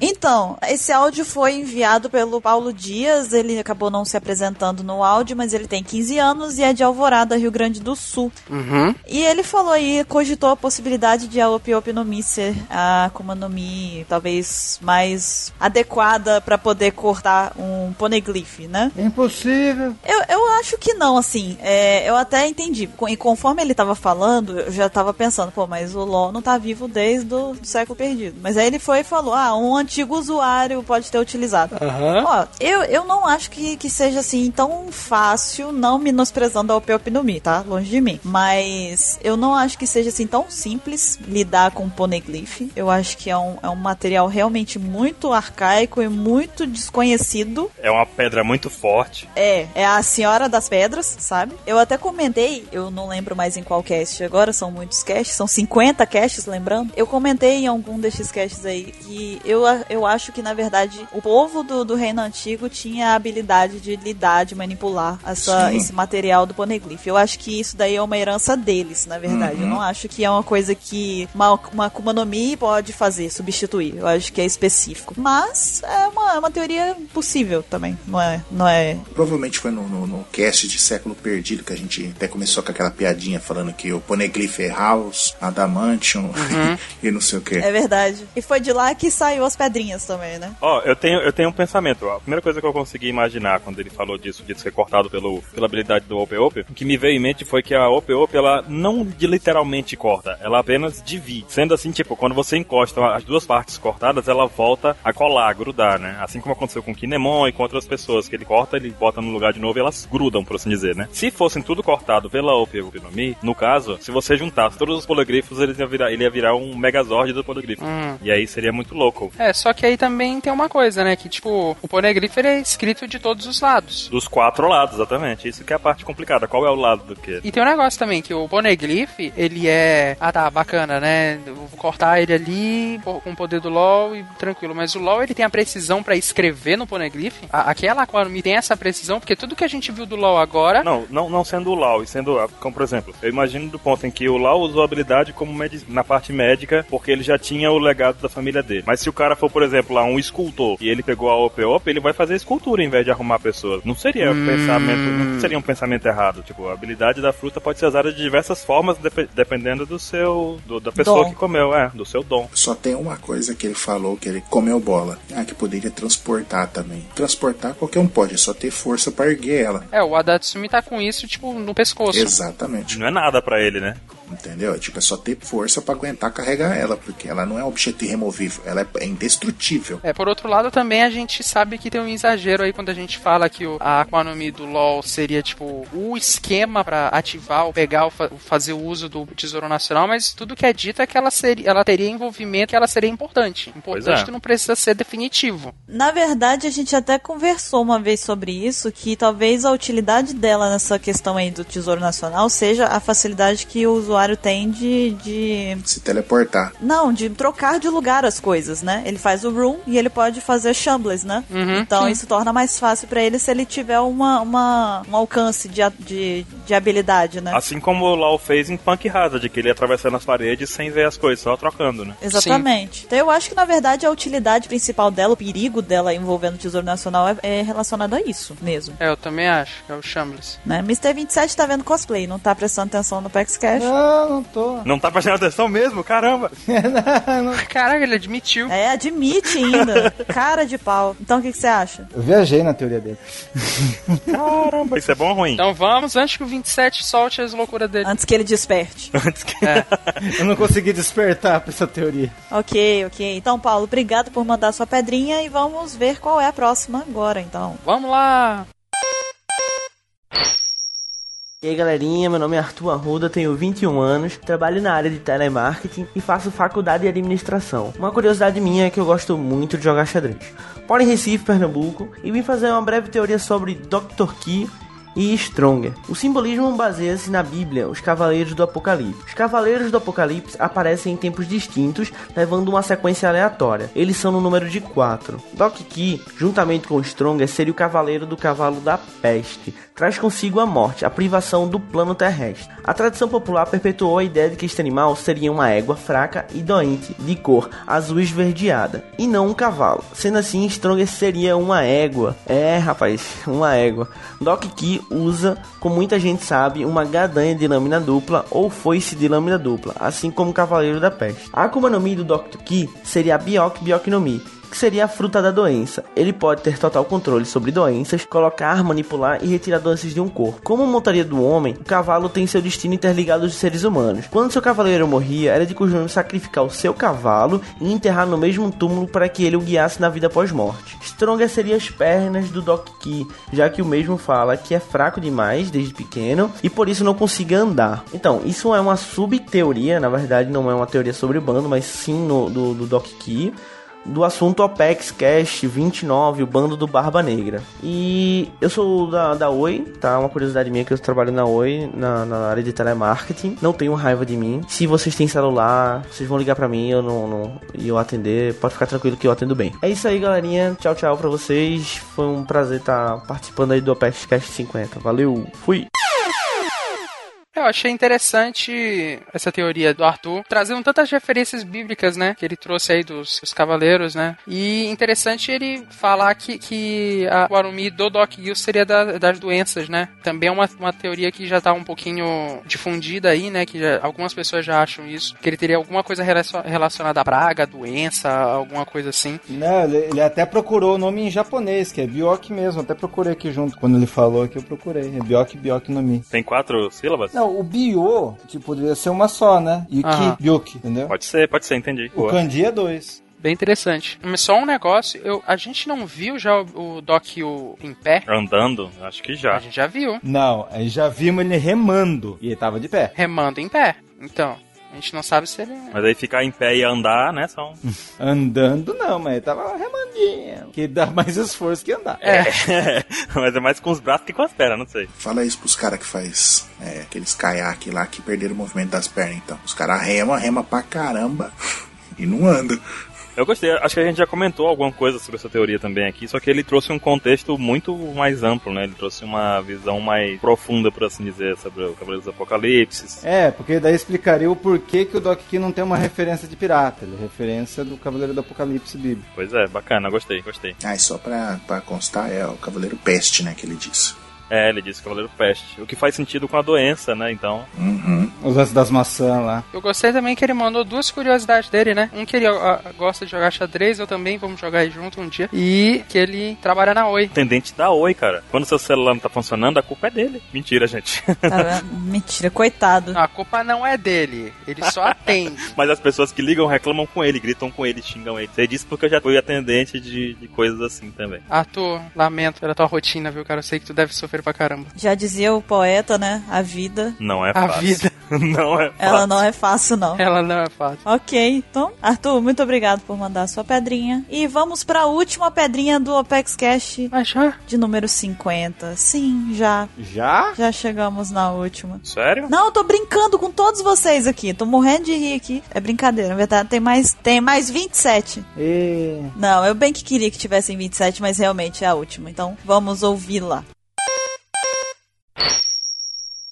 Speaker 4: Então, esse áudio foi enviado pelo Paulo Dias, ele acabou não se apresentando no áudio, mas ele tem 15 anos e é de Alvorada, Rio Grande do Sul.
Speaker 1: Uhum.
Speaker 4: E ele falou aí, cogitou a possibilidade de a Opiopinomi ser a Akuma no Mi, talvez mais adequada pra poder cortar um um poneglyph, né?
Speaker 3: É impossível.
Speaker 4: Eu, eu acho que não, assim. É, eu até entendi. Co- E conforme ele tava falando, eu já tava pensando, pô, mas o LOL não tá vivo desde o século perdido. Mas aí ele foi e falou: ah, um antigo usuário pode ter utilizado.
Speaker 16: Aham.
Speaker 4: Ó, eu, eu não acho que, que seja assim tão fácil, não menosprezando a OP Opinumi, tá? Longe de mim. Mas eu não acho que seja assim tão simples lidar com o Poneglyph. Eu acho que é um, é um material realmente muito arcaico e muito desconhecido.
Speaker 2: *laughs* É uma pedra muito forte.
Speaker 4: É, é a Senhora das Pedras, sabe? Eu até comentei, eu não lembro mais em qual cast agora, são muitos casts, são 50 casts, lembrando. Eu comentei em algum desses casts aí que eu, a- eu acho que, na verdade, o povo do, do Reino Antigo tinha a habilidade de lidar, de manipular essa,
Speaker 17: Sim.
Speaker 4: esse material do Poneglyph. Eu acho que isso daí é uma herança deles, na verdade. Eu
Speaker 17: Uhum.
Speaker 4: não acho que é uma coisa que uma, uma Akuma no Mi pode fazer, substituir. Eu acho que é específico. Mas é uma, é uma teoria possível também, não é? Não é
Speaker 5: Provavelmente foi no, no, no cast de Século Perdido que a gente até começou com aquela piadinha falando que o Poneglyph é House, Adamantium *laughs* e não sei o que.
Speaker 4: É verdade. E foi de lá que saiu as pedrinhas também, né?
Speaker 2: Ó, eu tenho, eu tenho um pensamento. A primeira coisa que eu consegui imaginar quando ele falou disso, de ser cortado pelo, pela habilidade do Ope Ope, o que me veio em mente foi que a Ope Ope, ela não de- literalmente corta, ela apenas divide. Sendo assim, tipo, quando você encosta as duas partes cortadas, ela volta a colar, a grudar, né? Assim como aconteceu com o Kinemon e com outras pessoas, que ele corta, ele bota no lugar de novo e elas grudam, por assim dizer, né? Se fossem tudo cortado pela Ope Ope no Mi, no caso, se você juntasse todos os poligrifos, eles iam virar, ele ia virar um Megazord do poligrifo.
Speaker 1: Hum.
Speaker 2: E aí seria muito louco.
Speaker 1: É, só que aí também tem uma coisa, né? Que, tipo, o Poneglyph ele é escrito de todos os lados.
Speaker 2: Dos quatro lados, exatamente. Isso que é a parte complicada. Qual é o lado do quê?
Speaker 1: E tem um negócio também, que o Poneglyph, ele é... Ah, tá, bacana, né? Eu vou cortar ele ali pô, com o poder do LoL e tranquilo. Mas o LoL, ele tem a precisão pra escrever no Poneglyph. A- Aquela Aquanumi tem essa precisão, porque tudo que a gente viu do LoL agora...
Speaker 2: Não, não, não sendo o Lau, e sendo, ah, como por exemplo, eu imagino do ponto em que o Lau usou a habilidade como medi- na parte médica, porque ele já tinha o legado da família dele. Mas se o cara for, por exemplo, lá um escultor e ele pegou a OP OP, ele vai fazer escultura em vez de arrumar pessoas. Não seria um pensamento, não seria um pensamento errado. Tipo, a habilidade da fruta pode ser usada de diversas formas, depe- dependendo do seu, do- da pessoa
Speaker 5: Dom.
Speaker 2: que comeu, é, do seu dom.
Speaker 5: Só tem uma coisa que ele falou que ele comeu bola. Ah, que poderia transportar também. Transportar qualquer um pode, é só ter força pra erguer ela.
Speaker 1: É, o Adatsumi tá com isso, tipo, no pescoço.
Speaker 5: Exatamente.
Speaker 2: Não é nada pra ele, né?
Speaker 5: Entendeu? Tipo, é só ter força pra aguentar carregar ela, porque ela não é um objeto irremovível, ela é- é indestrutível.
Speaker 1: É, por outro lado, também a gente sabe que tem um exagero aí quando a gente fala que o, a Aquanomi do LoL seria, tipo, o esquema pra ativar ou pegar ou fa- ou fazer o uso do Tesouro Nacional, mas tudo que é dito é que ela, seria, ela teria envolvimento e ela seria importante. Importante
Speaker 4: é.
Speaker 1: que não precisa ser definitivo.
Speaker 4: Na verdade, a gente até conversou uma vez sobre isso, que talvez a utilidade dela nessa questão aí do Tesouro Nacional seja a facilidade que o usuário tem de- de
Speaker 5: Se teleportar.
Speaker 4: Não, de trocar de lugar as coisas, né? Ele faz o room e ele pode fazer shambles, né?
Speaker 17: Uhum,
Speaker 4: então
Speaker 17: sim.
Speaker 4: isso torna mais fácil pra ele se ele tiver uma, uma- um alcance de, a- de, de habilidade, né?
Speaker 2: Assim como o Lau fez em Punk Hazard, que ele ia atravessando as paredes sem ver as coisas, só trocando, né?
Speaker 4: Exatamente. Então eu acho que na verdade a utilidade principal dela, o perigo dela envolvendo o Tesouro Nacional é, é relacionado a isso mesmo.
Speaker 1: É, eu também acho, é o Shambles.
Speaker 4: Né? Mr. 27 tá vendo cosplay, não tá prestando atenção no PEX Cash.
Speaker 3: Não, não tô. *laughs*
Speaker 2: Não tá prestando atenção mesmo? Caramba!
Speaker 1: Caraca, ele admitiu.
Speaker 4: É, admite ainda. Cara de pau. Então o que que você acha?
Speaker 3: Eu viajei na teoria dele.
Speaker 2: Caramba, isso é bom ou ruim?
Speaker 1: Então vamos, antes que o 27 solte as loucuras dele.
Speaker 4: Antes que ele desperte.
Speaker 3: É. *laughs* Eu não consegui despertar pra essa teoria.
Speaker 4: Ok, ok. Então, Paulo, obrigado por mandar sua pedrinha e vamos ver qual é a próxima agora, então.
Speaker 1: Vamos lá!
Speaker 18: E aí galerinha, meu nome é Arthur Arruda, tenho 21 anos, trabalho na área de telemarketing e faço faculdade de administração. Uma curiosidade minha é que eu gosto muito de jogar xadrez. Moro em Recife, Pernambuco, e vim fazer uma breve teoria sobre Dr. Key e Stronger. O simbolismo baseia-se na Bíblia, os Cavaleiros do Apocalipse. Os Cavaleiros do Apocalipse aparecem em tempos distintos, levando uma sequência aleatória. Eles são no número de 4. Doc Key, juntamente com Stronger, seria o Cavaleiro do Cavalo da Peste. Traz consigo a morte, a privação do plano terrestre. A tradição popular perpetuou a ideia de que este animal seria uma égua fraca e doente, de cor azul esverdeada, e não um cavalo. Sendo assim, Stronger seria uma égua. É, rapaz, uma égua. Doc Key usa, como muita gente sabe, uma gadanha de lâmina dupla ou foice de lâmina dupla, assim como o Cavaleiro da Peste. A Akuma no Mi do Dr. Key seria a Biok Biok no Mi, que seria a fruta da doença. Ele pode ter total controle sobre doenças, colocar, manipular e retirar doenças de um corpo. Como montaria do homem, o cavalo tem seu destino interligado aos seres humanos. Quando seu cavaleiro morria, era de costume sacrificar o seu cavalo e enterrar no mesmo túmulo para que ele o guiasse na vida pós-morte. Stronger seria as pernas do Doc Key, já que o mesmo fala que é fraco demais desde pequeno e por isso não consiga andar. Então, isso é uma subteoria, na verdade não é uma teoria sobre o bando, mas sim no, do, do Doc Key do assunto Apex Cash 29, o bando do Barba Negra. E eu sou da, da Oi, tá? Uma curiosidade minha que eu trabalho na Oi, na, na área de telemarketing. Não tenho raiva de mim. Se vocês têm celular, vocês vão ligar pra mim eu não, não, e eu atender. Pode ficar tranquilo que eu atendo bem. É isso aí, galerinha. Tchau, tchau pra vocês. Foi um prazer estar tá participando aí do Apex Cash 50. Valeu, fui!
Speaker 1: Eu achei interessante essa teoria do Arthur, trazendo tantas referências bíblicas, né? Que ele trouxe aí dos, dos cavaleiros, né? E interessante ele falar que, que a, o Arumi do Doc Gill seria da, das doenças, né? Também é uma, uma teoria que já tá um pouquinho difundida aí, né? Que já, algumas pessoas já acham isso, que ele teria alguma coisa relacion, relacionada à praga, doença, alguma coisa assim.
Speaker 3: Não, ele, ele até procurou o nome em japonês, que é Bioki mesmo. Até procurei aqui junto. Quando ele falou aqui, eu procurei. É Bioki, Bioki no Mi.
Speaker 2: Tem quatro sílabas?
Speaker 3: Não, o bio, que poderia ser uma só, né? E o
Speaker 1: Aham.
Speaker 3: ki, bioki, entendeu?
Speaker 2: Pode ser, pode ser, entendi.
Speaker 3: O
Speaker 2: Boa.
Speaker 3: kanji é dois.
Speaker 1: Bem interessante. Mas só um negócio, eu, a gente não viu já o, o Doc Gill em pé?
Speaker 2: Andando? Acho que já.
Speaker 1: A gente já viu.
Speaker 3: Não, aí já vimos ele remando. E ele tava de pé.
Speaker 1: Remando em pé. Então, a gente não sabe se ele.
Speaker 2: Mas aí ficar em pé e andar, né? São.
Speaker 3: Andando *laughs* não, mas ele tava remandinho. Que dá mais esforço que andar.
Speaker 2: É. *laughs* Mas é mais com os braços que com as pernas, não sei.
Speaker 5: Fala isso pros caras que faz é, aqueles caiaque lá que perderam o movimento das pernas, então. Os caras rema, rema pra caramba *laughs* e não anda.
Speaker 2: Eu gostei, acho que a gente já comentou alguma coisa sobre essa teoria também aqui, só que ele trouxe um contexto muito mais amplo, né? Ele trouxe uma visão mais profunda, por assim dizer, sobre o Cavaleiro dos Apocalipse.
Speaker 3: É, porque daí explicaria o porquê que o Doc Key não tem uma referência de pirata. Ele é referência do Cavaleiro do Apocalipse bíblico.
Speaker 2: Pois é, bacana, gostei, gostei.
Speaker 5: Ah, e só pra, pra constar, é o Cavaleiro Peste, né, que ele disse.
Speaker 2: É, ele disse Cavaleiro Peste, o que faz sentido com a doença, né? Então,
Speaker 5: Uhum.
Speaker 3: Os lances das maçãs lá.
Speaker 1: Eu gostei também que ele mandou duas curiosidades dele, né? Um que ele ó, gosta de jogar xadrez, eu também, vamos jogar aí junto um dia. E que ele trabalha na Oi.
Speaker 2: atendente da Oi, cara. Quando seu celular não tá funcionando, a culpa é dele. Mentira, gente.
Speaker 4: *laughs* Tá vendo? Mentira, coitado.
Speaker 1: a culpa não é dele. Ele só
Speaker 4: *laughs*
Speaker 1: atende.
Speaker 2: *laughs* Mas as pessoas que ligam reclamam com ele, gritam com ele, xingam ele. Você disse porque eu já fui atendente de, de coisas assim também.
Speaker 1: Arthur, lamento pela tua rotina, viu, cara? Eu sei que tu deve sofrer pra caramba.
Speaker 4: Já dizia o poeta, né? A vida.
Speaker 2: Não é
Speaker 1: A
Speaker 2: fácil.
Speaker 1: vida.
Speaker 2: *laughs* Não é fácil.
Speaker 4: Ela não é fácil, não.
Speaker 1: Ela não é fácil.
Speaker 4: Ok, então, Arthur, muito obrigado por mandar a sua pedrinha. E vamos pra última pedrinha do Apex Cash.
Speaker 1: Mas já?
Speaker 4: De número 50. Sim, já.
Speaker 3: Já?
Speaker 4: Já chegamos na última.
Speaker 2: Sério?
Speaker 4: Não, eu tô brincando com todos vocês aqui. Tô morrendo de rir aqui. É brincadeira, na verdade tem mais, tem mais 27.
Speaker 3: E...
Speaker 4: Não, eu bem que queria que tivessem 27, mas realmente é a última. Então, vamos ouvi-la.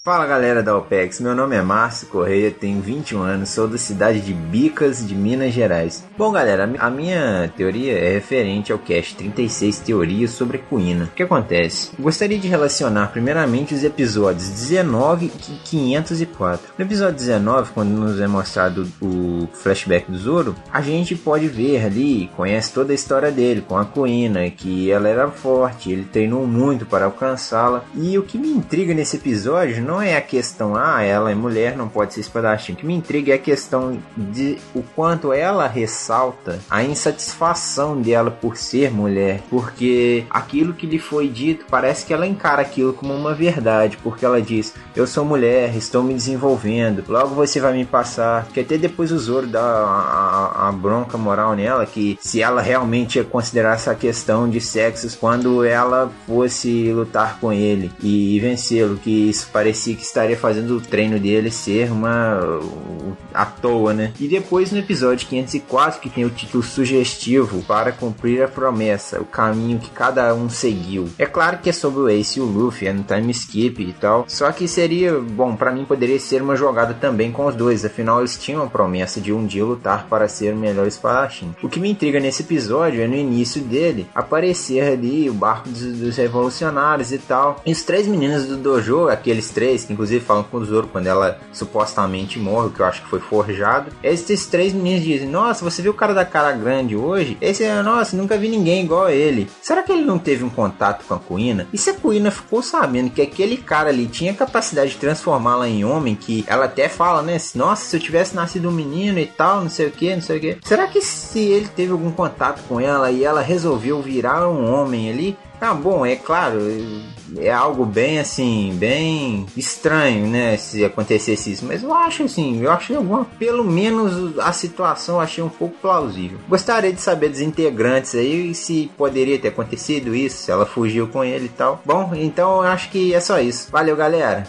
Speaker 16: Fala galera da OPEX, meu nome é Márcio Correia, tenho 21 anos, sou da cidade de Bicas, de Minas Gerais. Bom galera, a mi- a minha teoria é referente ao cast 36 Teorias sobre a Cuína. O que acontece? Eu gostaria de relacionar primeiramente os episódios 19 e 504. No episódio 19, quando nos é mostrado o flashback do Zoro, a gente pode ver ali, conhece toda a história dele com a Cuína, que ela era forte, ele treinou muito para alcançá-la. E o que me intriga nesse episódio não é a questão, ah, ela é mulher, não pode ser espadachim. O que me intriga é a questão de o quanto ela ressalta a insatisfação dela por ser mulher. Porque aquilo que lhe foi dito, parece que ela encara aquilo como uma verdade. Porque ela diz, eu sou mulher, estou me desenvolvendo, logo você vai me passar. Que até depois o Zoro dá a, a- a bronca moral nela, que se ela realmente ia considerar essa questão de sexos quando ela fosse lutar com ele e vencê-lo, que isso parecia que estaria fazendo o treino dele ser uma. à toa, né? E depois no episódio 504, que tem o título sugestivo para cumprir a promessa, o caminho que cada um seguiu. É claro que é sobre o Ace e o Luffy, é no time skip e tal. Só que seria, bom, pra mim poderia ser uma jogada também com os dois, afinal eles tinham a promessa de um dia lutar para ser o melhor espadachim. O que me intriga nesse episódio é no início dele aparecer ali o barco dos, dos revolucionários e tal. E os três meninos do dojo, aqueles três 3, que inclusive falam com o Zoro quando ela supostamente morre, o que eu acho que foi forjado. Esses três meninos dizem: Nossa, você viu o cara da cara grande hoje? Esse é, nossa, nunca vi ninguém igual a ele. Será que ele não teve um contato com a Kuina? E se a Kuina ficou sabendo que aquele cara ali tinha capacidade de transformá-la em homem, que ela até fala, né? Nossa, se eu tivesse nascido um menino e tal, não sei o que, não sei o que. Será que se ele teve algum contato com ela e ela resolveu virar um homem ali? Ah, bom, é claro, é algo bem assim, bem estranho, né? Se acontecesse isso. Mas eu acho assim, eu achei alguma, pelo menos a situação eu achei um pouco plausível. Gostaria de saber dos integrantes aí se poderia ter acontecido isso, se ela fugiu com ele e tal. Bom, então eu acho que é só isso. Valeu, galera.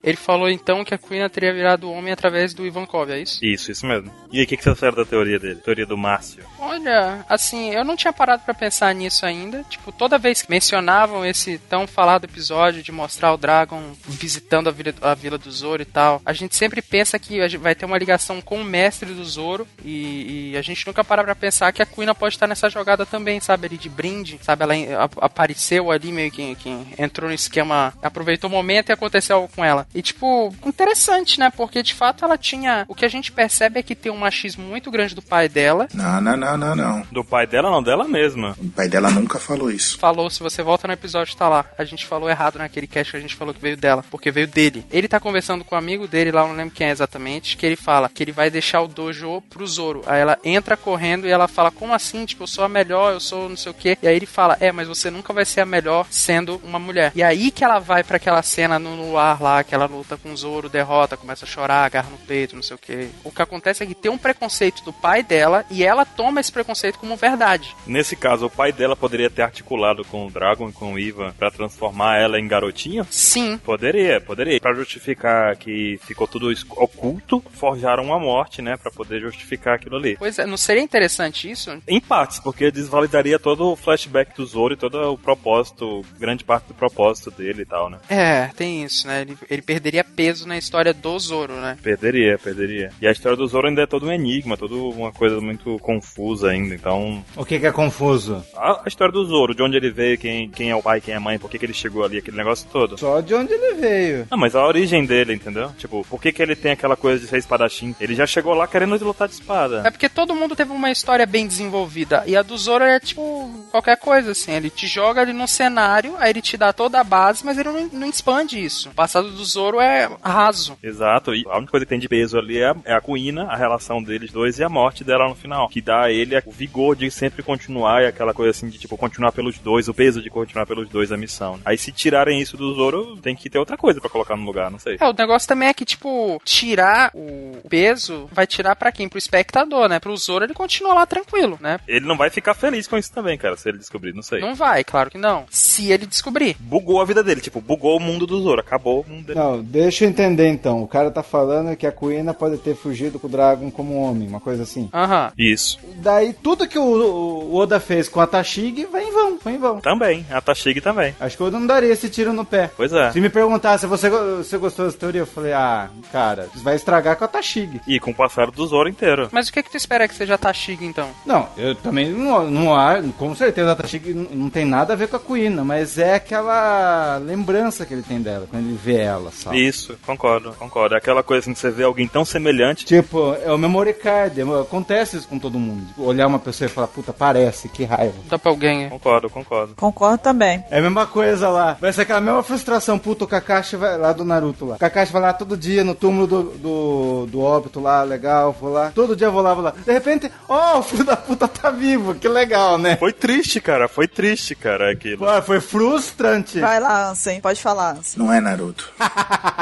Speaker 1: Ele falou então que a Kuina teria virado homem através do Ivankov, é isso?
Speaker 2: Isso, isso mesmo. E aí, o que, que você acha da teoria dele? Teoria do Márcio?
Speaker 1: Olha, assim, eu não tinha parado pra pensar nisso ainda. Tipo, toda vez que mencionavam esse tão falado episódio de mostrar o Dragon visitando a vila, a vila do Zoro e tal, a gente sempre pensa que a gente vai ter uma ligação com o mestre do Zoro e, e a gente nunca para pra pensar que a Kuina pode estar nessa jogada também, sabe? Ali de brinde, sabe? Ela a- apareceu ali meio que, que entrou no esquema, aproveitou o momento e aconteceu algo com ela. E, tipo, interessante, né? Porque de fato ela tinha. O que a gente percebe é que tem um machismo muito grande do pai dela.
Speaker 5: Não, não, não, não, não.
Speaker 2: Do pai dela, não, dela mesma.
Speaker 5: O pai dela nunca falou isso.
Speaker 1: Falou, se você volta no episódio, tá lá. A gente falou errado naquele cast que a gente falou que veio dela, porque veio dele. Ele tá conversando com um amigo dele lá, eu não lembro quem é exatamente, que ele fala que ele vai deixar o dojo pro Zoro. Aí ela entra correndo e ela fala, como assim? Tipo, eu sou a melhor, eu sou não sei o quê. E aí ele fala, é, mas você nunca vai ser a melhor sendo uma mulher. E aí que ela vai pra aquela cena no luar lá, que ela luta com o Zoro, derrota, começa a chorar, agarra no peito, não sei o quê. O que acontece é que tem um preconceito do pai dela e ela toma esse preconceito como verdade.
Speaker 2: Nesse caso, o pai dela poderia ter articulado com o Dragon e com o Ivan pra transformar ela em garotinha?
Speaker 1: Sim.
Speaker 2: Poderia, poderia. Pra justificar que ficou tudo es- oculto, forjaram uma morte, né, Pra poder justificar aquilo ali.
Speaker 1: Pois é, não seria interessante isso?
Speaker 2: Em partes, porque desvalidaria todo o flashback do Zoro e todo o propósito, grande parte do propósito dele e tal, né?
Speaker 1: É, tem isso, né? Ele, ele perderia peso na história do Zoro, né?
Speaker 2: Perderia, perderia. E a história do Zoro ainda é todo um enigma, toda uma coisa muito confusa ainda, então
Speaker 3: O que, que é confuso?
Speaker 2: A, a história do Zoro, de onde ele veio, quem, quem é o pai, quem é a mãe, por que, que ele chegou ali, aquele negócio todo.
Speaker 3: Só de onde ele veio.
Speaker 2: Ah, mas a origem dele, entendeu? Tipo, por que, que ele tem aquela coisa de ser espadachim? Ele já chegou lá querendo lutar de espada.
Speaker 1: É porque todo mundo teve uma história bem desenvolvida. E a do Zoro é tipo qualquer coisa, assim. Ele te joga ali num cenário, aí ele te dá toda a base, mas ele não, não expande isso. O passado do Zoro é raso.
Speaker 2: Exato, e a única coisa que tem de peso ali é a, é a Kuina, a relação deles dois e a morte dela no final, que dá a ele o vigor de sempre continuar e aquela coisa assim de tipo continuar pelos dois, o peso de continuar pelos dois a missão. né? Aí se tirarem isso do Zoro, tem que ter outra coisa pra colocar no lugar, não sei.
Speaker 1: É, o negócio também é que, tipo, tirar o peso vai tirar pra quem? Pro espectador, né? Pro Zoro ele continua lá tranquilo, né?
Speaker 2: Ele não vai ficar feliz com isso também, cara, se ele descobrir, não sei.
Speaker 1: Não vai, claro que não. Se ele descobrir.
Speaker 2: Bugou a vida dele, tipo, bugou o mundo do Zoro, acabou o mundo dele.
Speaker 3: Não, deixa eu entender então. O cara tá falando que a Kuina pode ter fugido com o Dragon como homem, uma coisa assim.
Speaker 1: Aham.
Speaker 2: Ah. Isso.
Speaker 3: Daí tudo que o, o Oda fez com a Tashig vai em vão, foi em vão.
Speaker 2: Também, a Tashig também.
Speaker 3: Acho que o Oda não daria esse tiro no pé.
Speaker 2: Pois é.
Speaker 3: Se me perguntasse, você, go- você gostou dessa teoria? Eu falei, ah, cara, vai estragar com a Tashig.
Speaker 2: E com o passar do Zoro inteiro.
Speaker 1: Mas o que que tu espera que seja Tashig, então?
Speaker 3: Não, eu também não, não há, com certeza a Tashig não, não tem nada a ver com a Kuina, mas é aquela lembrança que ele tem dela, quando ele vê ela, sabe?
Speaker 2: Isso, concordo, concordo. É aquela coisa assim que você vê alguém tão semelhante.
Speaker 3: Tipo, é o memory card, é- acontece isso com todo mundo. Tipo, Olhar uma pessoa e falar, puta, parece, que raiva.
Speaker 1: Dá pra alguém.
Speaker 2: Concordo, concordo.
Speaker 4: Concordo também.
Speaker 3: É a mesma coisa lá. Vai ser aquela mesma frustração. Puta, o Kakashi vai lá do Naruto lá. O Kakashi vai lá todo dia no túmulo do, do, do óbito lá, legal, vou lá. Todo dia eu vou lá, vou lá. De repente, ó, o filho da puta tá vivo, que legal, né?
Speaker 2: Foi triste, cara, foi triste, cara, aquilo.
Speaker 3: foi frustrante.
Speaker 4: Vai lá, Ansem, pode falar. Ansem.
Speaker 5: Não é Naruto.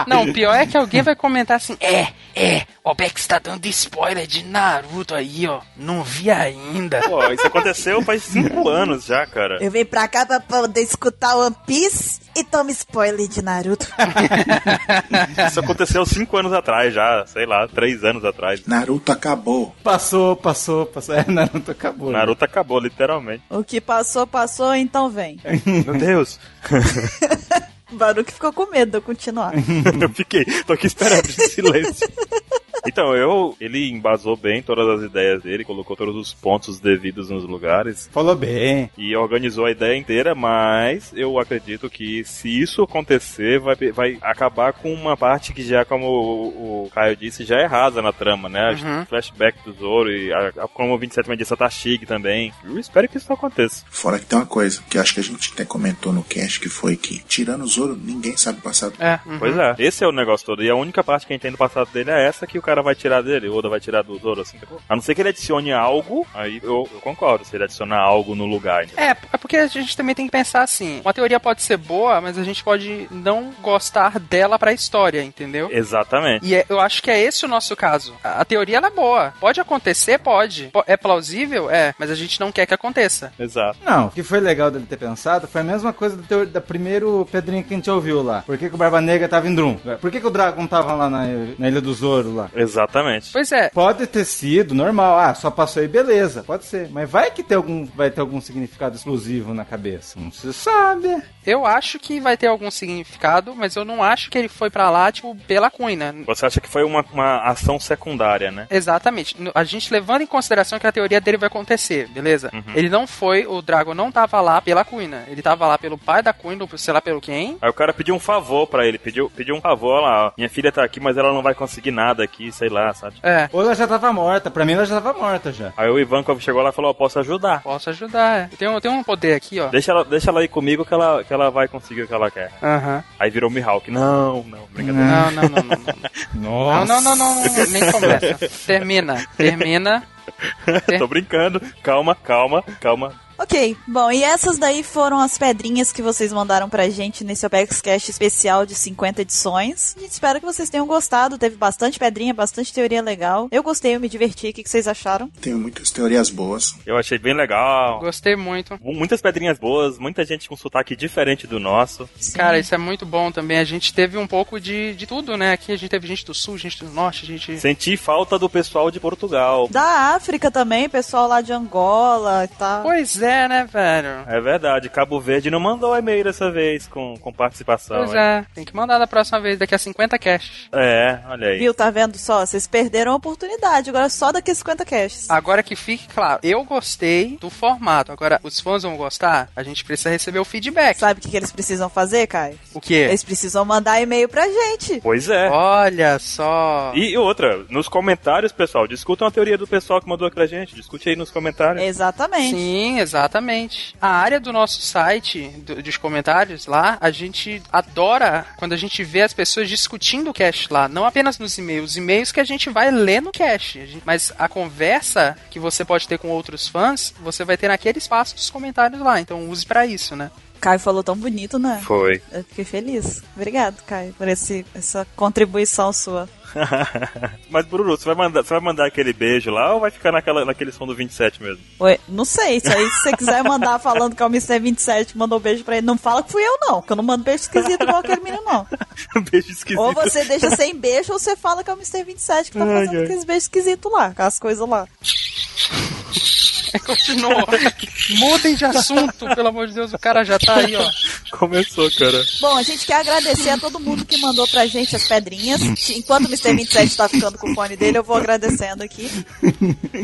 Speaker 1: Não, o pior é que alguém vai comentar assim: é, é, o Bex tá dando spoiler de Naruto aí, ó. Não vi ainda.
Speaker 2: Pô, isso aconteceu faz cinco anos já, cara.
Speaker 4: Eu vim pra cá pra poder escutar One Piece e toma spoiler de Naruto.
Speaker 2: Isso aconteceu cinco anos atrás já, sei lá, três anos atrás.
Speaker 5: Naruto acabou.
Speaker 3: Passou, passou, passou. É, Naruto acabou.
Speaker 2: Naruto acabou, literalmente.
Speaker 4: o que passou, passou, então vem.
Speaker 2: Meu *laughs* Deus.
Speaker 4: O Baruque ficou com medo de eu continuar.
Speaker 2: Eu fiquei, tô aqui esperando esse silêncio. Então, eu. Ele embasou bem todas as ideias dele, colocou todos os pontos devidos nos lugares.
Speaker 3: Falou bem.
Speaker 2: E organizou a ideia inteira, mas eu acredito que se isso acontecer, vai, vai acabar com uma parte que já, como o, o Caio disse, já é rasa na trama, né?
Speaker 1: Uhum.
Speaker 2: Flashback do Zoro e a, a, como o 27 Mendista tá chique também. Eu espero que isso não aconteça.
Speaker 5: Fora que tem uma coisa que eu acho que a gente até comentou no cast, que foi que, tirando o Zoro, ninguém sabe o passado.
Speaker 1: É.
Speaker 2: Pois é, esse é o negócio todo. E a única parte que a gente tem do passado dele é essa que o cara vai tirar dele, o Oda vai tirar do Zoro, assim. sacou? A não ser que ele adicione algo, aí eu, eu concordo, se ele adicionar algo no lugar. entendeu?
Speaker 1: É, é porque a gente também tem que pensar assim: uma teoria pode ser boa, mas a gente pode não gostar dela pra história, entendeu?
Speaker 2: Exatamente.
Speaker 1: E é- eu acho que é esse o nosso caso. A, a teoria ela é boa. Pode acontecer? Pode. Po- É plausível? É. Mas a gente não quer que aconteça.
Speaker 2: Exato.
Speaker 3: Não, o que foi legal dele ter pensado foi a mesma coisa do teu, da primeiro pedrinha que a gente ouviu lá. Por que, que o Barba Negra tava em Drum? Por que, que o Dragon tava lá na, na Ilha do Zoro lá?
Speaker 2: Exatamente.
Speaker 1: Pois é.
Speaker 3: Pode ter sido normal. Ah, só passou aí, beleza. Pode ser. Mas vai que tem algum, vai ter algum significado exclusivo na cabeça. Não se sabe.
Speaker 1: Eu acho que vai ter algum significado, mas eu não acho que ele foi pra lá, tipo, pela cuina.
Speaker 2: Você acha que foi uma, uma ação secundária, né?
Speaker 1: Exatamente. No- A gente levando em consideração que a teoria dele vai acontecer, beleza? Ele não foi, o Dragon não tava lá pela cuina. Ele tava lá pelo pai da cuina, ou sei lá pelo quem.
Speaker 2: Aí o cara pediu um favor pra ele, pediu, pediu um favor lá, ó. Minha filha tá aqui, mas ela não vai conseguir nada aqui, sei lá, sabe?
Speaker 1: É.
Speaker 3: Ou ela já tava morta. Pra mim ela já tava morta já.
Speaker 2: Aí o Ivankov chegou lá e falou, ó, posso ajudar.
Speaker 1: Posso ajudar, é. Tem um, tem um poder aqui, ó.
Speaker 2: Deixa ela, deixa ela ir comigo que ela, que ela vai conseguir o que ela quer.
Speaker 1: Aham.
Speaker 2: Aí virou Mihawk. Não, não,
Speaker 1: Não,
Speaker 2: brincadeira.
Speaker 1: não, não, não.
Speaker 3: Nossa.
Speaker 1: Não, não, não, não, não, nem
Speaker 2: *laughs*
Speaker 1: começa. Termina, termina.
Speaker 2: Tô brincando. Calma, calma, calma.
Speaker 4: Ok, bom, e essas daí foram as pedrinhas que vocês mandaram pra gente nesse Opex Cash especial de 50 edições. A gente espera que vocês tenham gostado. Teve bastante pedrinha, bastante teoria legal. Eu gostei, eu me diverti. O que que vocês acharam?
Speaker 5: Tem muitas teorias boas.
Speaker 2: Eu achei bem legal.
Speaker 1: Gostei muito.
Speaker 2: Muitas pedrinhas boas, muita gente com sotaque diferente do nosso.
Speaker 1: Cara, isso é muito bom também. A gente teve um pouco de, de tudo, né? Aqui a gente teve gente do sul, gente do norte, gente.
Speaker 2: Senti falta do pessoal de Portugal.
Speaker 4: Da África também, pessoal lá de Angola tá? e tal.
Speaker 1: Pois é, né, velho?
Speaker 2: É verdade, Cabo Verde não mandou e-mail dessa vez com, com participação.
Speaker 1: Pois
Speaker 2: hein?
Speaker 1: é, tem que mandar da próxima vez, daqui a 50 cash.
Speaker 2: É, olha aí.
Speaker 4: Viu, tá vendo só? Vocês perderam a oportunidade, agora só daqui a 50 caches.
Speaker 1: Agora que fique claro, eu gostei do formato. Agora, os fãs vão gostar? A gente precisa receber o feedback.
Speaker 4: Sabe o que, que eles precisam fazer, Kai?
Speaker 1: O quê?
Speaker 4: Eles precisam mandar e-mail pra gente.
Speaker 2: Pois é.
Speaker 1: Olha só.
Speaker 2: E outra, nos comentários, pessoal, discutam a teoria do pessoal que mandou aqui pra gente. Discute aí nos comentários.
Speaker 4: Exatamente.
Speaker 1: Sim, exatamente. A área do nosso site, do- dos comentários lá, a gente adora quando a gente vê as pessoas discutindo o cache lá. Não apenas nos e-mails, os e-mails que a gente vai ler no cache. A gente- Mas a conversa que você pode ter com outros fãs, você vai ter naquele espaço dos comentários lá. Então use pra isso, né?
Speaker 4: Caio falou tão bonito, né?
Speaker 2: Foi.
Speaker 4: Eu fiquei feliz. Obrigado, Caio, por esse, essa contribuição sua.
Speaker 2: *laughs* Mas, Bruno, você vai, mandar, você vai mandar aquele beijo lá ou vai ficar naquela, naquele som do 27 mesmo?
Speaker 4: Ué, não sei, isso aí se você quiser
Speaker 2: *laughs*
Speaker 4: mandar falando que é o Mr. 27 mandou um beijo pra ele, não fala que fui eu não, que eu não mando beijo esquisito igual aquele menino não.
Speaker 2: *laughs* beijo esquisito.
Speaker 4: Ou você deixa sem beijo ou você fala que é o Mr. 27 que tá
Speaker 2: Ai,
Speaker 4: fazendo
Speaker 2: ai.
Speaker 4: aqueles beijos esquisitos lá, aquelas coisas lá.
Speaker 1: Continua.
Speaker 4: *laughs*
Speaker 1: Mudem de assunto, pelo amor de Deus, o cara já tá aí, ó.
Speaker 2: Começou, cara.
Speaker 4: Bom, a gente quer agradecer a todo mundo que mandou pra gente as pedrinhas. Enquanto o Mr. 27 tá ficando com o fone dele, eu vou agradecendo aqui.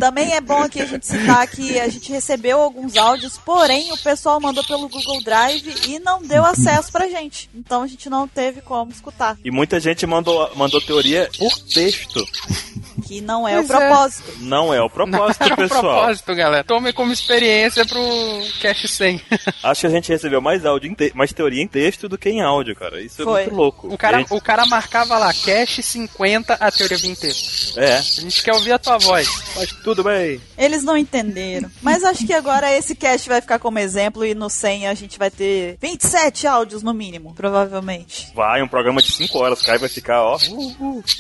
Speaker 4: Também é bom aqui a gente citar que a gente recebeu alguns áudios, porém o pessoal mandou pelo Google Drive e não deu acesso pra gente. Então a gente não teve como escutar,
Speaker 2: E muita gente mandou, mandou teoria por texto.
Speaker 4: que não é o
Speaker 1: Pois é.
Speaker 4: propósito.
Speaker 2: Não é o propósito,
Speaker 1: Era um
Speaker 2: pessoal.
Speaker 1: propósito, galera. Tomem como experiência pro cache *laughs* 100.
Speaker 2: Acho que a gente recebeu mais áudio em te- mais teoria em texto do que em áudio, cara. Isso é muito louco.
Speaker 1: O Um cara,
Speaker 2: E a gente-
Speaker 1: o cara marcava lá, cache 50, a teoria 20 texto.
Speaker 2: É.
Speaker 1: A gente quer ouvir a tua voz.
Speaker 2: Mas tudo bem.
Speaker 4: Eles não entenderam. Mas acho que agora esse cast vai ficar como exemplo e no 100 a gente vai ter 27 áudios no mínimo, provavelmente.
Speaker 2: Vai, um programa de 5 horas, o Caio vai ficar, ó,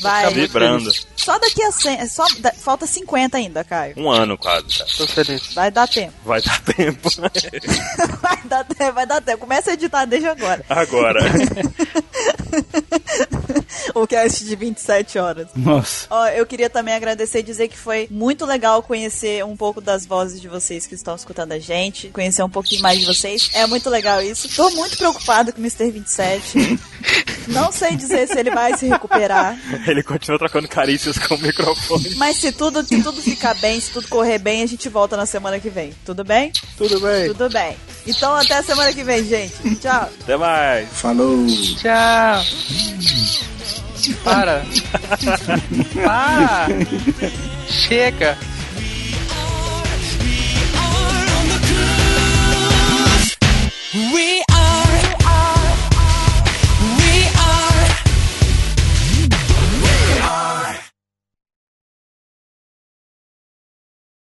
Speaker 4: Vai.
Speaker 2: vibrando.
Speaker 4: Só daqui a 100, só da- falta 50 ainda, Caio.
Speaker 2: Um ano quase, cara.
Speaker 1: Tô feliz.
Speaker 4: Vai dar tempo. *laughs*
Speaker 2: Vai dar *laughs* tempo.
Speaker 4: Vai dar tempo, vai dar tempo. Começa a editar desde agora. *laughs*
Speaker 2: Agora. *laughs*
Speaker 4: o cast de 27 horas.
Speaker 3: Nossa.
Speaker 4: Ó, eu queria também agradecer e dizer que foi muito legal conhecer um pouco das vozes de vocês que estão escutando a gente, conhecer um pouquinho mais de vocês. É muito legal isso. Tô muito preocupada com o Mr. 27. Não sei dizer se ele vai se recuperar.
Speaker 2: Ele continua trocando carícias com o microfone.
Speaker 4: Mas se tudo, se tudo ficar bem, se tudo correr bem, a gente volta na semana que vem. Tudo bem?
Speaker 2: Tudo bem.
Speaker 4: Tudo bem. Então até a semana que vem, gente. Tchau.
Speaker 2: Até mais.
Speaker 5: Falou.
Speaker 1: Tchau.
Speaker 2: *laughs*
Speaker 1: Para. Para. Chega.